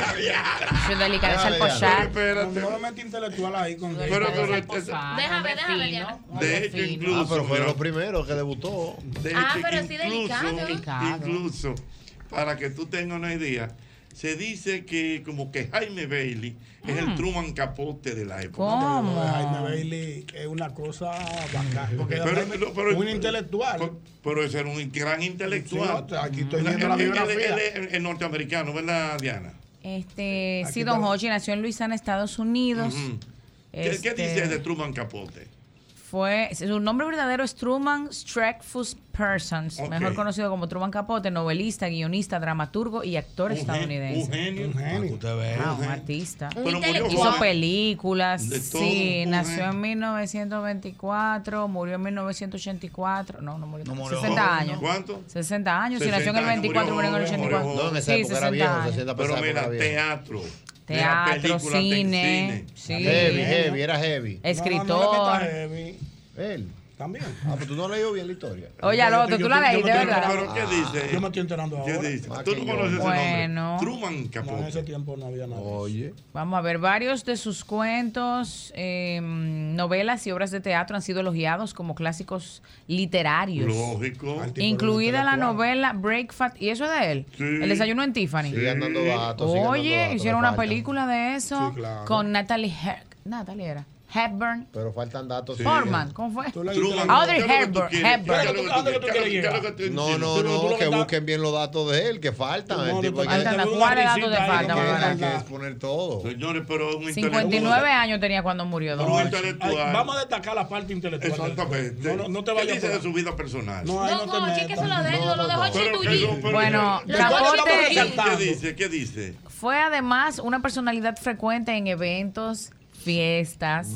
Su delicadeza al posar.
Espérate.
No lo metí intelectual ahí con
Pero, pero,
este,
es-
Déjame, déjame,
de hecho, incluso.
Ah, pero fue de
mira,
los primeros que debutó.
De
Ah,
hecho,
pero sí delicado. Delicado.
Incluso, para que tú tengas una idea, se dice que como que Jaime Bailey es el Truman Capote de la época.
Lo de Jaime Bailey es una cosa bacana. Porque
Pero-
Jaime-
pero-
un intelectual.
Pero ese era un gran intelectual.
Sí, aquí estoy
Él-
viendo la
él- él-
biografía.
Él, es el norteamericano, ¿verdad, Diana?
Este, sí, Don Hochi nació en Luisiana, Estados Unidos.
Ujú. ¿Qué- ¿Qué,
Este-
dices de Truman Capote?
Fue, su nombre verdadero es Truman Streckfus Persons,
Ok.
mejor conocido como Truman Capote, novelista, guionista, dramaturgo y actor estadounidense.
Un genio. Un
Ah, un artista.
Un Pero murió
Hizo
joven.
películas.
De todo,
sí,
un
nació
genio.
en 1924, murió en 1984. No, no murió.
murió
60
joven,
años.
¿no? ¿Cuánto?
60 años. si nació en el 24,
24
murió en el 84.
No, en esa
sí,
época
60
era viejo,
años.
60
Pero
época
mira,
era viejo.
teatro. mira,
Teatro,
películas,
cine. sí.
Heavy, heavy, era heavy.
Escritor.
Él.
También.
Ah, pues tú no has leído bien la historia.
Oye, al otro, tú la
Yo me
leíste,
estoy
¿verdad?
enterando-
¿Pero qué dice?
Yo me estoy enterando
¿Qué
ahora.
dice? Tú no conoces ese
Bueno.
nombre. Truman
No, en
Capote.
ese tiempo no había nada.
Oye.
Vamos a ver, varios de sus cuentos, eh, novelas y obras de teatro han sido elogiados como clásicos literarios.
Lógico.
Incluida la novela Breakfast, y eso es de él,
Sí.
el desayuno en Tiffany.
Sigan dando datos. sigan dando
Oye,
datos,
hicieron
que
una
faltan.
película de eso
Sí, claro.
con Natalie Heck. Natalie era. Hepburn.
Ah. Pero faltan datos.
Forman, ¿cómo fue?
Truman.
Audrey
¿Qué es lo que tú
Hepburn.
quieres?
Hepburn.
¿Qué es lo que tú- a dónde tú quieres llegar? No, no, no, que busquen bien los datos de él, que faltan. El tipo hay que-
Faltan las- ¿cuáles datos te faltan,
Hay que-
Bárbara?
Hay que exponer todo.
Señores, pero un
59 años tenía cuando murió. don Jorge.
intelectual.
Vamos a destacar la parte intelectual.
Exactamente.
No, no, no te
¿Qué
vayas
dice
por-
de su vida personal?
No, ahí no te
Conchi,
metas.
que se lo den, lo- lo dejó
Pero que no, pero-
Bueno,
¿Qué
Capote-
¿Qué dice? ¿Qué dice?
Fue además una personalidad frecuente en eventos, fiestas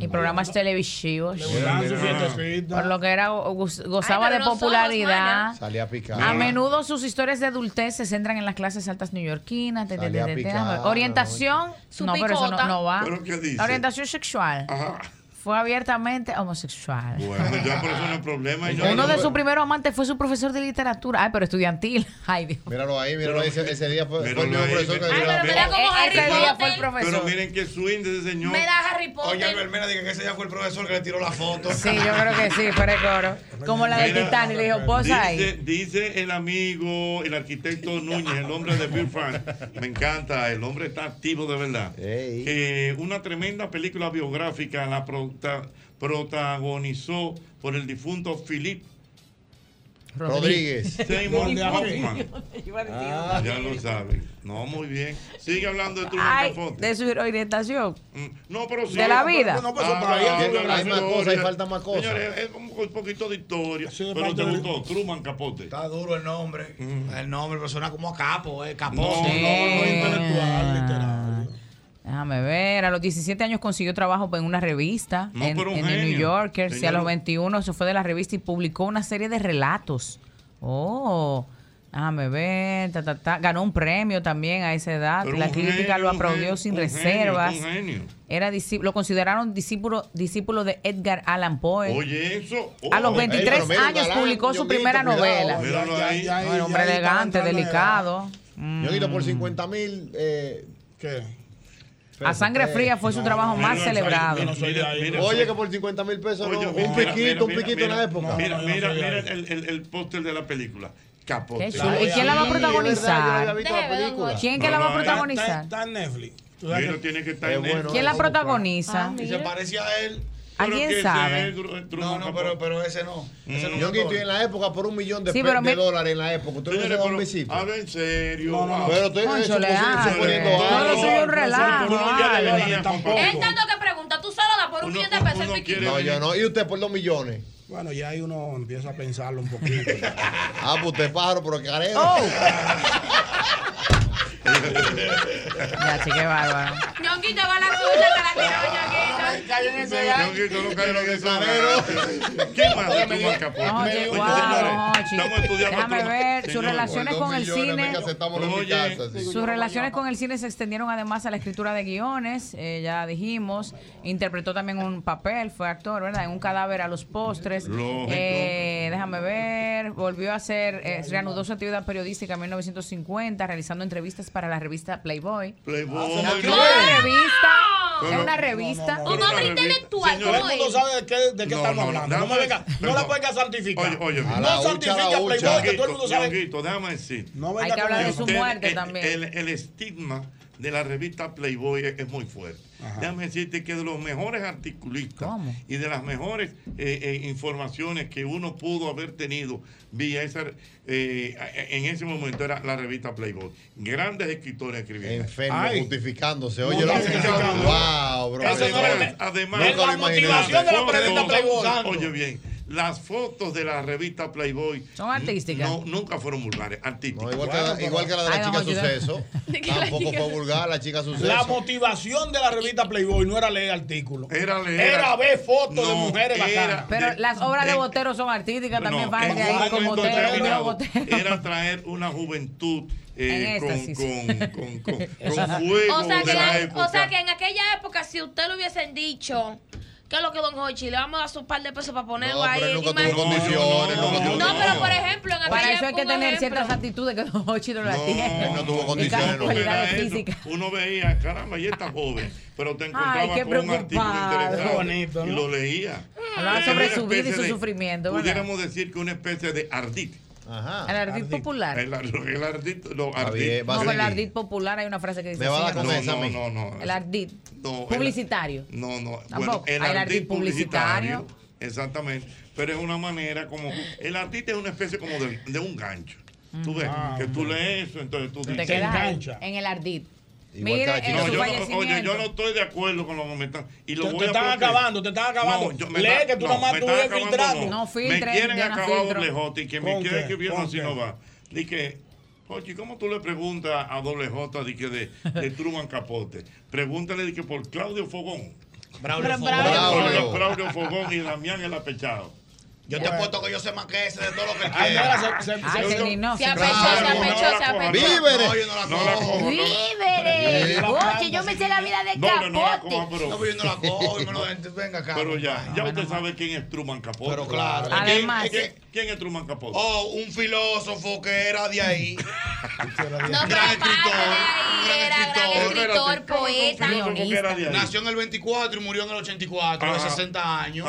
y programas televisivos.
Mira, mira, mira.
Por lo que era goz- gozaba
Ay, pero
de
no somos,
popularidad.
Salía picado.
A menudo sus historias de adultez se centran en las clases altas neoyorquinas. te- te-
Salía
te- te- te-
picada,
orientación.
Su
no, pero eso no,
picota.
no va.
¿Pero qué dice?
La Orientación sexual. Fue abiertamente homosexual.
Bueno, ya por eso no es problema. y no-
Uno de sus primeros amantes fue su profesor de literatura. Ay, pero estudiantil. Ay, Dios.
Míralo ahí, míralo ahí. Ese, ese día fue, fue el
Míralo
mismo
ahí,
profesor que
mira-
dio la-
mira-
Era como Harry
Eh, Ese día fue
Potter.
el profesor.
Pero miren qué swing de ese señor.
Me da Harry Potter.
Oye, Albert Mena, diga que ese ya fue el profesor que le tiró la foto.
Sí, yo creo que sí, fuera de coro. Como la de
Mira,
Titanic, le dijo, posa
Dice,
ahí.
dice el amigo, el arquitecto Núñez, el hombre de Bill Frank. Me encanta, el hombre está activo de verdad. Eh, una tremenda película biográfica la prota- protagonizó por el difunto Philip
Rodríguez.
Seymour Hoffman.
Ah,
ya lo saben. No, muy bien. Sigue hablando de tu
Ay,
Capote.
de su orientación.
Mm, No, pero sí.
de la vida.
No, pues,
Ah,
para ahí,
hay
para
más
la
cosas,
historia.
hay falta más cosas.
Señores, Eh, es como un poquito de historia. pero
parte
te
de-
gustó, Truman Capote. Mm.
Está duro el nombre. El nombre, pero suena como a capo, eh, capote.
No, no, no, intelectual,
Déjame ver, a los 17 años consiguió trabajo en una revista
No,
en,
pero un
en el New
genio.
Yorker. Sí, a
Señor.
los 21 se fue de la revista y publicó una serie de relatos. Oh, déjame ver, ta, ta, ta. ganó un premio también a esa edad.
Pero
la
un
crítica
genio,
lo
un
aplaudió
genio,
sin
un
reservas.
genio, un genio.
Era discípulo- lo consideraron discípulo, discípulo de Edgar Allan Poe.
Oye, eso.
A los
oh,
23
pero mira, un
años
galán,
publicó su
Ñonguito,
primera
cuidado,
novela.
míralo ahí.
No, era hombre elegante, delicado.
Yo quito por 50 mil. Eh,
¿Qué?
A sangre fría fue su trabajo más celebrado.
Oye, que por 50 mil pesos no,
Oye,
un
mira, mira,
piquito, un
mira,
piquito en
mira.
la época.
Mira, mira, mira el, el, el póster de la película. Capote.
Qué chulo. ¿Y quién la va a protagonizar? ¿Quién que la va a
Está,
protagonizar?
está en Netflix.
Mira, tiene que estar en Netflix.
¿Quién la protagoniza?
Y se parece a él.
¿Alguien
Pero que
sabe?
ese es el gru- No, no, pero, pero ese no.
Mm.
Ese no
Yo
es
quito y en la época por un millón de,
Sí,
pe-
pero
de
mi-
dólares en la época. ¿Usted no
Señores,
se da un
pero
besito?
Habla en serio.
Pero estoy
Concho,
eso-
le
eso-
hace.
suponiendo
Todo
algo.
eso es un relajo. Uno ya debería-
Tampoco.
Él tanto que pregunta, tú solo das por un millón de pesos el piquito.
No, yo no. ¿Y usted por dos millones?
Bueno, ya ahí uno empieza a pensarlo un poquito.
Ah, pues usted es pájaro, pero que arena.
Oh. Ya, che, qué bárbaro.
Ñonguito va a la suya, te la tiró Ñonguito.
Ñonguito, no cayó en eso. ¿Quién más de Truman Capote?
Oye,
Oye,
wow,
señores,
Ochi.
estamos estudiando
Déjame
Truman.
ver, sus
Señor,
relaciones
por
con
dos
el
millones,
cine.
venga,
aceptamos los
Oye,
invitados, así.
Sus relaciones con el cine se extendieron además a la escritura de guiones, eh, ya dijimos. Interpretó también un papel, fue actor, ¿verdad? En un cadáver a los postres.
Lógico.
Eh, déjame ver. Volvió a hacer, eh, reanudó su actividad periodística en 1950, realizando entrevistas para la revista Playboy.
Playboy.
Una
Pero-
revista. Es
Pero-
una revista.
Un hombre intelectual,
Todo el mundo sabe de qué, de qué
No,
estamos
no, no,
hablando. No, me
dame-
venga, no
perdón.
la venga a santificar.
Oye,
no santifica a Playboy, que todo el mundo sabe.
Ñonguito, déjame decir.
No venga Hay que con hablar de eso. su
Usted,
muerte
el-
también.
El, el estigma de la revista Playboy es, es muy fuerte. Déjame decirte que de los mejores articulistas y de las mejores eh, eh, informaciones que uno pudo haber tenido vía esa, eh, en ese momento era la revista Playboy. Grandes escritores escribiendo.
Enfermo,
Ay.
justificándose. Oye, lo
Justificando.
Wow, bro.
Eso no era- Además,
Nunca lo imaginaste.
Fotos,
Fotos.
Oye bien, las fotos de la revista Playboy
Son artísticas.
no, nunca fueron vulgares, artísticas.
igual que la- igual que la de la Ay, chica don Jochi, Suceso. Tampoco fue vulgar la chica suceso.
La motivación de la revista Playboy no era leer artículos.
Era leer.
Era ver fotos de
No,
mujeres
era-
bacanas.
Pero las obras de Botero son artísticas también, van de ahí con
momento
Botero,
determinado,
vio Botero.
era traer una juventud eh,
En
con,
éxtasis.
con, con, con- con fuego
O sea,
de
que
la
la-
época.
o sea que en aquella época, si usted le hubiesen dicho, ¿Qué es lo que don Hochi? Le vamos a dar su par de pesos para ponerlo
No,
ahí.
pero él nunca
Imagínate-
tuvo condiciones. nunca tuvo-
No, pero por ejemplo, en
Para
aquella
eso hay que
época, un
tener
ejemplo.
ciertas actitudes que Don Hochi no las tiene.
no tuvo
Y
condiciones,
cada
no.
cualidades
Era eso.
físicas.
¿eh? Uno veía, caramba, y está joven, pero te
Ay,
encontraba
qué
con un artículo interesante
preocupado.
y lo leía.
Hablaba
Era
sobre
una
su vida y
especie
su
de-
sufrimiento, ¿verdad? Ah,
Pudiéramos decir que una especie de ardid. Ajá.
El ardid popular.
El, ar- el ardid, no, ardid.
bien,
No, pero el ardid popular hay una frase que dice.
Me va a dar
así,
con
¿no?
esa a mí. No, no, no.
El ardid.
No, el-
Publicitario.
No, no.
Tampoco.
Bueno, el
Ah, el
ardid
ardid publicitario.
publicitario. Exactamente. Pero es una manera como. El artista es una especie como de, de un gancho. Tú ves, que tú lees eso, entonces tú
Mm. Te
dices.
quedas ahí, en el ardid.
Igual
Mire,
que la chica.
en
No,
su
yo no- oye,
fallecimiento.
yo no estoy de acuerdo con los comentarios. Y lo
Te-
voy
te
a
están
proteger.
acabando, te están acabando.
No, yo-
Lee
está-
que tú nomás
me
tú
estás
ves
acabando,
filtrando.
No
me
filtres,
quieren
Diana,
acabar
filtro.
doble J y que
¿Con
me quieren
qué?
escribiendo
¿Con
así
qué?
no va. Di que, Jochi, ¿cómo tú le preguntas a doble J di que de, de Truman Capote? Pregúntale di que por Claudio Fogón.
Braulio Pero Fogón. Braulio
Braulio,
Fogón.
Braulio Fogón y Damián el apechado.
Yo te apuesto que yo sé más que ese de todo lo que
Ay,
quiera.
no, Ah, se- se- se- Ay, se- Selinó,
Claro,
se apechó, se
no,
apechó,
no la
se apechó.
cojo,
Víveres.
No, yo no la
No la
cojo.
cojo, no la-
Yo
Víveres.
la
Oye,
cojo.
yo me sé la vida de
No, pero no la
Capote.
cojo, pero- No, pero yo no la cojo, hermano, venga acá. Ah,
Pero ya, ya usted sabe quién es Truman Capote.
Pero claro.
¿Quién-
Además-
¿Quién, quién es Truman Capote?
Oh, un filósofo que era de ahí.
No, pero padre, era gran escritor, poeta.
Nació en el 24 y murió en el 84, de 60 años.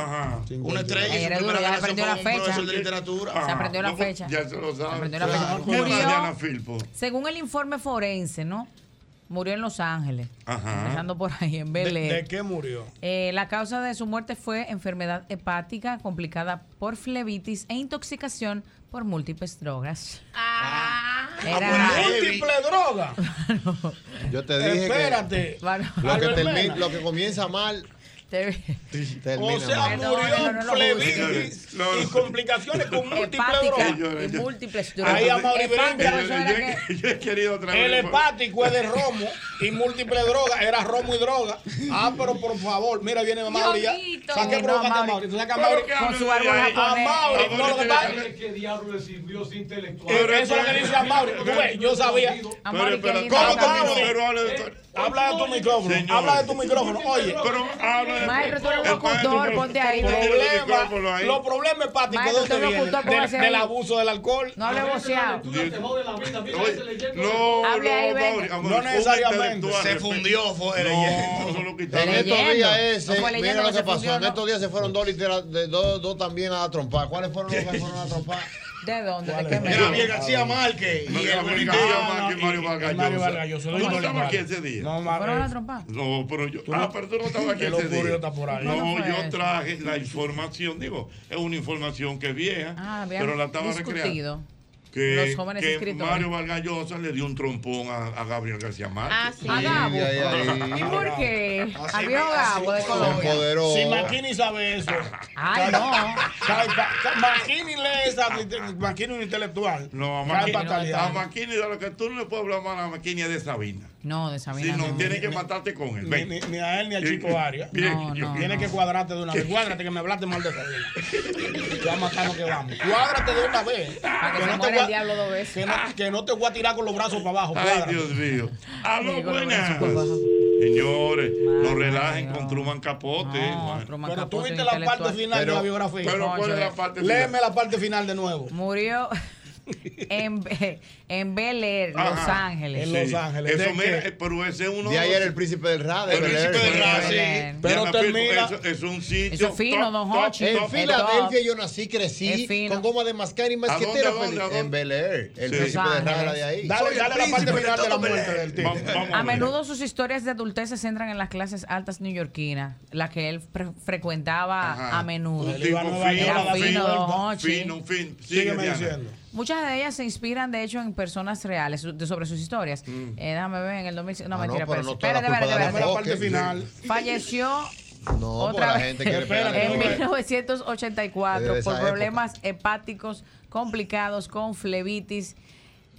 Una estrella. y su
Era duro,
primera
ya
relación
aprendió
fue
la
con un
fecha.
profesor de literatura.
Se aprendió la fecha.
Ya se lo sabe.
aprendió la fecha.
¿Cómo está
Murió.
Diana Filpo?
Según el informe forense, ¿no? Murió en Los Ángeles.
Ajá.
Empezando por ahí, en Bel Air.
¿De qué murió?
Eh, la causa de su muerte fue enfermedad hepática complicada por flebitis e intoxicación por múltiples drogas.
Ah,
Era
Múltiple droga.
Yo te dije
Espérate.
que lo que,
Albert
termi-
Mena.
lo que comienza mal termina
O sea,
mal.
murió
no, no,
flebitis y complicaciones con múltiples
hepática
drogas.
y múltiples drogas.
Ahí a Mauri
Hepática,
Berenguer.
eso era que-
Yo he querido otra vez.
El hepático es de romo y múltiple droga. Era romo y droga. Ah, pero por favor, mira, viene Mauri ya.
Diosito.
Saca
No,
provocante a
Mauri.
Mauri. Tú sacas a
Pero
Mauri.
que Con hable su de árbol ahí.
A
japonés.
Mauri, no lo que pasa-
¿Qué diablo de simbiosis intelectual?
Eso es lo que dice a Mauri. Tú ves, yo sabía.
A Mauri, que lindo.
¿Cómo está
Pero,
Mauri?
pero
Habla de tu micrófono. Habla de tu micrófono. Oye.
Pero
Maestro, tú eres un locutor, ponte ahí.
Problema- Los problemas hepáticos,
Maestro,
¿dónde
tú eres
vienen?
locutor, póngase ahí.
Del- Del abuso del alcohol.
No hable boceado.
No,
Hable ahí, venga.
Mauri,
No
un
necesariamente.
intelectual,
Se
respeto.
fundió, fue
No,
leyendo.
eso lo quitaron.
En estos días ese,
fue
mira
leyendo,
lo que
se
pasó.
fundió,
en
¿no?
estos días se fueron dos, litera- de- dos, dos también a trompar. ¿Cuáles fueron los que fueron a trompar?
¿De dónde? ¿De qué
Era Gabriel García Márquez. Y el
García Márquez, Mario Vargas
Mario
Llosa.
Vargas Llosa,
¿Tú
doy
no
los
estabas aquí
lugares.
ese día?
No, Mar-
¿Fueron a trompar?
No, pero yo. Ah, pero tú no estabas aquí
El
ese
Ocurio
día.
está por ahí.
No,
¿Cuándo fue
yo
eso?
traje la información, digo, es una información que es vieja,
Ah, habían
pero la estaba
discutido.
recreando. Que,
Los jóvenes
que
escritores.
Mario Vargas Llosa le dio un trompón a, a Gabriel García Márquez.
Ah, sí. A Gabo. ¿Y por qué? Al viejo Gabo de Colombia.
Si Makini sabe eso.
Ay, no.
Cae pa- ca- Makini lee esa. Makini es un intelectual.
No, a
Cae
Maquini,
pa' calidad.
a Maquini, de lo que tú no le puedes hablar mal a Maquini es de Sabina.
No, de
Si
Sabina.
no,
no.
tienes que matarte con él.
Ni,
Ven.
ni- ni a él ni a Chico Arias.
Bien, yo-
Tienes que cuadrarte de una vez. Cuádrate que me hablaste mal de Sabina. Vamos a estar lo que vamos. Cuádrate de una vez.
que
Que
se
no te
muera
voy
el
a-
diablo dos veces.
que no- que no te voy a tirar con los brazos para abajo.
Ay,
Cuádrate.
Dios mío. Aló,
Digo,
buenas. Señores, no relajen con Truman Capote. hermano.
Pero tú viste la parte final de la biografía.
Pero ¿cuál es la parte final?
Léeme la parte final de nuevo.
Murió en, Be- en Bel Air, Los
Ajá.
Ángeles.
Sí. Eso, mira, eh, pero ese es uno.
De ahí era el príncipe del Rade.
El príncipe del Ra, sí.
Pero
Diana
termina-
Filpo, Eso, es un sitio.
Eso fino,
top,
don
top,
Hochi.
top,
En
top.
Filadelfia yo nací, crecí
Es fino.
con goma de mascar y
¿A dónde,
masquetera.
a dónde,
feliz.
a dónde?
En Bel Air, el
Sí.
príncipe
Los
del Rade
Ángeles.
de ahí.
Dale, Soy el dale la parte príncipe de final de la todo Bel muerte Air. del tipo.
Vamos, vamos
A
ver.
menudo sus historias de adultez se centran en las clases altas neoyorquinas, las que él fre- frecuentaba
Ajá.
a menudo.
Un tipo
Era
fino,
fino, don
fino,
Hochi.
fino, fino. Sígueme diciendo.
Muchas de ellas se inspiran, de hecho, en personas reales su- de- sobre sus historias. Eh, déjame ver, en el 2005. No,
Mm. Ah, no,
mentira,
pero
pero
no toda la
espérate, espérate,
culpa de la
espérate.
Dame la parte Fox, ¿eh? final.
Falleció
No,
otra
por la
vez
gente quiere pegarle
en
otra vez.
1984
Desde
por
esa
problemas hepáticos complicados con flebitis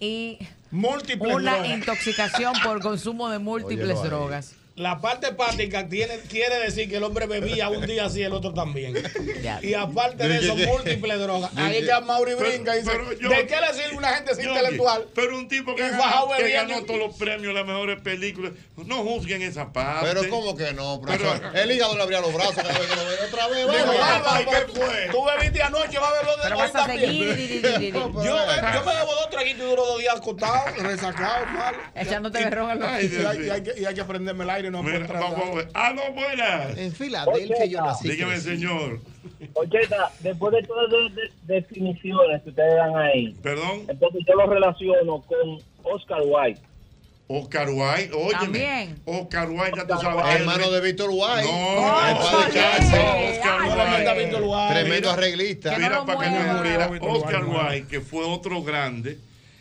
y
Múltiples
una
drogas.
intoxicación por consumo de múltiples
Óyelo ahí.
drogas.
La parte hepática tiene, quiere decir que el hombre bebía un día así y el otro también. Y aparte de eso, múltiples drogas. Ahí es que Mauri brinca y dice: ¿De qué le sirve una gente sin
Yo,
intelectual?
oye, Pero un tipo que,
Y
ganó-
fajado
que
bebiendo.
ganó todos los premios, las mejores películas. No juzguen esa parte.
Pero ¿cómo que no, profesor?
Pero-
el hígado le abría los brazos cada vez que lo veía otra vez.
Digo,
vamos,
"Bárbaro,
vamos,
pero Tú bebiste anoche, va a beber de
Pero
hoy
vas a
también".
seguir, di, di, di, di, di.
Yo, me- yo me debo dos traguitos y duro dos días acostado, resacado, mal.
Echándote
Y-
berrón al
Ay,
loquito.
y hay- y hay que- Y hay que prenderme el aire, no
Mira,
puedo tratar.
vamos a ver. ¡Aló, buenas!
En
Filadelfia yo nací,
Dígame,
crecí.
señor.
Ocheta, después de todas esas de- definiciones que ustedes dan ahí,
Perdón.
entonces yo lo relaciono con Oscar Wilde.
Oscar Wilde, óyeme. También. Oscar Wilde, ya tú sabes.
Hermano de Víctor Guay.
No,
Ay,
Oscar Wilde.
Oscar
Ay,
Wilde.
tremendo Víctor Wilde.
Tremendo arreglista.
Mira, para que no muriera Oscar Wilde, que fue otro grande.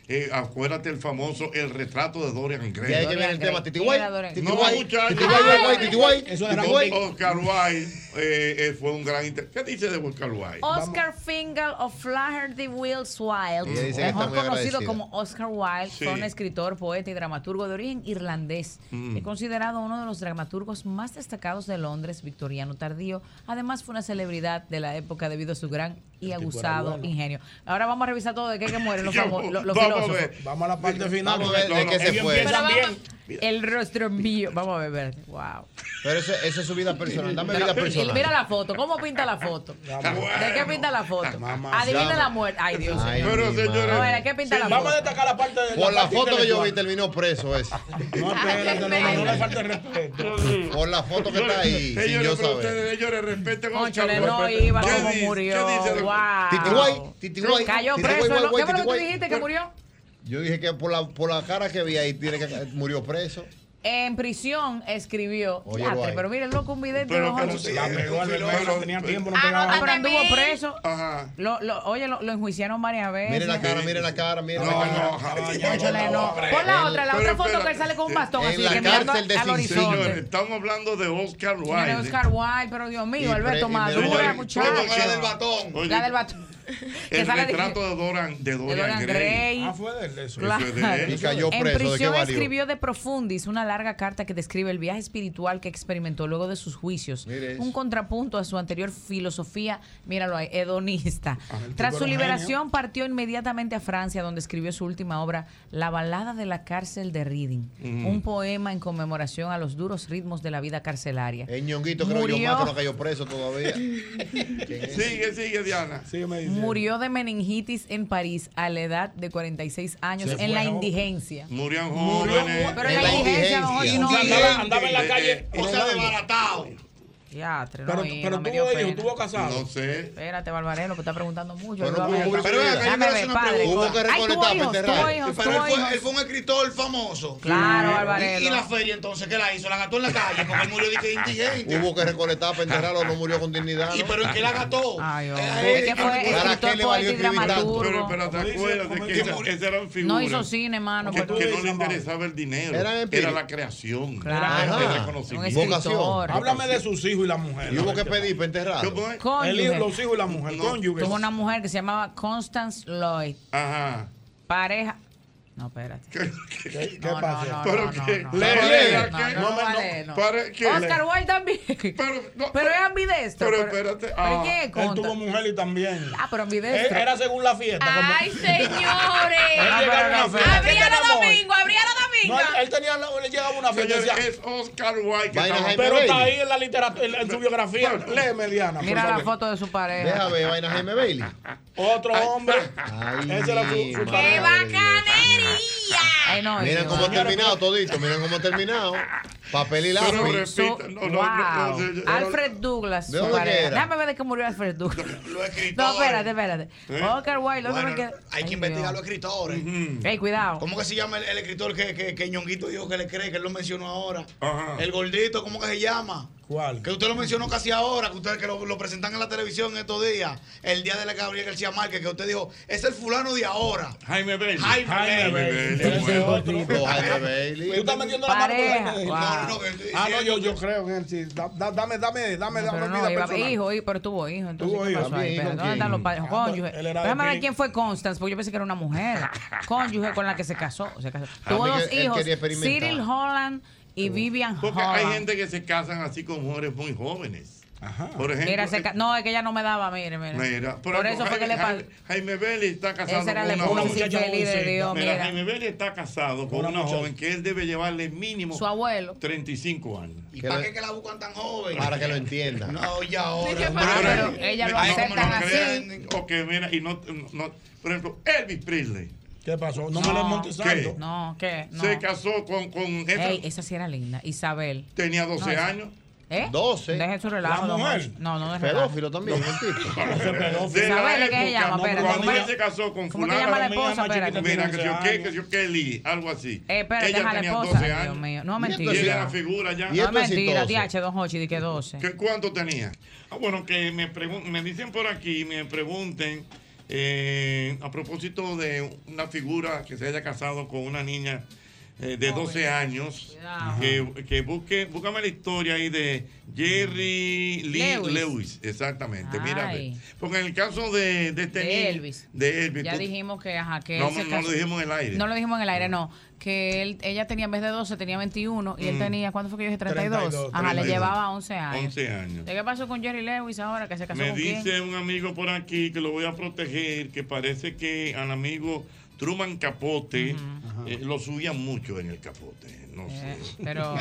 Eh, acuérdate el famoso El retrato de Dorian Gray.
De ahí que viene el tema, Titi Guay, Titi
No,
Guay,
muchachos.
Titi Guay, Guay, Guay, Titi Guay.
Eso
Titi
era
Guay.
Oscar Wilde eh, eh, fue un gran inter... ¿Qué dice de Oscar Wilde?
Oscar Fingal of Flaherty Wills Wilde,
Ella dice que está
mejor
muy
conocido
agradecida.
como Oscar Wilde,
Sí.
fue un escritor, poeta y dramaturgo de origen irlandés.
Mm.
Es considerado uno de los dramaturgos más destacados de Londres, victoriano tardío. Además, fue una celebridad de la época debido a su gran y aguzado
bueno.
ingenio. Ahora vamos a revisar todo de qué es que mueren los,
Ya,
famo- los- los
vamos a
filósofos.
ver. Vamos a la parte final.
Vamos a ver de qué se fue.
Pero
Empiezan
vamos- El rostro mío. Vamos a ver, espérate. Wow.
Pero eso, eso es su vida personal. Dame
Pero-
vida
y
personal.
Mira la foto. ¿Cómo pinta la foto? ¿De qué pinta la foto? Adivina
Dame.
la muerte. Ay, Dios
Ay,
mío.
mi madre.
No, ¿de qué pinta la foto?
Vamos a destacar la parte de
Por la
parte
foto que yo vi
intelectual.
terminó preso ese.
No, espérate, no, no, no le falta el respeto.
Por la foto que está ahí,
Ellos
sin
le- pero
yo saber.
ustedes, ellos le respetan a Oscar
Cónchale,
Wilde.
no iba
¿Qué
como
dice?
murió.
¿Qué dice?
Wow.
Titi Guay, Titi Guay,
Cayó
Titi
preso.
Guay,
¿no?
Guay,
¿Qué fue
Titi
lo que
Guay.
tú dijiste que murió?
Yo dije que por la, por la cara que vi ahí tiene que murió preso.
En prisión escribió.
Oye,
Yatre,
Guay.
pero mire, loco, un video de
Pero
los
que no
ocho.
se- La pegó al hermano, tenía tiempo, no
Ah,
pegaba.
pero anduvo
Anótame.
preso. Lo, lo, oye, lo, lo enjuiciaron varias veces.
Miren la cara, miren la cara, miren la cara.
Cónchale, no. Pon la otra, la otra foto que él sale con un bastón así, que mirando al horizonte.
Señores, estamos hablando de Oscar
Señores,
Wilde.
Oscar Wilde, pero Dios mío,
Y
Alberto
pre- y me
Madura,
duele.
muchacho.
Oye, la del batón.
La del batón. Que
El
sale de-
retrato de Doran, de Dorian,
Dorian Gray.
Gray.
Ah,
fue de él eso.
Eso es de él.
Y cayó
en
preso, ¿de qué
prisión
valió?
escribió de Profundis una larga carta que describe el viaje espiritual que experimentó luego de sus juicios.
Mire eso.
Un contrapunto a su anterior filosofía, míralo ahí, hedonista. Tras
tipo
su
era un
liberación partió inmediatamente a Francia, donde escribió su última obra, La balada de la cárcel de Reading,
Mm.
un poema en conmemoración a los duros ritmos de la vida carcelaria.
El ñonguito creo yo
Murió.
más que no cayó preso todavía.
Sigue, sigue, Diana.
Murió de meningitis en París a la edad de 46 años
Se
en
fue
la
joven.
indigencia.
Murieron
Murió
jóvenes.
joven, pero en la indigencia, don Jorge, no iba.
O sea, desbaratado.
Yatre, no
Pero-
iba,
pero
me
tuvo
dio
ellos,
pena.
tuvo casado. No sé.
Espérate, Barbarelo, que está preguntando mucho.
Pero
Ayúdame,
hubo-
papá.
pero venga,
Dame
yo le voy a
ver,
hacer una
padre,
pregunta. Hubo que
Ay, tuvo
recolectar,
hijos,
pendeja.
tuvo hijos,
Pero él
tuvo
fue, él
hijos.
fue un escritor famoso.
Claro,
Y-
Alvarelo.
Y, la feria entonces, ¿qué la hizo? La gastó en la calle porque él murió de que indigente.
Hubo que recolectar para enterrarlo, no murió con dignidad.
¿Y pero en qué la gastó?
Es que fue escritor, poeta y
Pero,
dramaturgo.
pero te acuerdas que esa- esas eran figuras.
No hizo cine, pues, mano.
Que,
pero-
que no le interesaba el dinero.
Eran
era
empíricos.
la creación.
Claro.
Era el
Ajá.
reconocimiento.
Un escritor. Vocación.
Háblame de sus hijos y la mujer.
Y hubo que pedir para enterrarlo.
¿Cómo es?
Cónyuge.
El hijo, los hijos y la mujer. Cónyuges.
Tuvo una mujer que se llamaba Constance Lloyd.
Ajá.
Pareja. No, espérate.
¿Qué,
qué
no,
pasa?
No, no,
¿Pero
no,
qué?
no, no.
Lee,
No,
lee,
no,
¿qué?
no,
No
no
me-
vale, no.
no. ¿Para qué?
Oscar Wilde también. Pero, es ambidestro.
Pero espérate.
¿Pero
ah,
qué
él tuvo mujer y también.
Ah, pero
Él-
ambidestro.
Era según la fiesta. como-
Ay, señores.
Él
Ah,
llegaba a
pero
una
no,
fiesta. ¿Qué
Abría los
tenemos hoy?
domingos, abría los
No,
domingos.
él, él tenía, la- le llegaba una fiesta. y
Señores,
decía,
es Oscar Wilde. que
Vaina
estaba-
Jaime pero está ahí en la literatura, en, en su biografía. Léeme, Diana. por
Mira la
favor.
foto de su pareja.
Deja ver, vaina Jaime Bailey.
Otro hombre. Ese era su- su
madre.
Ay, no,
Miren
Dios.
cómo ha terminado todito, miren cómo ha terminado. Papel y lápiz.
Pero repita, no, no, no, no,
Wow.
no, no, no.
Alfred Douglas.
¿De
su
dónde
pareja.
era?
Déjame ver de qué murió Alfred Douglas. no, espérate, espérate.
¿Eh?
Oscar Wilde. ¿dónde
Bueno,
me quedé? Ay,
Hay que investigar a los
Dios.
escritores.
Ey, cuidado.
¿Cómo que se llama el, el escritor que, que, que Ñonguito dijo que le cree, que él lo mencionó ahora? El gordito, ¿cómo que se llama?
¿Cuál?
Que usted lo mencionó casi ahora, que ustedes que lo, lo presentan en la televisión estos días, el día de la Gabriel García Márquez, que usted dijo, es el fulano de ahora.
Jaime Bailey.
Jaime, Bailey.
Ese otro. Jaime Bailey.
Tú estás metiendo la mano por
Pareja.
Jaime Bailey.
Wow.
No, no, que- Ah, no, yo, yo creo en él. Sí. Da- da- dame, dame, dame, dame
Pero no,
vida
iba-
personal.
hijo, hijo, pero tuvo hijo. Entonces,
Tuvo
¿qué
hijo,
pasó ahí?
también,
Espérate,
¿con
¿Dónde están los padres?
Ah,
quién?
Cónyuge.
él era de
Déjame ver
Pili-
quién fue Constance, porque yo pensé que era una mujer. Cónyuge con la que se casó. se casó.
A
Tuvo
mí que
dos
él
hijos.
quería experimentar.
Cyril Holland y Vivian
Porque hay
Holland.
gente que se casan así con mujeres muy jóvenes. Por ejemplo, eh,
Mira, se ca- no, es que ella no me daba, mire, mire.
Mira,
por, eso fue que le pasó.
Jaime, Jaime Bailey está casado
Esa era la
con una
esposa
joven.
infeliz de Dios,
Mira,
mira.
Jaime Bailey está casado con
Una
una,
muchacha.
joven que él debe llevarle mínimo
Su abuelo.
35 años.
¿Y para qué que la buscan tan joven?
Para que lo entienda.
No, y ahora.
ella lo aceptan así. Ok, mira, y no, no- por ejemplo, Elvis Presley.
¿Qué pasó?
No,
¿Qué?
No, ¿qué? No.
Se casó con, con esa-
Ey, esa sí era linda. Isabel.
Tenía 12
No, esa-
años.
¿Eh?
12.
Deje su relajo.
¿La
don
mujer?
Jorge. No, no, no es
Pedófilo también, el tipo.
De la
Isabel, ¿qué
época,
se llama?
no,
Espérate,
cuando
¿cómo
ella
es?
se casó con
¿Cómo que
fulana,
llama la
mía
esposa?
más chiquita
Espérate.
Mira, que yo
11
qué, que yo qué, Lee, algo así.
Eh, espérate,
ella
deja la
tenía
esposa.
12
Dios
años.
mío, no,
Y
mentira.
ella era figura ya.
No es mentira, TH, don Hochi, di que 12.
¿Qué- ¿Cuánto tenía? Ah, bueno, que me, pregun- me dicen por aquí, me pregunten eh, a propósito de una figura que se haya casado con una niña eh, de 12 años.
Cuidado.
Que, que busque, búscame la historia ahí de Jerry Lee
Lewis.
Lewis. exactamente. Mira, a ver.
Ay.
porque en el caso de, de este
De
niño-
Elvis.
De Elvis.
Ya
tú-
dijimos que, ajá, que
No,
él se
no lo
casó-
dijimos en el aire.
No lo dijimos en el aire, no. Que él, ella tenía en vez de 12, tenía 21 y él
Mm.
tenía, ¿cuánto fue que yo dije? 32.
32,
Ajá, le
32.
llevaba 11 años.
11 años.
¿De qué pasó con Jerry Lewis ahora que se casó
Me
con
dice
quién?
un amigo por aquí que lo voy a proteger, que parece que al amigo Truman Capote eh, lo subían mucho en el capote. No sé.
Eh, Pero.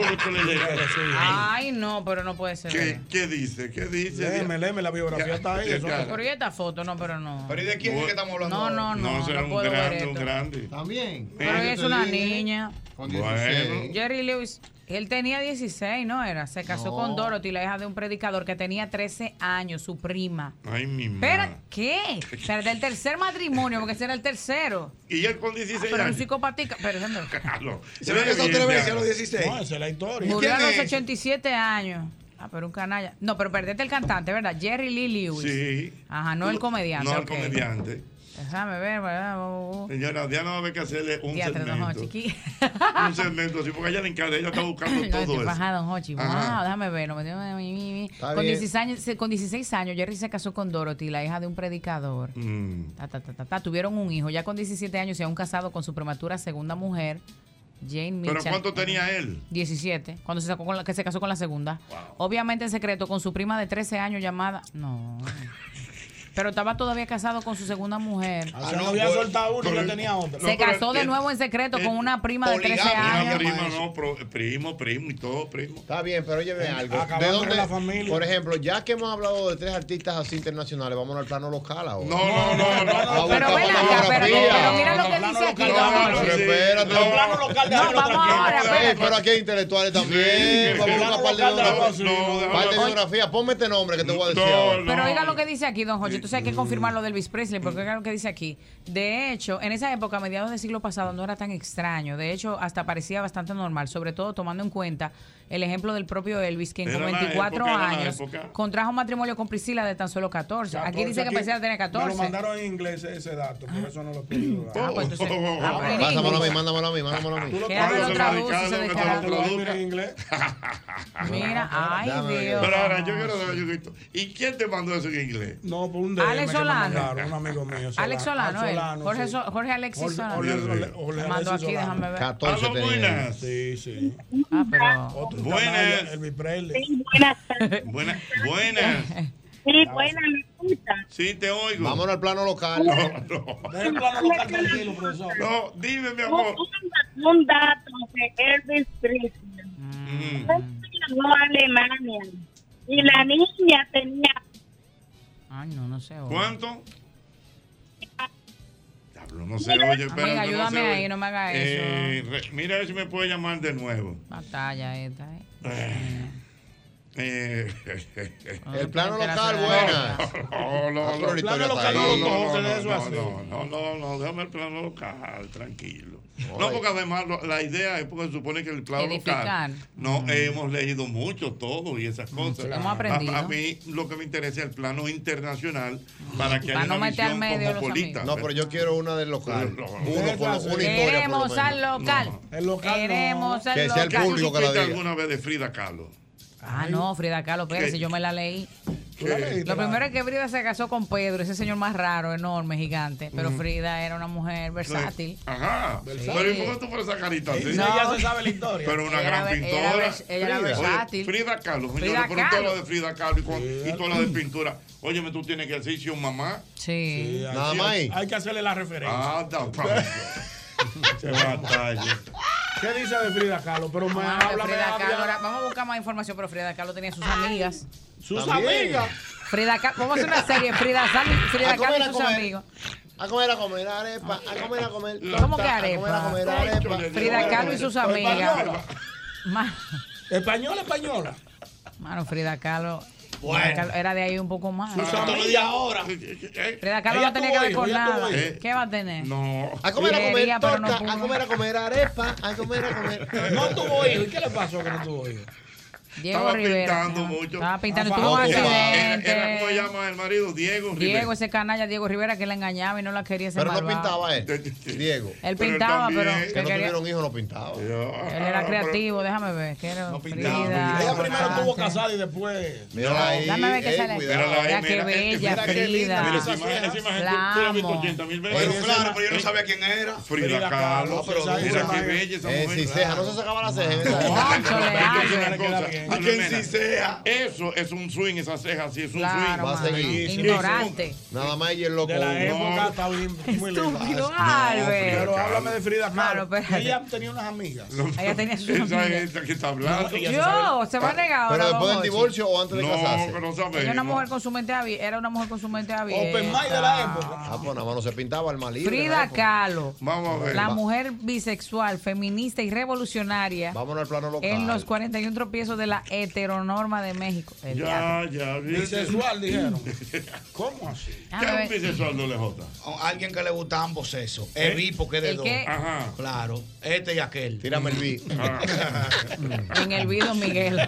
eh".
Ay, no, pero no puede ser.
¿Qué, ¿Qué dice? ¿Qué dice?
Léeme, léeme, la biografía está ahí. eso.
Pero y esta foto, no, pero no.
¿Pero y de quién es que estamos hablando
No, no,
ahora?
no.
No,
No,
será un
puedo
grande,
ver
un
esto.
grande.
También.
Pero ella es una niña.
Con
Bueno.
Jerry Lewis, él tenía 16, ¿no era? Se casó
No.
con Dorothy, la hija de un predicador que tenía 13 años, su prima.
Ay, mi
¿Pero
madre.
qué? Pero del tercer matrimonio, porque ese era el tercero.
Y él con 16
Ah, pero un
años.
psicopatica. Pero déjame.
Claro.
Se ve que son
Bien,
tres veces
ya.
a los 16. No, esa es la historia.
Murió a los 87 años. Ah, pero un canalla. No, pero perdete el cantante, ¿verdad? Jerry Lee Lewis.
Sí. Uh,
Ajá, no el comediante.
No, el
ok.
comediante.
Déjame ver, ¿verdad? Oh, oh.
Señora, Diana va a haber que hacerle un
Diatre, don
segmento.
Hochi. ¿qué?
Un segmento, sí, porque ella le encanta, ella está buscando
No,
todo
estoy
eso.
bajada, don Hochi.
Ajá.
Wow, déjame verlo. me tengo- mi, mi, mi.
Está
Con
bien.
16, años, se- con 16 años, Jerry se casó con Dorothy, la hija de un predicador.
Mm.
Ta, ta, ta, ta, ta. Tuvieron un hijo. Ya con 17 años se han casado con su prematura segunda mujer, Jane Mitchell.
Pero ¿cuánto tenía él?
17, cuando se, sacó con la- que se casó con la segunda. Obviamente en secreto, con su prima de 13 años llamada... No. Pero estaba todavía casado con su segunda mujer.
Ah,
O sea, Ah, no había soltado uno, ya tenía otro.
Se casó de nuevo en secreto con una prima de 13
Una
años.
prima, no, pro- primo, primo y todo, primo.
Está bien, pero oye, ve algo.
Acabamos
¿De dónde,
con la familia.
Por ejemplo, ya que hemos hablado de tres artistas así internacionales, vamos al plano local ahora. No,
no, no,
no.
Pero ven acá, pero, pero mira lo que dice aquí, don Jorge.
Pero espérate.
No,
No, vamos ahora, Pero aquí hay intelectuales también.
Sí, el
Vamos a
plano
buscar parte
local de la
de
Brasil. No,
geografía.
déjalo
Parte de
ahí.
geografía. Ponme este nombre que te voy a decir.
No,
ahora.
Pero oiga lo que dice aquí, don Jorge. Entonces hay que confirmar lo de Elvis Presley, porque oiga lo que dice aquí. De hecho, en esa época, a mediados del siglo pasado, no era tan extraño. De hecho, hasta parecía bastante normal, sobre todo tomando en cuenta el ejemplo del propio Elvis, quien con
Era la
24
época, era la
años
época.
contrajo matrimonio con Priscila de tan solo 14. aquí dice que Priscila tenía
Me lo
14.
mandaron en inglés ese dato, por eso no lo puedo dar.
Ah, pues entonces- ah, pues en
Pásamelo a mí,
inglés.
mándamelo a mí, mándamelo a mí.
Que hablo otra voz, ese descarado.
Mira,
ay, Déjame Dios.
Pero ahora, yo quiero saber, Yuguito, ¿y quién te mandó eso en inglés?
No, por un
DM Alex que me Solano.
mandaron, un amigo mío.
Alex Solano, él.
Solano,
Jorge,
sí.
So- Jorge Alexis
Jorge-
Solano.
Jorge- Jorge- Jorge
Me mandó
Alexis
aquí,
Solano.
déjame ver.
14
Aló,
tenía.
buenas.
Sí, sí.
Ah, pero.
Otro buenas. Elvis Presley.
buenas. buenas. Buenas.
Sí, buena, me gusta.
Sí, te oigo.
Vámonos al plano local.
No, no.
Deja el plano local tranquilo, profesor.
No, dime, mi amor.
Un, un dato de Elvis Presley.
Mm.
Él llegó a Alemania y la niña tenía
Ay, no, no sé. ahora.
¿Cuánto? Diablo, no se oye, espérate,
Amiga,
no se
ayúdame
oye.
ahí, no me haga eso.
Eh, re- mira a ver si me puede llamar de nuevo.
Batalla esta, eh.
Eh,
El plano local, buenas.
No, no, no.
Otro El plano local no lo conoce, de eso así.
no, no, no, no, déjame el plano local, tranquilo. No, porque además lo- la idea es porque se supone que el plano
Edificar.
local. No, hemos leído mucho todo y esas cosas.
Hemos aprendido.
A, a mí lo que me interesa es el plano internacional para que
Para
haya
no
una
meter al
visión
medio a los
cosmopolita.
No, pero yo quiero una del local. Uno por lo- una historia por lo
Queremos al
menos.
local.
El local.
Queremos al
Que sea el
local.
público que la
¿Supiste
diga.
alguna vez de Frida Kahlo?
Ah, no, Frida Kahlo, espérese,
¿Qué?
yo me la leí. Lo primero es que Frida se casó con Pedro, ese señor más raro, enorme, gigante. Pero
Mm.
Frida era una mujer versátil.
Ajá.
Sí.
Pero ¿y por qué tú pones esa carita así?
No. Ella se
sabe la historia.
Pero una
Ella
gran
era- ella era
pintora.
vers- ella era
Oye,
versátil.
Frida Kahlo, señores,
Frida
pero todo
Kahlo.
lo de Frida Kahlo y, con- y todo lo de pintura. Óyeme, tú tienes que hacerse un mamá.
Sí.
Nada más. Hay que hacerle la referencia.
Ah, da, pa- Qué batalla.
¿Qué dice de Frida Kahlo? Pero me
Vamos a ver,
habla, me
Ah, Frida Kahlo,
habla.
ahora- vamos a buscar más información, pero Frida Kahlo tenía sus amigas.
¿Sus También. amigas?
Frida Kahlo, vamos a hacer una serie, Frida, Sal- Frida
Ah,
A comer,
Kahlo y
a
sus
comer.
amigos. Mm.
A comer, a comer, arepa. A comer, a comer.
¿Cómo que
A comer, a
arepa?
comer, arepa.
Frida Kahlo y sus amigas. Ma-
Española, española.
Mano, Frida Kahlo.
Bueno.
Frida Kahlo era de ahí un poco más.
Sus amigas ahora.
Frida Kahlo no tenía que ver con nada.
Eh,
¿Qué va a tener?
No.
A comer, a comer
Librería, pero no
torta, a
pudo.
comer, a comer arepa, a comer, a comer.
No tuvo hijos. ¿Y qué le pasó que no tuvo hijos?
Diego
Estaba
Rivera. mi
pintando
amor.
mucho.
Estaba pintando.
Ah,
tuvo un
ok.
accidente.
Era, era como llama el marido, Diego Rivera.
Diego, ese canalla Diego Rivera que la engañaba y no la quería ser
Pero no
malvado.
pintaba él, Diego.
Él pintaba, pero que
Que no
quería-
tuvieron hijos, no pintaba.
Él era creativo, déjame ver. Que era Frida,
Ella primero
Bastante.
tuvo casada y después.
Mírala ahí,
Dame a ver qué
ey,
sale.
cuidado.
Mira qué bella,
mira qué linda.
Frida.
Mira esa imagen, esa imagen tú- tú la has visto 80 mil veces.
Pero claro, pero yo no sabía quién era.
Frida Kahlo,
pero
pero mira qué
dura.
bella esa
Eh,
mujer.
sin ceja, no se sacaba la ceja.
¿A quién sí sea? Eso es un swing, esa ceja sí es un
Claro,
swing.
Va a mano. seguir. Ignorante. Nada más ella es loco.
De la
No.
época está bien. muy lejos.
Estúpido,
No,
Albert.
Pero háblame de Frida Kahlo.
Mano, espérate.
Ella tenía unas amigas.
Ella tenía sus
Esa
amigas.
es la que está hablando.
ella se Yo, sabe. se va a negar ahora, don Jorge.
o antes de
no,
casarse?
que no sabemos.
Era una mujer con su mente abierta. Era una mujer con su mente abierta.
Ah, pues nada más no se pintaba el malí.
Frida Kahlo.
Vamos a ver.
La
Va-
mujer bisexual, feminista y revolucionaria.
Vámonos al plano local.
En los 41 tropiezos de la heteronorma de México. El diablo.
Ya, ya.
Bisexual, dijeron. ¿Cómo así?
Ah, ¿Qué es un eh.
bisexual,
Alguien que le gusta ambos sexos.
¿Eh?
Es bi porque es de
¿El
dos.
qué?
Ajá.
Claro. Este y aquel. Tírame el bi.
En el video, Miguel.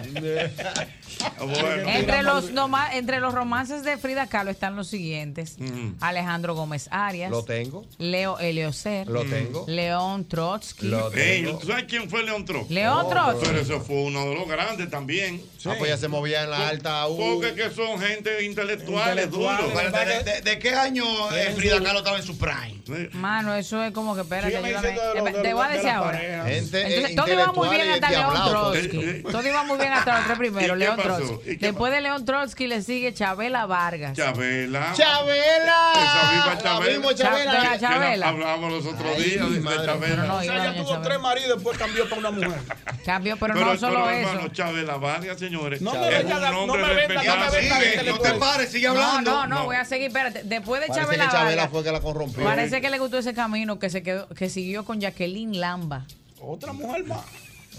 Entre los, noma- entre los romances de Frida Kahlo están los siguientes: Alejandro Gómez Arias,
Mm. Lo tengo.
Leo Elioser,
Lo tengo.
León Trotsky.
Ey, ¿tú sabes quién fue León Trotsky?
León Trotsky.
Pero eso fue uno de los grandes también.
Ah, pues ya se movía en la alta U.
Porque que son gente intelectuales,
Intelectuales.
duro.
Pero de- de- de qué año, eh, Frida Kahlo estaba en su prime?
Mano, eso es como que espérate,
Sígueme
ayúdame.
diciendo de los-
Eh,
de
Te voy a
los- de
decir
las
ahora.
parejas.
Gente, eh,
Entonces, todo iba muy bien
intelectual y
hasta León
endiablado,
Eh,
Trotsky.
Trotsky.
Todo iba muy bien hasta los tres primeros,
¿Y
León
qué pasó?
Trotsky.
¿Y qué
Después de León Trotsky le sigue Chabela Vargas.
Chabela.
Chabela.
Esa misma Chabela.
misma Chabela. Cha-
Que- ah, que la-
Chabela.
Hablábamos los otros días de- de, Chabela.
o sea, ella tuvo tres maridos y después cambió para una mujer.
Cambió, pero,
Pero-
no solo
pero,
eso.
hermano, Chabela Vargas, señores.
No me
es
venga
un
la- no
hombre
me venga-
respetado.
no me venga
Sigue,
que le
no
puedo-
te pares, sigue
No,
hablando.
No, no, voy a seguir, espérate. Después de
Parece
Chabela,
que Chabela
Vargas,
fue que la corrompió.
parece que le gustó ese camino que se quedó, que siguió con Jacqueline Lamba.
Otra mujer más.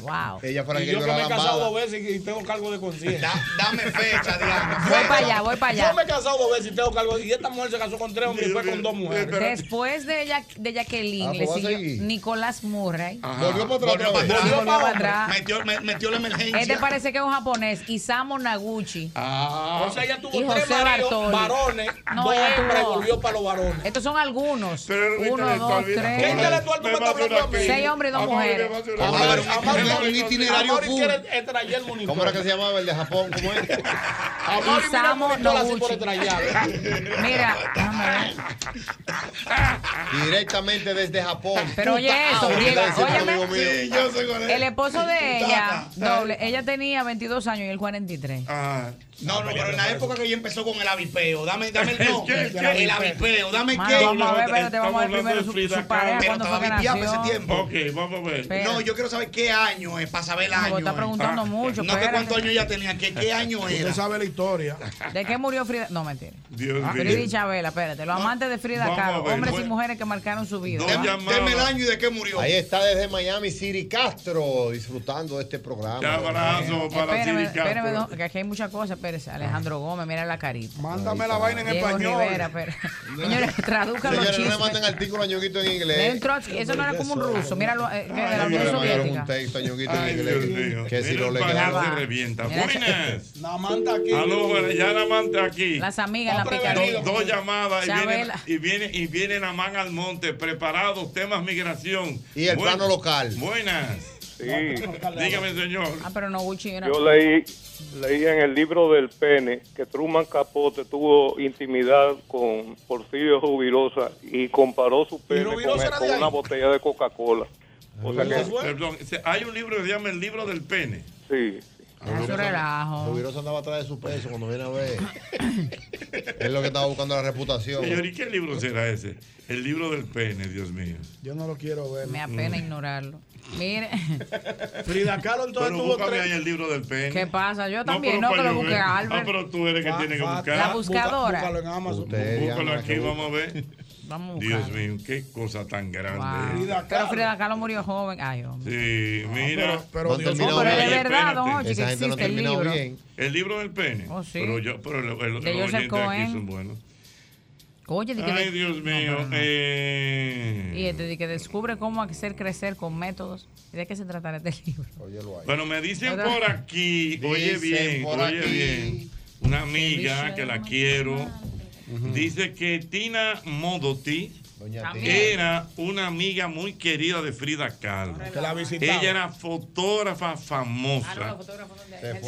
Wow.
Ella fue la
Y
que
yo
dio
que
la
me he casado
lambada.
dos veces y- y tengo cargo de conciencia.
Dame fecha, Diana.
Voy para allá, voy para allá.
Yo me he casado dos veces y tengo cargo. Y esta mujer se casó con tres hombres y fue con dos mujeres.
Después de, ella, de Jacqueline,
Ah,
le
pues va a
siguió
seguir.
Nicolás Murray.
Ajá. Volvió para atrás.
Volvió para atrás.
Metió, me- metió la emergencia.
Este parece que es un japonés, Isamu Naguchi.
Ah.
O sea, ella tuvo
y
tres
José
maridos,
Bartoli.
varones,
No,
dos
ella
hembras y
tuvo-
volvió para los varones.
Estos son algunos. Uno,
intelectual,
dos,
mira.
tres.
¿Qué intelectual tú me estás hablando a mí?
Seis hombres y dos
Amor,
mujeres.
me va a hacer-
Amaury,
Amaury,
tenemos un itinerario
Amaury
full.
quiere extraer el monitor.
¿Cómo era que se llamaba el de Japón? ¿Cómo es?
Amaury, mira el
Isamu
monitor así por
Noguchi.
extraer.
Mira,
Directamente desde Japón.
Pero oye
Puta,
eso,
ah,
Diego,
ese amigo mío.
óyeme. El esposo de ella, doble, ella tenía 22 años y él 43.
Ah.
No, no, pero en la época que ella empezó con el avipeo, dame, dame el no, el avipeo, dame
Mano,
qué.
vamos a ver, espérate, vamos a ver
Estamos hablando
primero
de
su,
Frida
su pareja
Kahlo.
cuando
Pero
fue que
estaba vipiapa ese
nació.
tiempo.
Ok, vamos a ver.
No, yo quiero saber qué año es, para saber el
Como
año.
está
es. Ah,
preguntando mucho,
No, que
espérate.
cuántos años ella tenía, que qué año
Usted
era.
sabe la historia.
¿De qué murió Frida? No, mentira.
Dios
Ah,
mío.
Frida y Chabela, espérate. Los amantes de Frida
Vamos a
Kahlo,
ver,
hombres y
bueno.
mujeres que marcaron su vida.
Dem-
¿va?
deme el año
y de qué murió.
Ahí está desde Miami Siri Castro disfrutando de este programa.
Ya, abrazo para
Eh, Espérame,
Siri
espérame,
Castro.
no, que aquí hay muchas cosas. Espérese, Alejandro Gómez, mira la carita.
Mándame la vaina en
Diego
español.
Rivera, espera. Señores, traduzcan los
Señores, no le manden
chismes.
artículo a Ñonguito en
León
inglés.
Trotsky, eso no era como un ruso. Míralo, eh, que
Ay,
era
le
Unión
mandaron
Soviética.
un texto a Ñonguito en
Ay,
inglés.
Dios mío.
Que si
Mira
lo
el
le
pajarito se revienta. Buenas.
La manta aquí.
Aló, bueno, ya la manta aquí.
Las amigas, este, la picardía.
Dos, dos llamadas y viene,
Chabela.
y viene y viene la man al monte preparados temas migración
Y el
Buen-
plano local.
buenas
Sí.
Dígame, señor.
Ah, pero no Gucci era.
Yo leí, leí en el libro del pene que Truman Capote tuvo intimidad con Porfirio Rubirosa y comparó su pene con,
Rubirosa era de
con
ahí.
una botella de Coca-Cola. O sea que,
Perdón, se- hay un libro que se llama El libro del pene.
Sí.
Rubiroso- Rubiroso andaba atrás de su peso cuando viene a ver. es lo que estaba buscando la reputación.
Señor, ¿y qué libro será ese? El libro del pene, Dios mío.
Yo no lo quiero ver.
Me apena
Mm.
ignorarlo. Mire,
Frida Kahlo entonces
Pero
tuvo
búscame
tres-
ahí el libro del pene.
¿qué pasa? Yo también,
pero
no, que
para
lo
yo
busque
ver. Ah,
Albert.
pero tú eres que tiene que
fa-
buscar.
La buscadora.
Búscalo en Amazon.
Búscalo aquí, vamos a ver.
Vamos a
Dios
buscarlo.
mío, qué cosa tan
Wow.
grande.
Pero Frida Kahlo murió joven. Ay, hombre.
Sí, mira.
Ah, pero No Dios terminó mío. bien. Pero de verdad, don Jorge, que Esa gente no existe el terminó libro. bien.
El libro del pene.
Oh, sí.
Pero yo, pero el- el-
De
los
Joseph
oyentes aquí
Cohen.
son buenos.
Oye, di ¿eh? que
Ay,
de-
Dios mío.
No, no, no.
eh.
Y este de que descubre cómo hacer crecer con métodos. ¿Y de qué se tratará este libro?
Bueno, me dicen
Otra-
por aquí, oye
Dicen
bien,
por
oye
aquí.
bien, una amiga que la quiero, dice que Tina Modoti
Tina.
era una amiga muy querida de Frida Kahlo.
Que la visitaba.
Ella era fotógrafa
Ah,
famosa.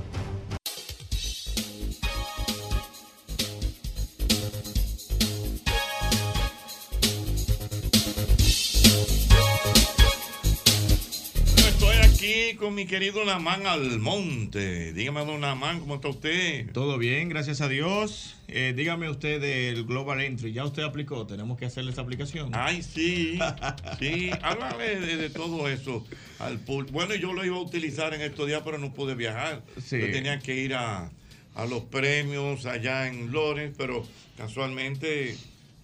Bueno, Estoy aquí con mi querido Namán Almonte. Dígame, don Namán, ¿cómo está usted?
Todo bien, gracias a Dios. Eh, dígame usted del Global Entry. ¿Ya usted aplicó? ¿Tenemos que hacerle esa aplicación?
Ay, sí. Sí, háblame de, de todo eso al público. Bueno, yo lo iba a utilizar en estos días, pero no pude viajar.
Sí.
Yo tenía que ir a, a los premios allá en Lawrence, pero casualmente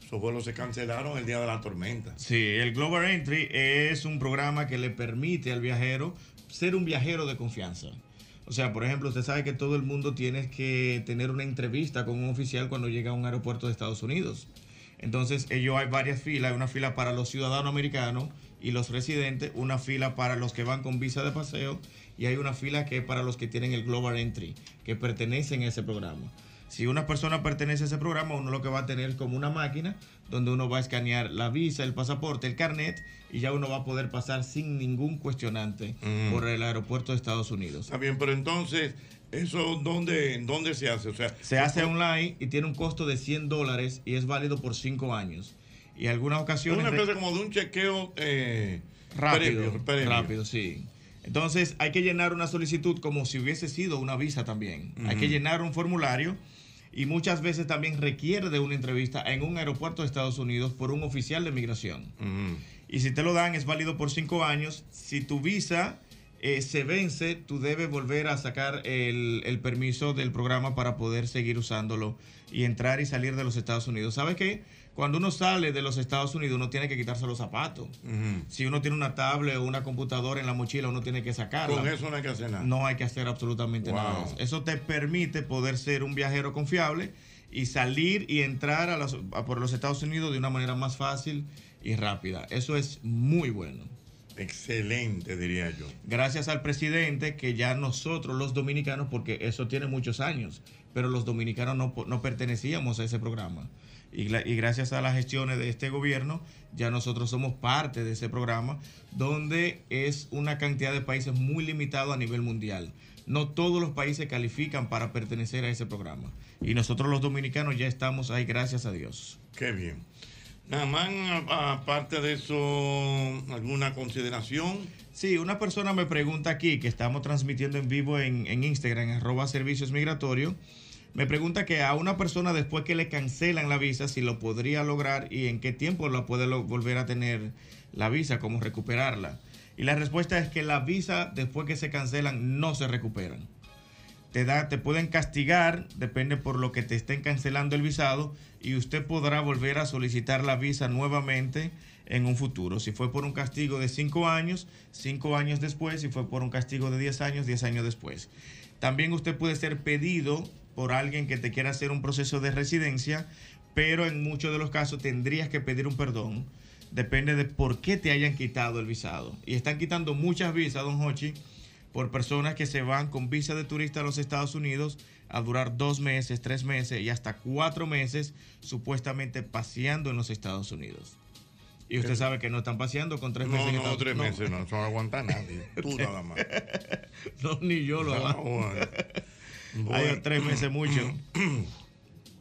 esos vuelos se cancelaron el día de la tormenta.
Sí, el Global Entry es un programa que le permite al viajero ser un viajero de confianza. O sea, por ejemplo, usted sabe que todo el mundo tiene que tener una entrevista con un oficial cuando llega a un aeropuerto de Estados Unidos. Entonces, ellos hay varias filas, hay una fila para los ciudadanos americanos y los residentes, una fila para los que van con visa de paseo y hay una fila que es para los que tienen el Global Entry, que pertenecen a ese programa. Si una persona pertenece a ese programa, uno lo que va a tener es como una máquina donde uno va a escanear la visa, el pasaporte, el carnet y ya uno va a poder pasar sin ningún cuestionante
Mm.
por el aeropuerto de Estados Unidos.
Está bien, pero entonces, ¿eso dónde, en dónde se hace? O sea,
Se hace online y tiene un costo de 100 dólares y es válido por 5 años. Y en algunas ocasiones...
una
re-
especie como de un chequeo eh,
Rápido,
previo, previo.
rápido, sí. Entonces hay que llenar una solicitud como si hubiese sido una visa también. Hay que
Ujú.
llenar un formulario y muchas veces también requiere de una entrevista en un aeropuerto de Estados Unidos por un oficial de migración. Y si te lo dan, es válido por cinco años. Si tu visa eh, se vence, tú debes volver a sacar el, el permiso del programa para poder seguir usándolo y entrar y salir de los Estados Unidos. ¿Sabes qué? Cuando uno sale de los Estados Unidos, uno tiene que quitarse los zapatos.
Mm.
Si uno tiene una tablet o una computadora en la mochila, uno tiene que sacarla.
Con eso no hay que hacer nada.
No hay que hacer absolutamente
Wow.
nada. de eso. Eso te permite poder ser un viajero confiable y salir y entrar a las- a por los Estados Unidos de una manera más fácil y rápida. Eso es muy bueno.
Excelente, diría yo.
Gracias al presidente que ya nosotros los dominicanos, porque eso tiene muchos años, pero los dominicanos no, po- no pertenecíamos a ese programa. Y, gla- y gracias a las gestiones de este gobierno, ya nosotros somos parte de ese programa, donde es una cantidad de países muy limitado a nivel mundial. No todos los países califican para pertenecer a ese programa. Y nosotros los dominicanos ya estamos ahí, gracias a Dios.
Qué bien. Namán, a- aparte de eso, ¿alguna consideración?
Sí, una persona me pregunta aquí, que estamos transmitiendo en vivo en, en Instagram, arroba servicios migratorios, me pregunta que a una persona después que le cancelan la visa, si lo podría lograr y en qué tiempo la puede lo- volver a tener la visa, cómo recuperarla. Y la respuesta es que la visa después que se cancelan no se recuperan. Te, da, te pueden castigar, depende por lo que te estén cancelando el visado, y usted podrá volver a solicitar la visa nuevamente en un futuro. Si fue por un castigo de 5 años, 5 años después, si fue por un castigo de 10 años, 10 años después. También usted puede ser pedido por alguien que te quiera hacer un proceso de residencia, pero en muchos de los casos tendrías que pedir un perdón. Depende de por qué te hayan quitado el visado. Y están quitando muchas visas, don Hochi, por personas que se van con visa de turista a los Estados Unidos a durar dos meses, tres meses y hasta cuatro meses supuestamente paseando en los Estados Unidos. Y usted sabe que no están paseando con tres
No,
meses. en
no,
Estados-
tres meses, no, eso no aguanta nadie. Tú nada más.
No, ni yo lo
No,
aguanto.
bueno.
Hay
Bueno.
tres meses mucho.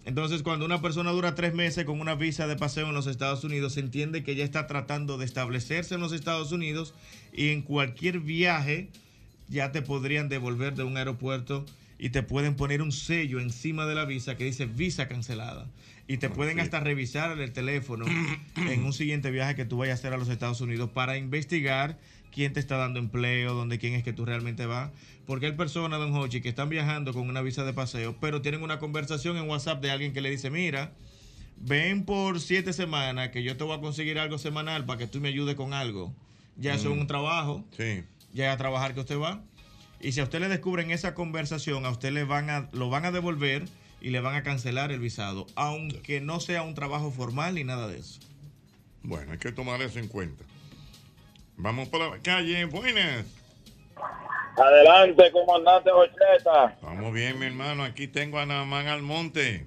Entonces, cuando una persona dura tres meses con una visa de paseo en los Estados Unidos, se entiende que ya está tratando de establecerse en los Estados Unidos y en cualquier viaje ya te podrían devolver de un aeropuerto y te pueden poner un sello encima de la visa que dice visa cancelada. Y te pueden hasta revisar el teléfono en un siguiente viaje que tú vayas a hacer a los Estados Unidos para investigar quién te está dando empleo, dónde quién es que tú realmente vas. Porque hay personas, don Hochi, que están viajando con una visa de paseo, pero tienen una conversación en WhatsApp de alguien que le dice, mira, ven por siete semanas que yo te voy a conseguir algo semanal para que tú me ayudes con algo. Ya eso es
Mm.
un trabajo. Ya a trabajar que usted va. Y si a usted le descubren esa conversación, a usted le van a, lo van a devolver y le van a cancelar el visado, aunque no sea un trabajo formal ni nada de eso.
Bueno, hay que tomar eso en cuenta. Vamos por la calle, buenas.
Adelante, comandante Ocheta.
Vamos bien, mi hermano. Aquí tengo a Namán Almonte.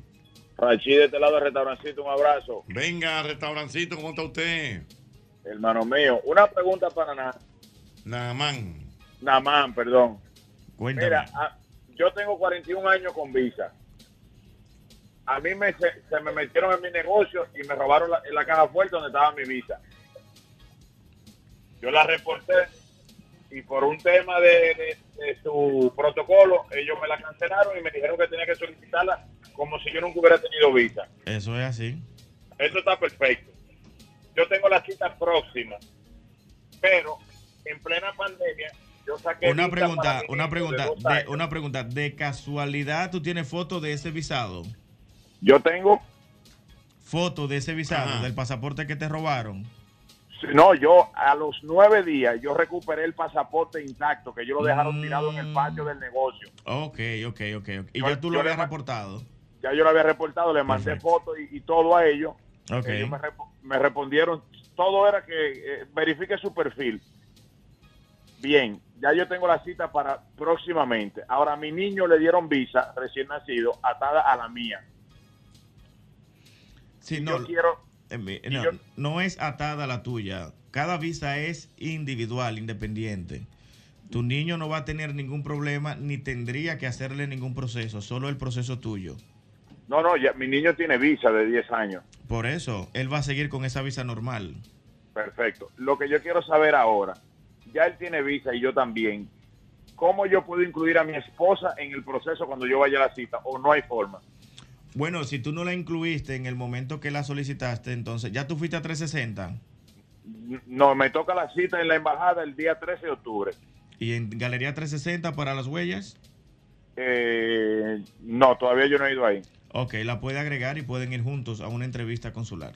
Rachid, de este lado del restaurancito, un abrazo.
Venga, restaurancito, ¿cómo está usted?
Hermano mío, una pregunta para Na-
Namán.
Namán, perdón.
Cuéntame.
Mira, a- yo tengo 41 años con visa. A mí me, se, se me metieron en mi negocio y me robaron la, en la caja fuerte donde estaba mi visa. Yo la reporté y por un tema de, de- de su protocolo, ellos me la cancelaron y me dijeron que tenía que solicitarla como si yo nunca hubiera tenido visa.
Eso es así.
Eso está perfecto. Yo tengo la cita próxima, pero en plena pandemia yo saqué...
Una
visa para
pregunta,
mi
una
hijo
pregunta,
de dos
de,
años.
una pregunta. ¿De casualidad tú tienes foto de ese visado?
Yo tengo.
Foto de ese visado, del pasaporte que te robaron.
No, yo a los nueve días yo recuperé el pasaporte intacto, que yo lo dejaron tirado en el patio del negocio.
Ok, ok, ok. ok. Mm. Y ya tú lo
yo le
habías reportado.
Ya yo lo había reportado, le mandé fotos y, y todo a ellos.
Ok.
Ellos me, repo- me respondieron, todo era que eh, verifique su perfil. Bien, ya yo tengo la cita para próximamente. Ahora a mi niño le dieron visa recién nacido atada a la mía.
Sí, no,
Yo quiero...
eh, mi- no, no es atada a la tuya. Cada visa es individual, independiente. Tu niño no va a tener ningún problema ni tendría que hacerle ningún proceso, solo el proceso tuyo.
No, no, ya, mi niño tiene visa de 10 años.
Por eso, él va a seguir con esa visa normal.
Perfecto. Lo que yo quiero saber ahora, ya él tiene visa y yo también, ¿cómo yo puedo incluir a mi esposa en el proceso cuando yo vaya a la cita? ¿O no hay forma?
Bueno, si tú no la incluiste en el momento que la solicitaste, entonces ya tú fuiste a 360
No, me toca la cita en la embajada el día 13 de octubre.
y en Galería 360 para las huellas.
Eh, no, todavía yo no he ido ahí.
Ok, la puede agregar y pueden ir juntos a una entrevista consular.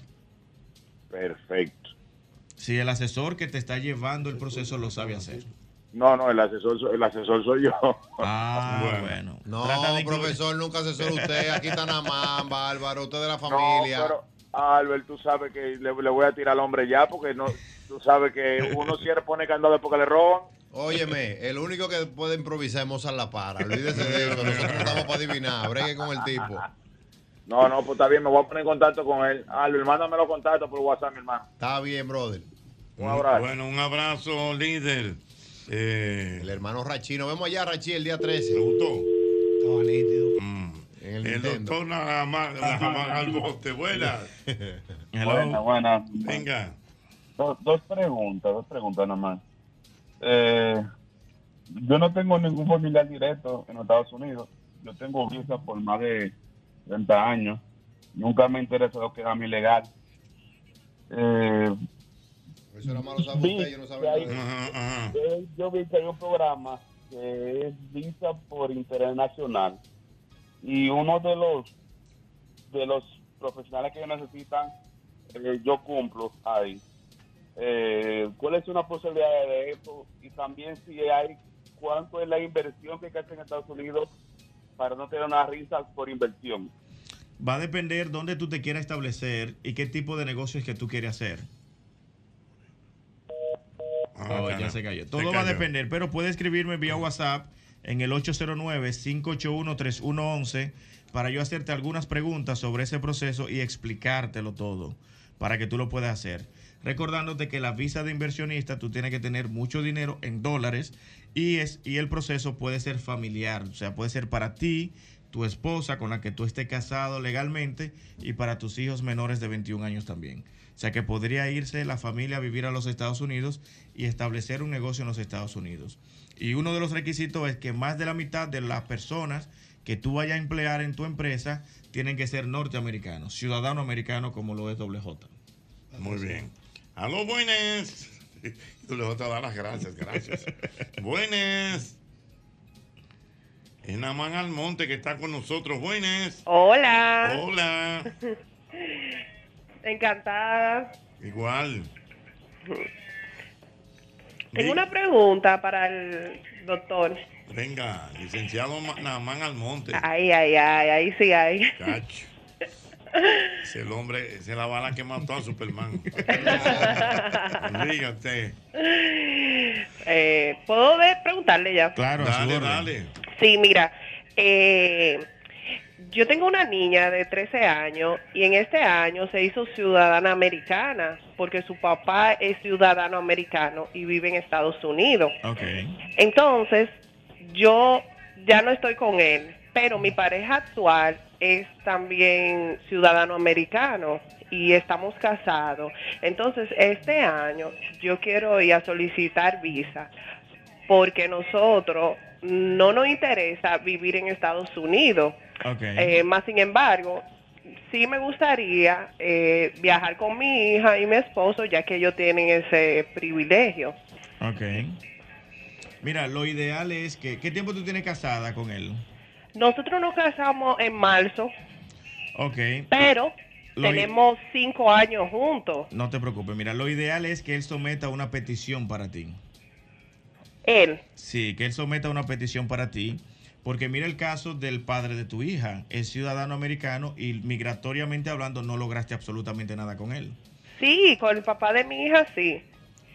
Perfecto.
Si el asesor que te está llevando el proceso lo sabe hacer.
No, no, el asesor, so- el asesor soy yo.
Ah, bueno.
No,
Trata de
profesor, nunca asesora usted. Aquí está Namán, Bárbaro, usted de la
No,
familia.
pero Albert, tú sabes que le, le voy a tirar al hombre ya porque no, tú sabes que uno siempre pone candado porque le roban.
Óyeme, el único que puede improvisar es Mozart La Para. Olvídese de eso. Nosotros estamos para adivinar. Bregue con el tipo.
No, no, pues está bien, me voy a poner en contacto con él. Albert, mándame los contactos por WhatsApp, mi hermano.
Está bien, brother.
Un abrazo.
Bueno, un abrazo, líder.
El hermano Rachi. Nos vemos allá, Rachi, el día 13.
Estaba nítido.
el
El, doctor Najamar Najamar Albote, buenas.
Buena, buena.
Venga.
Dos, dos preguntas, dos preguntas nada más. Eh, yo no tengo ningún familiar directo en los Estados Unidos. Yo tengo visa por más de 30 años. Nunca me interesó lo que era mi legal. Eh,
Eso era malo saber usted, yo no sabía.
Sí,
Ah,
nada.
eh, yo vi que hay un programa que es Visa por Interés Nacional y uno de los de los profesionales que necesitan eh, yo cumplo ahí. Eh, ¿Cuál es una posibilidad de eso? Y también si hay, ¿cuánto es la inversión que hay que hacer en Estados Unidos para no tener una risa por inversión?
Va a depender dónde tú te quieras establecer y qué tipo de negocios que tú quieres hacer. Oh, ya se cayó. Todo va a depender, pero puede escribirme vía WhatsApp en el 809-581-3111 para yo hacerte algunas preguntas sobre ese proceso y explicártelo todo para que tú lo puedas hacer. Recordándote que la visa de inversionista tú tienes que tener mucho dinero en dólares y, es, y el proceso puede ser familiar, o sea, puede ser para ti, tu esposa con la que tú estés casado legalmente y para tus hijos menores de 21 años también. O sea que podría irse la familia a vivir a los Estados Unidos y establecer un negocio en los Estados Unidos. Y uno de los requisitos es que más de la mitad de las personas que tú vayas a emplear en tu empresa tienen que ser norteamericanos, ciudadano americano como lo es WJ.
Muy bien. A los buenas. Tú le vas a dar las gracias, gracias. buenas. Es Namán Almonte que está con nosotros. Buenas.
Hola.
Hola.
Encantada.
Igual.
Tengo una pregunta para el doctor.
Venga, licenciado Ma- Namán Almonte.
Ay, ay, ay, ahí sí hay.
Cacho. Es el hombre, es la bala que mató a Superman. Dígate.
Eh, ¿Puedo de- preguntarle ya?
Claro, dale, dale.
Sí, mira, eh, yo tengo una niña de 13 años y en este año se hizo ciudadana americana porque su papá es ciudadano americano y vive en Estados Unidos. Entonces, yo ya no estoy con él, pero mi pareja actual es también ciudadano americano y estamos casados. Entonces, este año yo quiero ir a solicitar visa porque nosotros no nos interesa vivir en Estados Unidos. Eh, más sin embargo, sí me gustaría eh, viajar con mi hija y mi esposo, ya que ellos tienen ese privilegio.
Ok. Mira, lo ideal es que... ¿Qué tiempo tú tienes casada con él?
Nosotros nos casamos en marzo,
Ok.
pero
Lo-
tenemos cinco años juntos.
No te preocupes, mira, lo ideal es que él someta una petición para ti.
Él.
Sí, que él someta una petición para ti. Porque mira el caso del padre de tu hija. Es ciudadano americano y migratoriamente hablando no lograste absolutamente nada con él.
Sí, con el papá de mi hija, sí.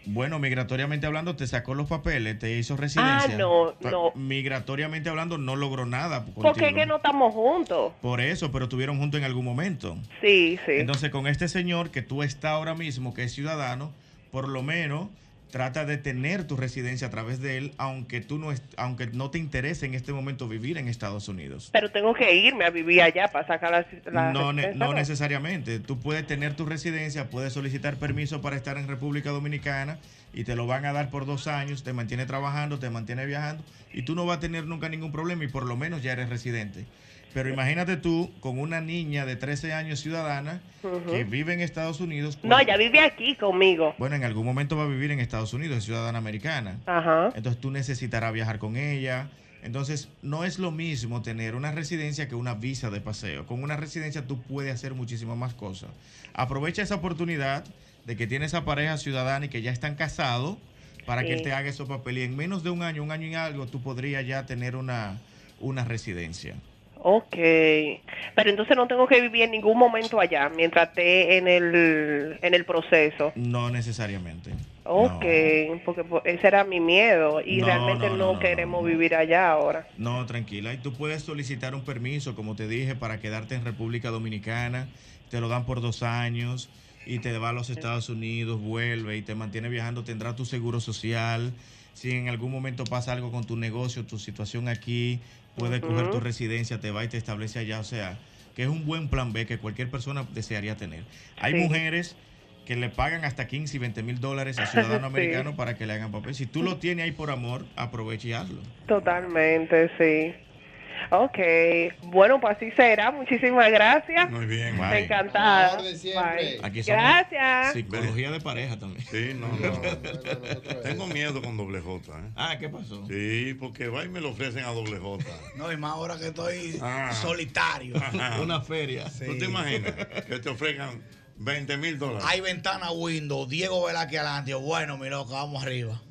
Bueno, migratoriamente hablando te sacó los papeles, te hizo residencia.
Ah, no,
Pa-
no.
Migratoriamente hablando no logró nada contigo.
Porque es que no estamos juntos.
Por eso, pero estuvieron juntos en algún momento.
Sí, sí.
Entonces, con este señor que tú estás ahora mismo, que es ciudadano, por lo menos trata de tener tu residencia a través de él, aunque tú no est- aunque no te interese en este momento vivir en Estados Unidos.
Pero tengo que irme a vivir allá para sacar la, la
No, ne-
residencia,
no necesariamente. Tú puedes tener tu residencia, puedes solicitar permiso para estar en República Dominicana y te lo van a dar por dos años, te mantiene trabajando, te mantiene viajando y tú no vas a tener nunca ningún problema y por lo menos ya eres residente. Pero imagínate tú con una niña de 13 años ciudadana
Ujú.
que vive en Estados Unidos.
No, ya vive aquí conmigo.
Bueno, en algún momento va a vivir en Estados Unidos, es ciudadana americana.
Ajá.
Entonces tú necesitarás viajar con ella. Entonces no es lo mismo tener una residencia que una visa de paseo. Con una residencia tú puedes hacer muchísimas más cosas. Aprovecha esa oportunidad de que tienes esa pareja ciudadana y que ya están casados para que
Sí.
él te haga esos papeles. Y en menos de un año, un año y algo, tú podrías ya tener una, una residencia.
Ok. Pero entonces no tengo que vivir en ningún momento allá mientras esté en el, en el proceso.
No necesariamente.
Ok, porque po- ese era mi miedo y
No,
realmente
no,
no,
no, no,
queremos vivir allá ahora.
No, tranquila. Y tú puedes solicitar un permiso, como te dije, para quedarte en República Dominicana. Te lo dan por dos años y te va a los Estados Unidos, vuelve y te mantiene viajando. Tendrá tu seguro social. Si en algún momento pasa algo con tu negocio, tu situación aquí, puedes
Ujú.
coger tu residencia, te va y te establece allá. O sea, que es un buen plan B que cualquier persona desearía tener. Hay
Sí.
mujeres que le pagan hasta 15 y 20 mil dólares a ciudadano
Sí.
americano para que le hagan papel. Si tú lo tienes ahí por amor, aprovecha y hazlo.
Totalmente, sí. Ok, bueno, pues así será. Muchísimas gracias.
Muy bien.
Encantada. Bye.
Aquí somos
Gracias.
Psicología de pareja también.
Sí, no, no. Tengo miedo con doble J. ¿eh?
Ah, ¿qué pasó?
Sí, porque va y me lo ofrecen a doble J.
No, y más ahora que estoy
Ah.
solitario.
Ajá.
feria.
¿Tú te imaginas que te ofrezcan 20 mil dólares?
Hay ventana Windows, Diego Velázquez adelante. Yo, Bueno, mi loco, vamos arriba.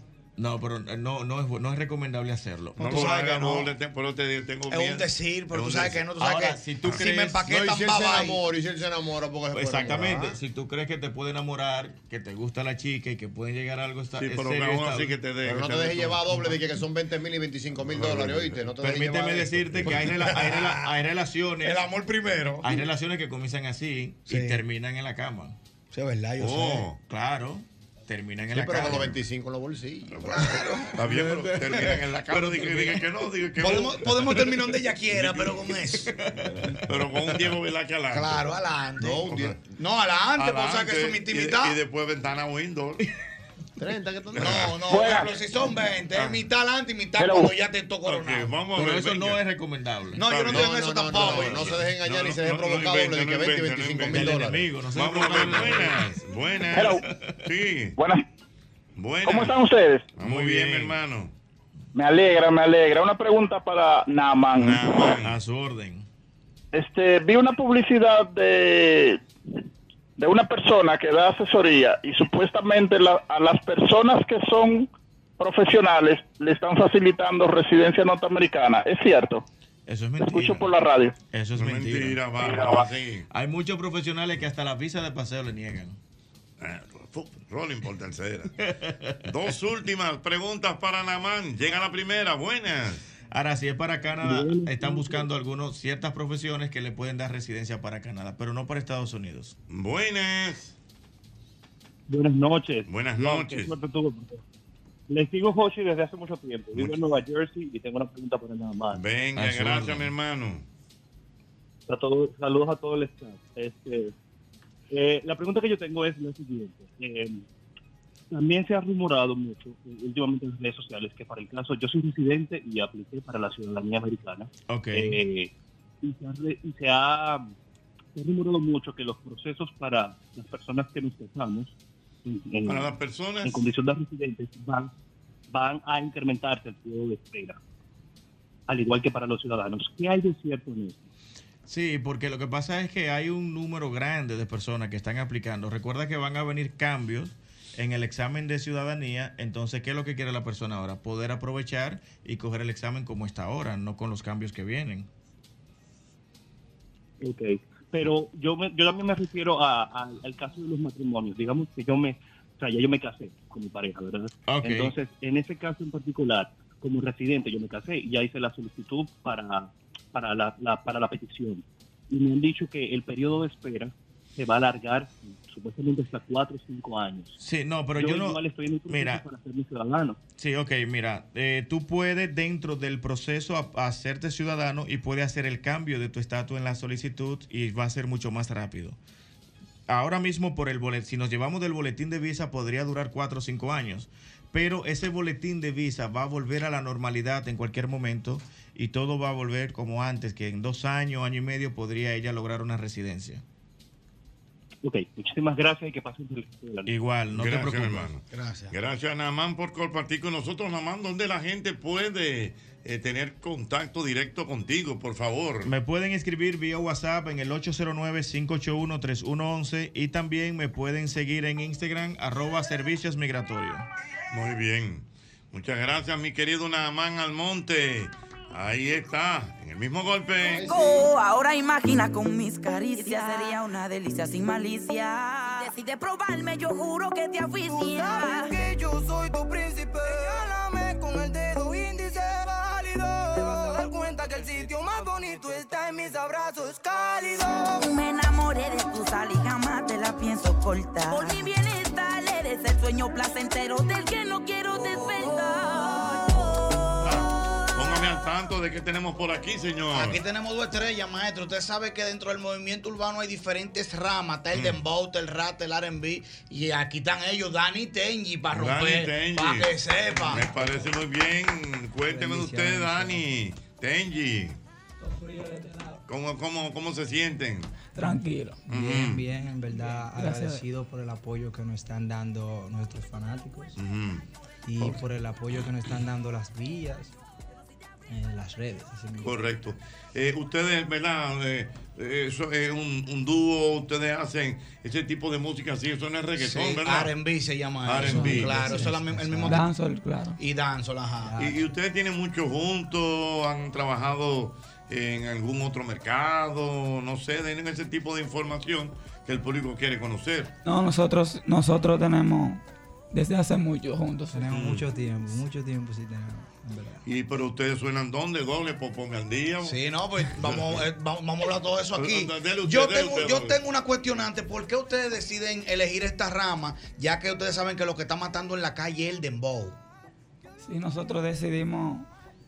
No, pero eh, no, no, es, bu- no es recomendable hacerlo.
No lo hagas, no le te- pero te digo, tengo
Es
miedo.
un decir,
Es
pero tú
un
sabes
decir.
que no, tú sabes
Ahora,
que
si tú
me
crees-
No,
empaquetan
y si él se
baba ahí.
enamora, y si él se enamora, porque se puede Ah.
Exactamente.
enamorar.
Si tú crees que te puede enamorar, que te gusta la chica y que pueden llegar a algo esta-
Sí, pero
serio,
aún
estable.
así que te deje, Pero no que te te dejes deje llevar todo. doble de que- que son 20 mil y 25 mil dólares, oíste, no te dejes
Permíteme
llevar de eso.
decirte que hay, rela- hay rela- hay relaciones.
El amor
primero.
Hay relaciones que comienzan así y terminan en la cama.
Sí, es verdad, yo
Oh, claro. Terminan en
Sí,
la
pero
cama.
con los 25 en los bolsillos.
Está
bien, pero terminan en la cama.
Pero
Dije- dije que no, dije que
Podemos,
no.
podemos terminar donde ella quiera, pero con eso.
Pero con un Diego Velázquez adelante.
Claro, adelante.
Ah, No, un die-
No, adelante, pues, o sea, que eso es mi
Y de-
intimidad.
Y, después ventana window.
30, que tú
No, no,
Fuera.
pero si son 20, es mitad adelante y mitad
Hello.
cuando ya te tocó
Ok, vamos a
Pero
ver,
eso
venga.
no es recomendable.
No, yo no estoy en eso tampoco.
no, no se dejen engañar
No,
y se dejen
no, no
provocar doble de
inventen,
que
no
20 y
inventen,
25
no
mil
inventen.
dólares.
Del enemigo, no se
Vamos a ver, buenas, buenas.
Hello.
Sí.
Buenas.
Buenas.
¿Cómo están ustedes?
Muy bien, mi hermano.
Me alegra, me alegra. Una pregunta para Naman.
A su orden.
Este, vi una publicidad de, de una persona que da asesoría y supuestamente la- a las personas que son profesionales le están facilitando residencia norteamericana. ¿Es cierto?
Eso es mentira.
Escucho por la radio.
Eso es mentira.
Bárbara,
va.
sí.
Hay muchos profesionales que hasta la visa de paseo le niegan.
Eh, fu- Rolling por tercera. Dos últimas preguntas para Namán. Llega la primera. Buenas.
Ahora, si es para Canadá, están buscando algunos, ciertas profesiones que le pueden dar residencia para Canadá, pero no para Estados Unidos.
Buenas.
Buenas noches.
Buenas
Wow,
noches.
qué suerte tuve. Les sigo Hoshi desde hace mucho tiempo. Vivo en Nueva Jersey y tengo una pregunta para nada más.
Venga,
A su
gracias,
orden.
mi hermano.
A todo- saludos a todo el staff. Este, eh, la pregunta que yo tengo es la siguiente. Eh, también se ha rumorado mucho eh, últimamente en las redes sociales que para el caso yo soy residente y apliqué para la ciudadanía americana.
Ok.
Eh, y se ha, re- y se ha- se ha rumorado mucho que los procesos para las personas que nos casamos en- en-
Para las personas.
en condición de residentes van, van a incrementarse el periodo de espera, al igual que para los ciudadanos. ¿Qué hay de cierto en esto?
Sí, porque lo que pasa es que hay un número grande de personas que están aplicando. Recuerda que van a venir cambios en el examen de ciudadanía. Entonces, ¿qué es lo que quiere la persona ahora? Poder aprovechar y coger el examen como está ahora, no con los cambios que vienen.
Ok, pero yo, me- yo también me refiero a- a- al caso de los matrimonios. Digamos que yo me, o sea, ya yo me casé con mi pareja, ¿verdad?
Ah, Ok.
Entonces, en ese caso en particular, como residente, yo me casé y ya hice la solicitud para, para, la, la- para la petición. Y me han dicho que el periodo de espera se va a alargar supuestamente hasta cuatro o cinco años.
Sí, no, pero yo, no.
igual estoy en el proceso
mira.
para ser mi ciudadano.
Sí, ok, mira, eh, tú puedes dentro del proceso a- hacerte ciudadano y puedes hacer el cambio de tu estatus en la solicitud y va a ser mucho más rápido. ahora mismo por el boletín, si nos llevamos del boletín de visa podría durar 4 o 5 años, pero ese boletín de visa va a volver a la normalidad en cualquier momento y todo va a volver como antes, que en dos años, año y medio podría ella lograr una residencia.
Ok, muchísimas gracias y que pasen feliz día de la noche.
Igual,
no te Gracias, preocupes. hermano.
Gracias.
Gracias, Namán, por compartir con nosotros. Namán, donde la gente puede eh, tener contacto directo contigo, por favor?
Me pueden escribir vía WhatsApp en el 809-581-3111 y también me pueden seguir en Instagram arroba servicios migratorios.
Muy bien. Muchas gracias, mi querido Namán Almonte. Ahí está, en el mismo golpe.
Oh, ahora imagina con mis caricias sería una delicia sin malicia. Si decides probarme, yo juro que te aficia.
Sabes que yo soy tu príncipe. Señálame con el dedo índice válido. Te vas a dar cuenta que el sitio más bonito está en mis abrazos cálidos.
Me enamoré de tu sal y jamás te la pienso cortar. Por mi bienestar eres el sueño placentero del que no quiero despertar.
Póngame al tanto de qué tenemos por aquí, señor.
Aquí tenemos dos estrellas, maestro. Usted sabe que dentro del movimiento urbano hay diferentes
Mm.
ramas. Está el dembow, está el rap, está el R&B. Y aquí están ellos, Dani y Tenji, para
Dani
romper.
Tenji.
Para que sepa.
Me parece muy bien. Cuénteme de usted, Dani. Tenji.
este
¿Cómo, cómo, ¿Cómo se sienten?
Tranquilo. Bien,
Ujú.
bien, en verdad
Gracias.
agradecido por el apoyo que nos están dando nuestros fanáticos
Ujú.
y por el apoyo que nos están dando las vías, eh, las redes. así mismo.
Correcto. Eh, ustedes, ¿verdad? Eh, eh, eso es un, un dúo, ustedes hacen ese tipo de música así, eso no es reggaetón,
Sí,
¿verdad?
R&B se llama eso.
R&B.
Claro, eso es la mi- el mismo.
Dancehall, claro.
Y dancehall, ajá.
Y, y ustedes tienen mucho juntos, han trabajado en algún otro mercado, no sé, tienen ese tipo de información que el público quiere conocer.
No, nosotros, nosotros tenemos desde hace mucho juntos. Tenemos
Mm.
mucho tiempo, mucho tiempo sí tenemos, en verdad.
Y pero ustedes suenan donde, doble, pues pongan día.
Sí, no, pues vamos, eh, vamos, vamos a hablar todo eso aquí.
Dele usted,
yo,
dele
tengo,
usted, pues.
yo
dele.
tengo una cuestionante. ¿Por qué ustedes deciden elegir esta rama? Ya que ustedes saben que lo que está matando en la calle es el dembow.
Sí, nosotros decidimos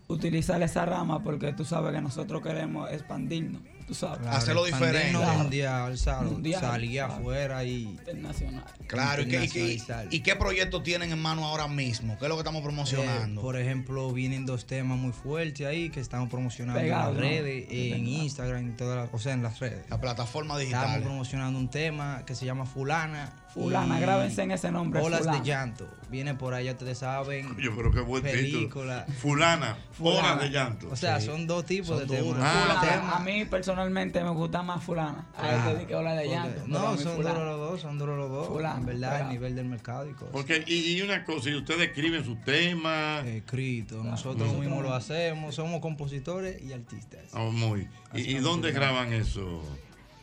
utilizar esa rama porque tú sabes que nosotros queremos expandirnos, tú sabes.
Claro, Hacerlo diferente.
expandirnos
Mundial,
sal-
salí
afuera y... Internacional.
Claro, ¿y qué, y qué- y qué proyectos tienen en mano ahora mismo? ¿Qué es lo que estamos promocionando?
Eh, por ejemplo, vienen dos temas muy fuertes ahí que estamos promocionando
Pegado,
en
¿no?
las redes,
Pegado.
en Instagram, en todas las- o sea, en las redes.
La plataforma
digital.
Estamos promocionando un tema que se llama Fulana.
Fulana,
y
grábense en ese nombre,
Olas
Fulana.
de llanto. Viene por ahí, ya ustedes saben.
Yo creo que buen título.
película.
Fulana, Olas de llanto.
O sea,
Sí.
son dos tipos
Son
de
duros.
temas.
Fulana.
Un tema-
A mí personalmente me gusta más fulana.
Ah.
A este de que habla de
Porque-
llanto. pero a
No,
mí
son
fulana.
duros los dos, son duros los dos.
Fulana,
en verdad,
pegado.
el nivel del mercado y cosas.
Porque, y, y una cosa, y ustedes escriben sus temas. Ah,
Escrito, Nosotros mismos lo hacemos, somos compositores y artistas.
Ah, Oh, muy. ¿Y, y dónde graban eso?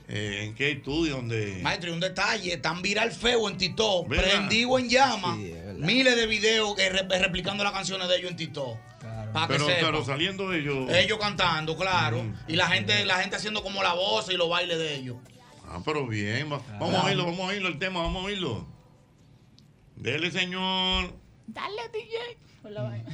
Eh, ¿En qué estudio? ¿Dónde?
Maestro, y un detalle, tan viral feo en Tito,
¿Verdad?
prendido en llama, miles de videos que re- replicando las canciones de ellos en Tito. Pa' que
Pero,
sepa.
pero saliendo ellos.
Ellos cantando, claro. Y la gente, la gente haciendo como la voz y los bailes de ellos.
Ah, pero bien. va- Vamos a oírlo, vamos a oírlo el tema, vamos a oírlo. Dele, señor.
Dale, DJ.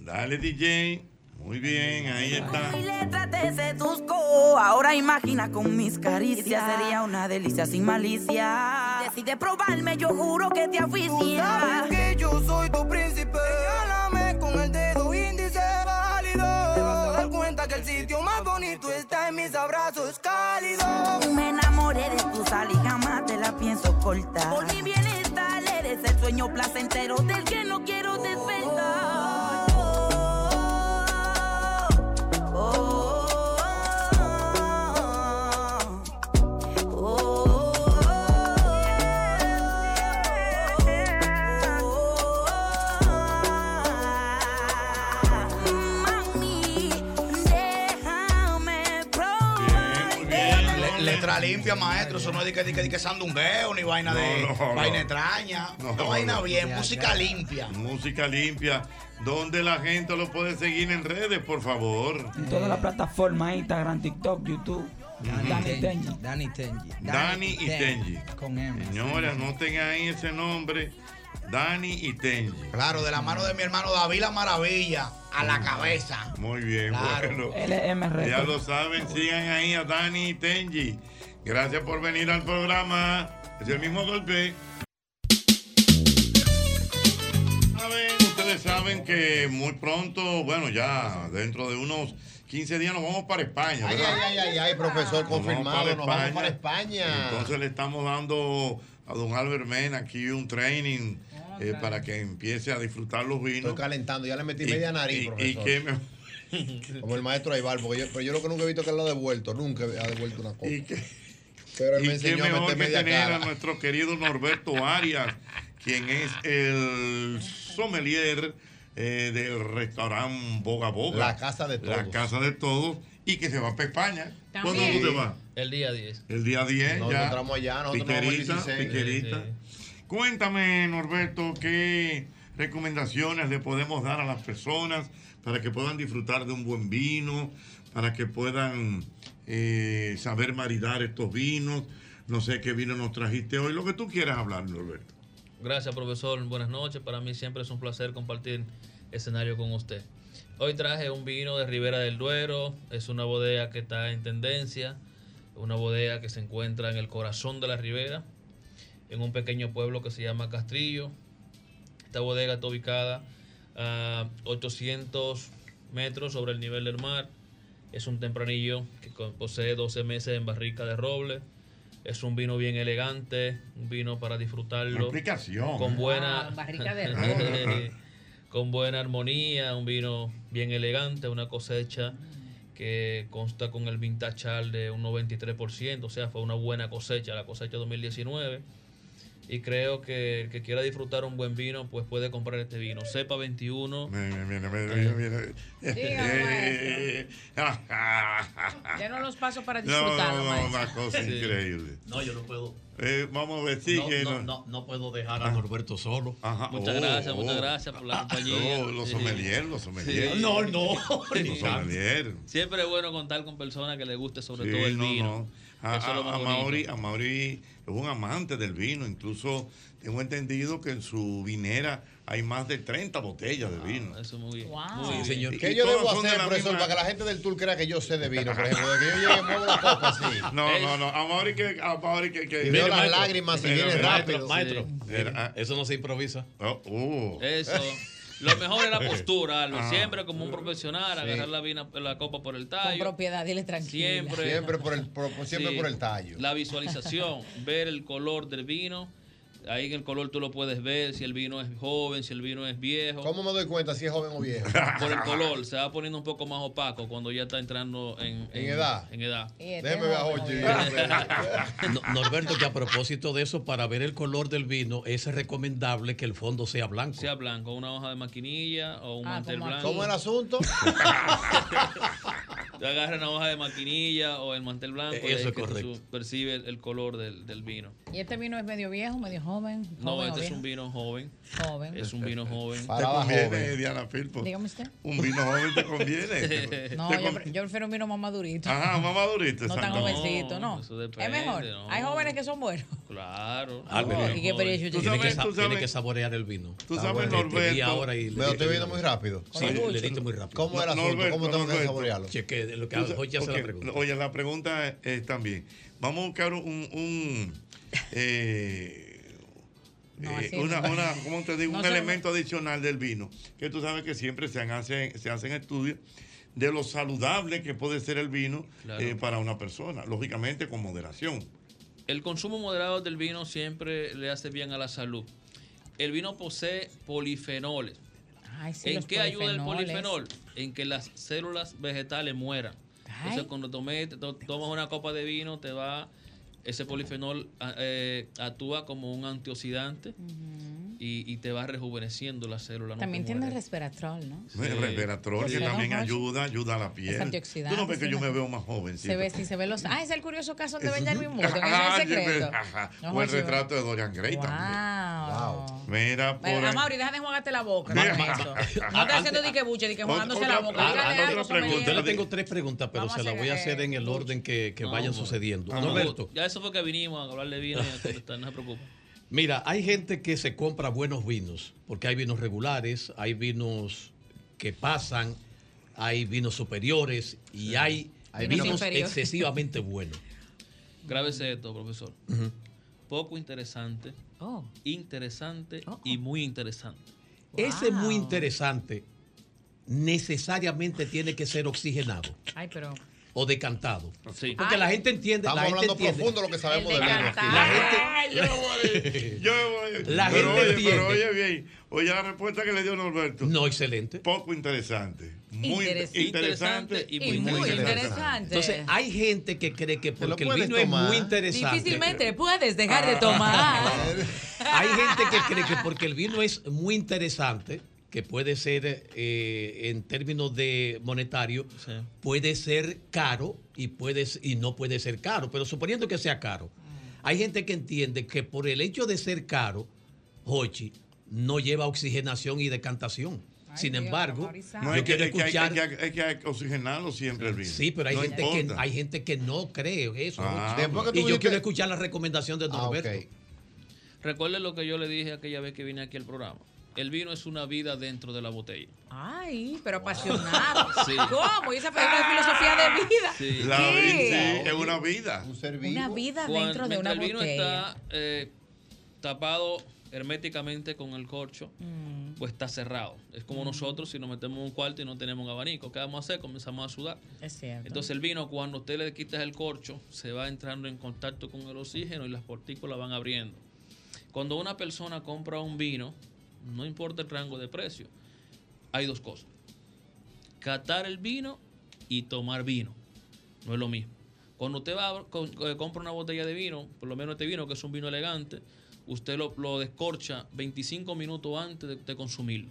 Dale, DJ. Muy bien, ahí está.
letras te seduzco. Ahora imagina con mis caricias. Sería una delicia sin malicia. Decide probarme, yo juro que te aficia.
Sabes que yo soy tu príncipe. Señálame con el dedo índice válido. Te vas a dar cuenta que el sitio más bonito está en mis abrazos cálidos.
Me enamoré de tu sal y jamás te la pienso cortar. Por mi bienestar eres el sueño placentero del que no quiero despertar.
Le- letra limpia, maestro. Eso no es de que, de que, de que sandungueo ni vaina de
No, no, no.
vaina extraña.
No,
Una vaina
no.
bien, música limpia.
Música limpia. ¿Dónde la gente lo puede seguir en redes, por favor?
En todas las plataformas, Instagram, TikTok, YouTube.
Dani
Dani
Tenji.
Tenji. Dani Tenji.
Dani y Tenji.
Con M.
Señores, anoten ahí ese nombre. Dani y Tenji.
Claro, de la mano de mi hermano David la Maravilla, a la
Mm.
cabeza.
Muy bien, bueno.
Claro.
LMR.
Ya lo saben, sigan ahí a Dani y Tenji. Gracias por venir al programa. Es el mismo golpe. Saben, ustedes saben que muy pronto, bueno, ya dentro de unos 15 días nos vamos para España.
Ay,
¿verdad?
ay, ay, ay, ay, profesor, confirmado, nos vamos para España.
Entonces le estamos dando a don Albert Mena aquí un training eh, para que empiece a disfrutar los vinos. Estoy
calentando, ya le metí media nariz,
Y,
profesor.
que me-
Como el maestro Aybal, porque yo, pero yo lo que nunca he visto es que él lo ha devuelto, nunca ha devuelto una cosa. pero él
y
me
qué
enseñó a
mejor
meter
que
media
tener
cara.
a nuestro querido Norberto Arias, quien es el sommelier eh, del restaurante Boga Boga.
La casa de todos.
La casa de todos. Y que se va para España. ¿Cuándo
También.
tú te vas?
El día 10.
El día 10.
Nos
ya.
encontramos allá, nosotros nos vamos el
Piquerita,
16.
piquerita. Cuéntame, Norberto, qué recomendaciones le podemos dar a las personas para que puedan disfrutar de un buen vino, para que puedan eh, saber maridar estos vinos. No sé qué vino nos trajiste hoy, lo que tú quieras hablar, Norberto.
Gracias, profesor. Buenas noches. Para mí siempre es un placer compartir escenario con usted. Hoy traje un vino de Ribera del Duero. Es una bodega que está en tendencia. Una bodega que se encuentra en el corazón de la Ribera, en un pequeño pueblo que se llama Castrillo. Esta bodega está ubicada a 800 metros sobre el nivel del mar. Es un tempranillo que con- posee 12 meses en barrica de roble. Es un vino bien elegante, un vino para disfrutarlo.
Explicación.
¿eh?
Con
Ah,
buena.
Wow, barrica de roble.
con buena armonía, un vino bien elegante, una cosecha que consta con el vintage al de un 93%, o sea, fue una buena cosecha, la cosecha 2019. Y creo que el que quiera disfrutar un buen vino, pues puede comprar este vino. Cepa 21.
Mira, mira, mira, mira, mira. Eh,
Ya no los paso para
Ah. no,
disfrutarlo,
no,
maestro.
una cosa
Sí.
increíble.
No, yo no puedo.
Eh, vamos a ver, sí,
no,
que
no,
no-
no- no puedo dejar a Norberto solo.
Muchas gracias, muchas gracias por la compañía.
no, los
Sí.
sommeliers, los sommeliers.
No, no,
Sí.
Los sommeliers.
Siempre es bueno contar con personas que les guste sobre
Sí,
todo el
no,
vino.
no. A,
Eso es lo
a-
más
a Mauri,
bonito.
a Mauri es un amante del vino. Incluso tengo entendido que en su vinera hay más de 30 botellas de vino.
Ah, Eso muy bien.
Muy bien. Y-
¿Qué
Ah. y
yo
todas
debo
son de
hacer,
la
profesor,
misma-
para que la gente del tour crea que yo sé de vino, por ejemplo? De que yo llegue, muevo la copa así.
No, no, no. A Mauri que. A Mauri que, que
Y veo las lágrimas y viene rápido.
Maestro,
Sí.
mira, eso no se improvisa.
Eso. Lo mejor es la postura, Albert.
Ah.
Siempre como un profesional, agarrar la, vina- la copa por el
Con
tallo.
propiedad, dile tranquilo.
Siempre.
Siempre por el, por- por- siempre
Sí.
por el tallo.
La visualización, ver el color del vino. Ahí en el color tú lo puedes ver, si el vino es joven, si el vino es viejo.
¿Cómo me doy cuenta si es joven o viejo?
Por el color, se va poniendo un poco más opaco cuando ya está entrando en,
En edad.
En edad.
Y este Déjeme ver a joven, Jochi.
No, Norberto, que a propósito de eso, para ver el color del vino, es recomendable que el fondo sea blanco.
sea blanco, una hoja de maquinilla o un
Ah,
mantel
como aquí.
blanco.
¿Cómo el asunto?
Te agarra una hoja de maquinilla o el mantel blanco.
Eso
y ahí
es
que tú
correcto.
su- percibe el, el color del, del vino.
¿Y este vino es medio viejo, medio joven?
No,
joven o
este es
viejo?
un vino joven.
Joven.
Es un vino joven.
Parada conviene, joven. Diana Filpo.
Dígame usted.
Un vino joven te conviene.
No,
Te
yo,
con-
pre- yo prefiero un vino más madurito.
Ajá, más madurito,
No tan
exacto.
jovencito, no.
No, eso depende,
es mejor.
no.
Hay jóvenes que son buenos.
Claro.
Ah,
Albert,
No, y qué perecho
Ah, tiene,
tiene.
que
Tú
sa-
sabes-
tiene que saborear el vino.
Tú
Está
sabes,
bueno. Te vi
Norberto.
ahora y le-
Me lo estoy
le-
viendo muy rápido.
Sí,
Oye,
le diste muy rápido.
¿Cómo era el asunto? ¿Cómo tengo que saborearlo?
Cheque, de lo que
Tú sa-
Jorge hace
ok,
la pregunta.
Oye, la pregunta es, es también. Vamos a buscar un. un eh,
No,
eh,
así
una,
no.
una- ¿cómo te digo?
No
un
se lo-
elemento adicional del vino. Que tú sabes que siempre se han- hacen, se hacen estudios de lo saludable que puede ser el vino
Claro.
eh, para una persona. Lógicamente con moderación.
El consumo moderado del vino siempre le hace bien a la salud. El vino posee polifenoles.
Ay, sí,
¿En
los
qué ayuda el
polifenoles.
polifenol? En que las células vegetales mueran. Entonces, cuando tomé- te to- tomas una copa de vino, te va. Ese polifenol a- eh, actúa como un antioxidante y, y te va rejuveneciendo la célula. no
También
te
tiene
mueres.
resveratrol, ¿no?
¿no? El
Pues
resveratrol que
Sí.
también ayuda, ayuda a la piel.
antioxidante,
Tú no ves que
sí,
yo
no.
me veo más joven.
Se ve, sí, se ve los. Ah, es el curioso caso de Benjamin Morton. Eso es
Ajá,
el secreto.
Ah, ajá.
No,
o el
Jorge.
retrato de Dorian Gray también.
Wow.
Mira, por
Bueno,
ahí-
Mauri, deja de jugarte la boca.
Mira.
con eso. No
ah,
estás haciendo dique buche, dique jugándose la boca.
Ah,
Dígale
ah,
algo,
otra pregunta.
sommelier.
Yo le tengo tres preguntas, pero
Vamos
se
a
las voy a
hacer,
hacer en el orden que,
Ah,
que vayan sucediendo.
No,
Norberto,
Ya eso fue que vinimos a hablar de vino, y a contestar, no se preocupe.
mira, hay gente que se compra buenos vinos, porque hay vinos regulares, hay vinos que pasan, hay vinos superiores y hay
Hay vinos
vinos
inferiores.
excesivamente buenos.
Grábese esto, profesor.
Ujú.
Poco interesante,
Oh.
interesante y muy interesante.
Ese muy interesante necesariamente tiene que ser oxigenado
Ay, pero.
o decantado.
Sí.
Porque la gente entiende.
Estamos
la gente
hablando
entiende-
profundo lo que sabemos
El
de Venus.
decantado.
aquí.
La gente-
Yo me voy.
La
pero
gente
oye,
entiende.
Pero oye bien, oye la respuesta que le dio Norberto.
No, excelente.
Poco interesante. Muy
Interes-
interesante, y muy, interesante.
interesante.
Entonces, hay gente que cree que porque el
puedes
vino
tomar.
es muy interesante.
Difícilmente puedes dejar
Ah.
de tomar.
Hay gente que cree que porque el vino es muy interesante, que puede ser eh, en términos de monetario, puede ser caro y, puede, ser- y no puede ser caro, pero suponiendo que sea caro. Hay gente que entiende que por el hecho de ser caro, Hochi no lleva oxigenación y decantación. Sin embargo, yo
No, es que,
quiero
es que hay,
escuchar...
hay que, hay que- hay que oxigenarlo siempre el vino.
Sí, pero hay,
No
gente, que,
importa.
hay gente que no cree eso.
Ah,
Hochi.
Después que tú
y yo
dijiste-
quiero escuchar la recomendación de Norberto.
Recuerde lo que yo le dije aquella vez que vine aquí al programa. El vino es una vida dentro de la botella.
Ay, pero apasionado.
Sí.
¿Cómo? Y esa es una filosofía de vida.
La
¿Qué?
vida sí, es una vida.
Un ser
Una vida
Cuando-
dentro de una
mientras el vino
botella.
está eh, tapado herméticamente con el corcho, pues está cerrado. Es
Mm.
como nosotros si nos metemos en un cuarto y no tenemos un abanico. ¿Qué vamos a hacer? Comenzamos a sudar.
Es cierto.
Entonces el vino, cuando usted le quitas el corcho, se va entrando en contacto con el oxígeno y las partículas van abriendo. Cuando una persona compra un vino, no importa el rango de precio, hay dos cosas. Catar el vino y tomar vino. No es lo mismo. Cuando usted va a con- eh, compra una botella de vino, por lo menos este vino, que es un vino elegante, usted lo, lo descorcha 25 minutos antes de, de consumirlo.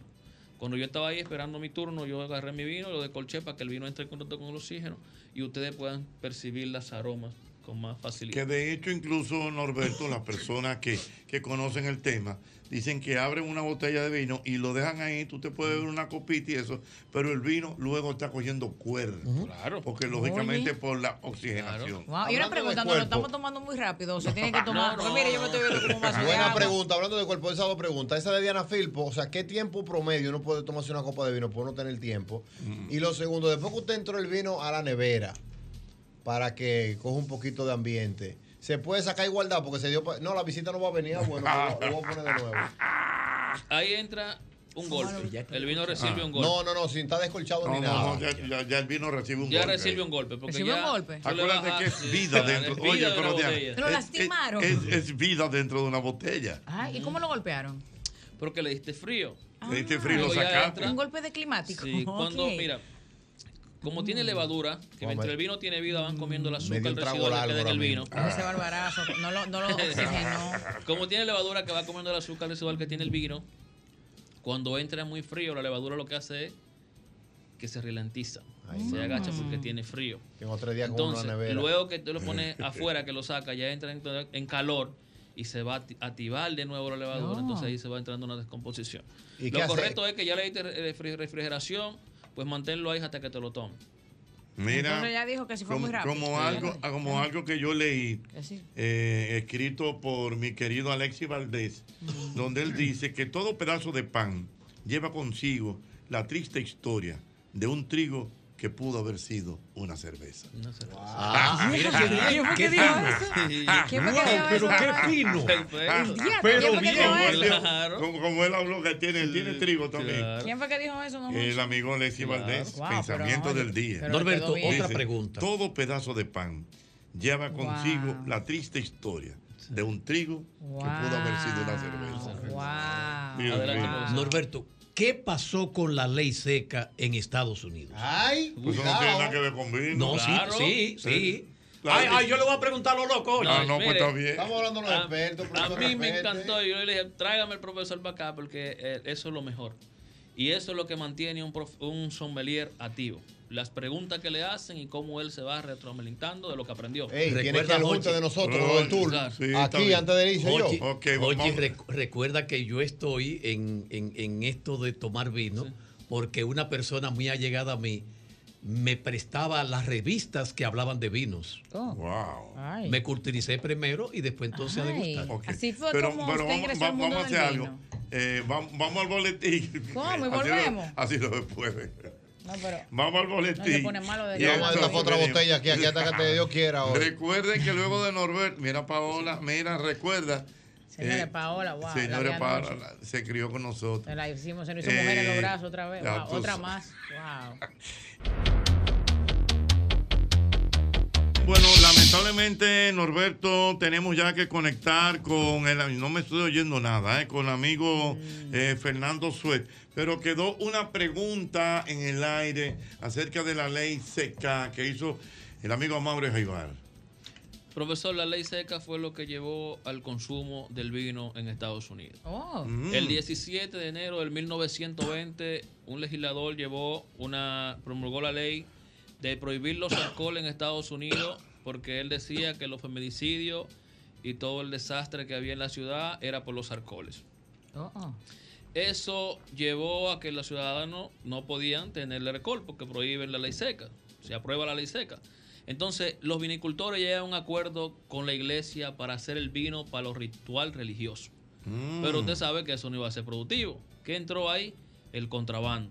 Cuando yo estaba ahí esperando mi turno, yo agarré mi vino, lo descorché para que el vino entre en contacto con el oxígeno y ustedes puedan percibir las aromas con más facilidad.
Que de hecho, incluso Norberto, las personas que, que conocen el tema, dicen que abren una botella de vino y lo dejan ahí, tú te puedes beber una copita y eso, pero el vino luego está cogiendo cuerda.
Claro.
Porque lógicamente por la oxigenación.
Wow, Y una pregunta, ¿no lo estamos tomando muy rápido? o ¿Se tiene que tomar? Porque mire, yo me estoy viendo como más
Ah, Buena pregunta, hablando de cuerpo, esas dos preguntas. Esa de Diana Filpo, o sea, ¿qué tiempo promedio uno puede tomarse una copa de vino por no tener tiempo?
Mm.
Y lo segundo, después que usted entró el vino a la nevera para que coja un poquito de ambiente, ¿se puede sacar igualdad? Porque se dio. pa- No, la visita no va a venir, ah, bueno, lo, lo voy a poner de nuevo.
Ahí entra un golpe. El vino recibe
Ah.
un golpe.
No, no, no, sin estar descolchado
No,
ni
no,
nada.
no, ya, ya- ya el vino recibe un
Ya
golpe.
recibe
ahí.
un golpe. Porque
Recibe
ya
un golpe.
tú le vas
Acuérdate
a-
que
sí,
es vida
claro,
dentro.
es vida
Oye,
de
pero
una
Diana,
botella.
Lo
es-
lastimaron.
Es, es vida dentro de una botella.
Ay, ¿y cómo lo golpearon?
Porque le diste frío.
Le diste Este frío y lo
Ah.
Luego ya
sacaste.
entra-
Un golpe de climático.
Sí, cuando,
Ok.
mira, como tiene
Mm.
levadura, que
Vamos a
mientras
ver.
el vino tiene vida van comiendo el
Me
azúcar,
dio
el
un trago
residuo que
largo
queda en el
ahora
vino.
mismo. Ah.
Ese barbarazo. No lo, no lo oxigenó.
Como tiene levadura que va comiendo el azúcar residual que tiene el vino, cuando entra muy frío, la levadura lo que hace es que se ralentiza, se
mamá.
agacha
Mm.
porque tiene frío.
Tengo tres días con una
Entonces,
nevera.
luego que tú lo pones afuera, que lo saca, ya entra en, en calor y se va a ati- activar de nuevo la levadura,
No.
entonces ahí se va entrando una descomposición.
¿Y qué
Lo
hace?
correcto es que ya le diste re- refri- refrigeración, pues manténlo ahí hasta que te lo tomes.
Mira,
Entonces ella dijo que si fue
como,
muy rápido.
como algo, como algo que yo leí,
Que sí.
eh, escrito por mi querido Alexis Valdés,
Mm.
donde él dice que todo pedazo de pan lleva consigo la triste historia de un trigo que pudo haber sido una cerveza.
Ah, mira qué bien, ¿Quién fue qué que dijo fino. eso?
Sí.
¿Quién fue que dijo
pero
eso?
qué fino.
Perfecto.
Ah,
Pero ¿quién fue que dijo
como
eso?
él- Como, como él habló que tiene, tiene trigo también.
¿Quién fue que dijo eso? No,
El amigo Alexis Valdés,
Wow,
pensamiento
pero,
del día.
pero le Norberto, quedó bien. otra
pregunta.
Todo pedazo de pan lleva
Wow.
consigo la triste historia de un trigo que pudo haber sido una cerveza.
Ah,
Dios
Adelante,
mío.
profesor. Norberto, ¿qué pasó con la ley seca en Estados Unidos?
Ay,
Pues eso no tiene nada que ver con vino.
No, sí,
Claro.
sí, sí.
Claro.
Ay, ay, yo le voy a preguntar a los locos. oye.
Ah, no, pues está bien.
Estamos hablando de los
Ah,
expertos,
A
profesor
mí me
Rafete.
encantó. y Yo le dije, tráigame el profesor para acá porque eh, eso es lo mejor. Y eso es lo que mantiene un, prof- un sommelier activo. Las preguntas que le hacen y cómo él se va retroalimentando de lo que aprendió.
Ey, tiene que ir junto de nosotros,
Oye,
lo del tour. Aquí, antes de irse yo.
Oye, oye, rec- recuerda que yo estoy en, en- en esto de tomar vino porque una persona muy allegada a mí me prestaba las revistas que hablaban de vinos.
Oh. Wow.
Ay.
Me culturicé primero y después entonces a
Ay.
degustar.
Ok. Así fue como usted
vamos-
ingresó
va-
al mundo
vamos a
del
hacer
vino.
algo. Eh, vam- vamos, al boletín.
¿Cómo? Y
Así lo-
volvemos.
Así lo después.
No, pero.
Vamos al boletín.
No, se pone malo de
Y
Vamos a dar
entonces
una otra
venimos.
botella aquí, aquí hasta que te Dios
Ah.
quiera hoy.
Recuerden que luego de Norbert, mira Paola, mira, recuerda.
Señores,
eh,
Paola, wow. la
señores,
vi
Paola
anoche.
la- se crió con nosotros.
Se la hicimos, se nos hizo
Eh,
mujer en los brazos otra vez.
ya
Wow,
tú
otra
sabes.
más. Wow.
Bueno, lamentablemente, Norberto, tenemos ya que conectar con el. No me estoy oyendo nada, eh, con el amigo eh, Fernando Suez. Pero quedó una pregunta en el aire acerca de la ley seca que hizo el amigo Mauro Jaibar.
Profesor, la ley seca fue lo que llevó al consumo del vino en Estados Unidos.
Oh.
Mm.
El 17 de enero del 1920, un legislador llevó una promulgó la ley de prohibir los alcoholes en Estados Unidos porque él decía que los feminicidios y todo el desastre que había en la ciudad era por los alcoholes.
Oh, oh.
Eso llevó a que los ciudadanos no podían tener alcohol porque prohíben la ley seca. Se aprueba la ley seca. Entonces, los vinicultores llegan a un acuerdo con la iglesia para hacer el vino para los ritual religioso. Pero
Mm.
usted sabe que eso no iba a ser productivo. ¿Qué entró ahí? El contrabando.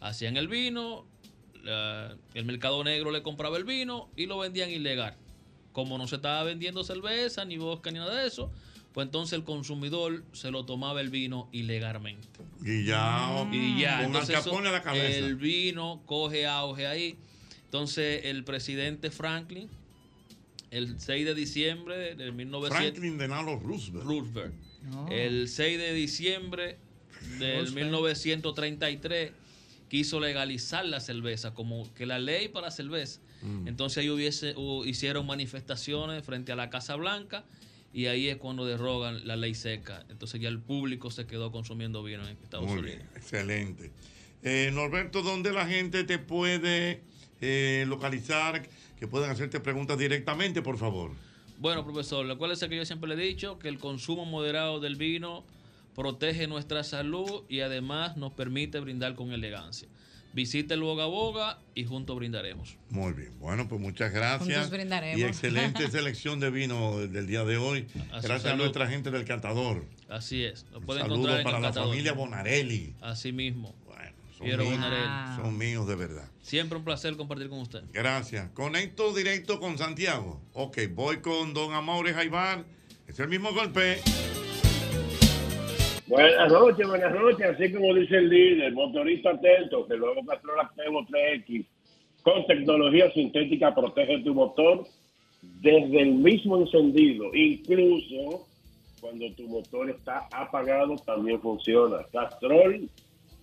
Hacían el vino, la- el mercado negro le compraba el vino y lo vendían ilegal. Como no se estaba vendiendo cerveza, ni vodka, ni nada de eso, pues entonces el consumidor se lo tomaba el vino ilegalmente.
Y ya, mm,
Y ya,
con Al
entonces eso-
Capone a la cabeza.
el vino coge auge ahí. Entonces el presidente Franklin, el 6 de diciembre de 1900...
Franklin Delano Roosevelt.
Roosevelt.
Oh.
El 6 de diciembre del
Roosevelt.
1933 quiso legalizar la cerveza, como que la ley para cerveza.
Mm.
Entonces ahí hubiese, hu- hicieron manifestaciones frente a la Casa Blanca y ahí es cuando derrogan la ley seca. Entonces ya el público se quedó consumiendo vino en Estados
Muy
Unidos.
bien, excelente. Eh, Norberto, ¿dónde la gente te puede eh, localizar? Que puedan hacerte preguntas directamente, por favor.
Bueno, profesor, acuérdese que yo siempre le he dicho que el consumo moderado del vino protege nuestra salud y además nos permite brindar con elegancia. Visite el Boga Boga y juntos brindaremos.
Muy bien, bueno, pues muchas gracias.
Juntos brindaremos.
Y excelente selección de vino del día de hoy.
A su
gracias a
salud.
nuestra gente del Cantador.
Así es. Lo pueden
Saludos
encontrar en
para
el
la
Catador.
familia Bonarelli.
Así mismo.
Bueno, Son
Piero
míos,
Bonarelli.
son míos de verdad.
Siempre un placer compartir con usted.
Gracias. Conecto directo con Santiago. Ok, voy con don Amores Jaibar. Es el mismo golpe.
Buenas noches, buenas noches. Así como dice el líder, motorista atento, que luego Catrola Evo 3X con tecnología sintética protege tu motor desde el mismo encendido. Incluso cuando tu motor está apagado también funciona. Castrol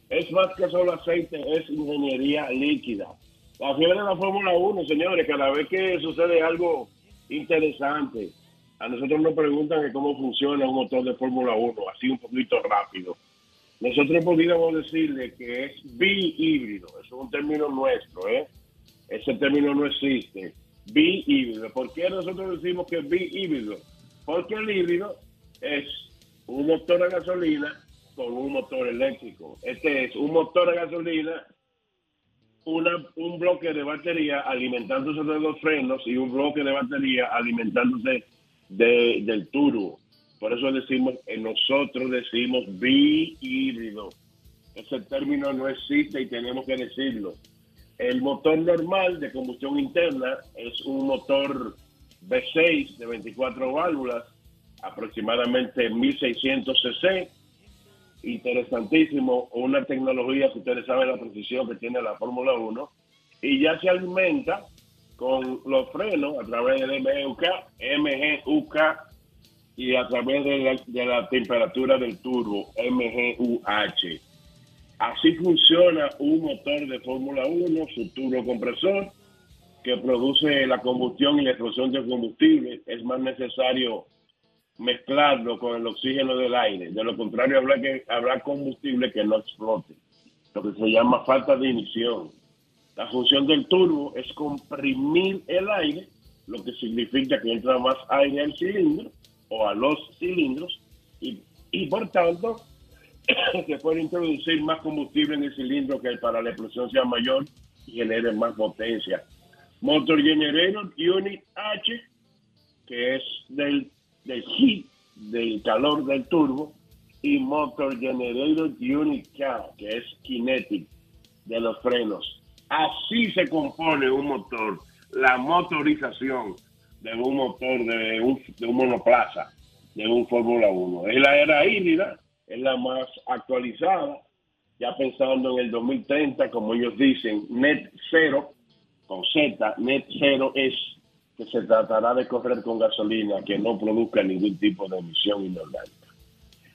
es más que solo aceite, es ingeniería líquida. La fiebre de la Fórmula 1, señores, cada vez que sucede algo interesante, a nosotros nos preguntan que cómo funciona un motor de Fórmula 1, así un poquito rápido. Nosotros podríamos decirle que es bihíbrido, eso es un término nuestro, ¿eh? Ese término no existe. Bihíbrido. ¿Por qué nosotros decimos que es bihíbrido? Porque el híbrido es un motor a gasolina con un motor eléctrico. Este es un motor a gasolina, una- un bloque de batería alimentándose de los frenos y un bloque de batería alimentándose de- del turbo. Por eso decimos, eh, nosotros decimos bihíbrido. Ese término no existe y tenemos que decirlo. El motor normal de combustión interna es un motor V6 de 24 válvulas, aproximadamente 1600 cc. Interesantísimo, una tecnología que ustedes saben la precisión que tiene la Fórmula 1. Y ya se alimenta con los frenos a través del E MGUK, MGUK y a través de la, de la temperatura del turbo, MGUH. Así funciona un motor de Fórmula 1, su turbo compresor, que produce la combustión y la explosión de combustible. Es más necesario mezclarlo con el oxígeno del aire. De lo contrario, habrá, que, habrá combustible que no explote, lo que se llama falta de ignición. La función del turbo es comprimir el aire, lo que significa que entra más aire al cilindro o a los cilindros y, y por tanto se puede introducir más combustible en el cilindro que para la explosión sea mayor y genere más potencia. Motor Generator Unit H, que es del, del heat, del calor del turbo, y Motor Generator Unit K, que es kinetic. de los frenos. Así se compone un motor, la motorización de un motor, de un, de un monoplaza, de un Fórmula 1. Es la era híbrida, es la más actualizada, ya pensando en el 2030, como ellos dicen, net cero, con Z, net cero es que se tratará de correr con gasolina que no produzca ningún tipo de emisión inorgánica.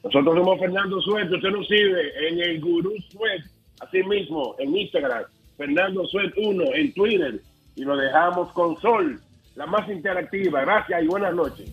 Nosotros somos Fernando Suez, usted nos sirve en el Gurú Suez, así mismo en Instagram, Fernando Suez 1 en Twitter, y lo dejamos con Sol, la más interactiva. Gracias y buenas noches.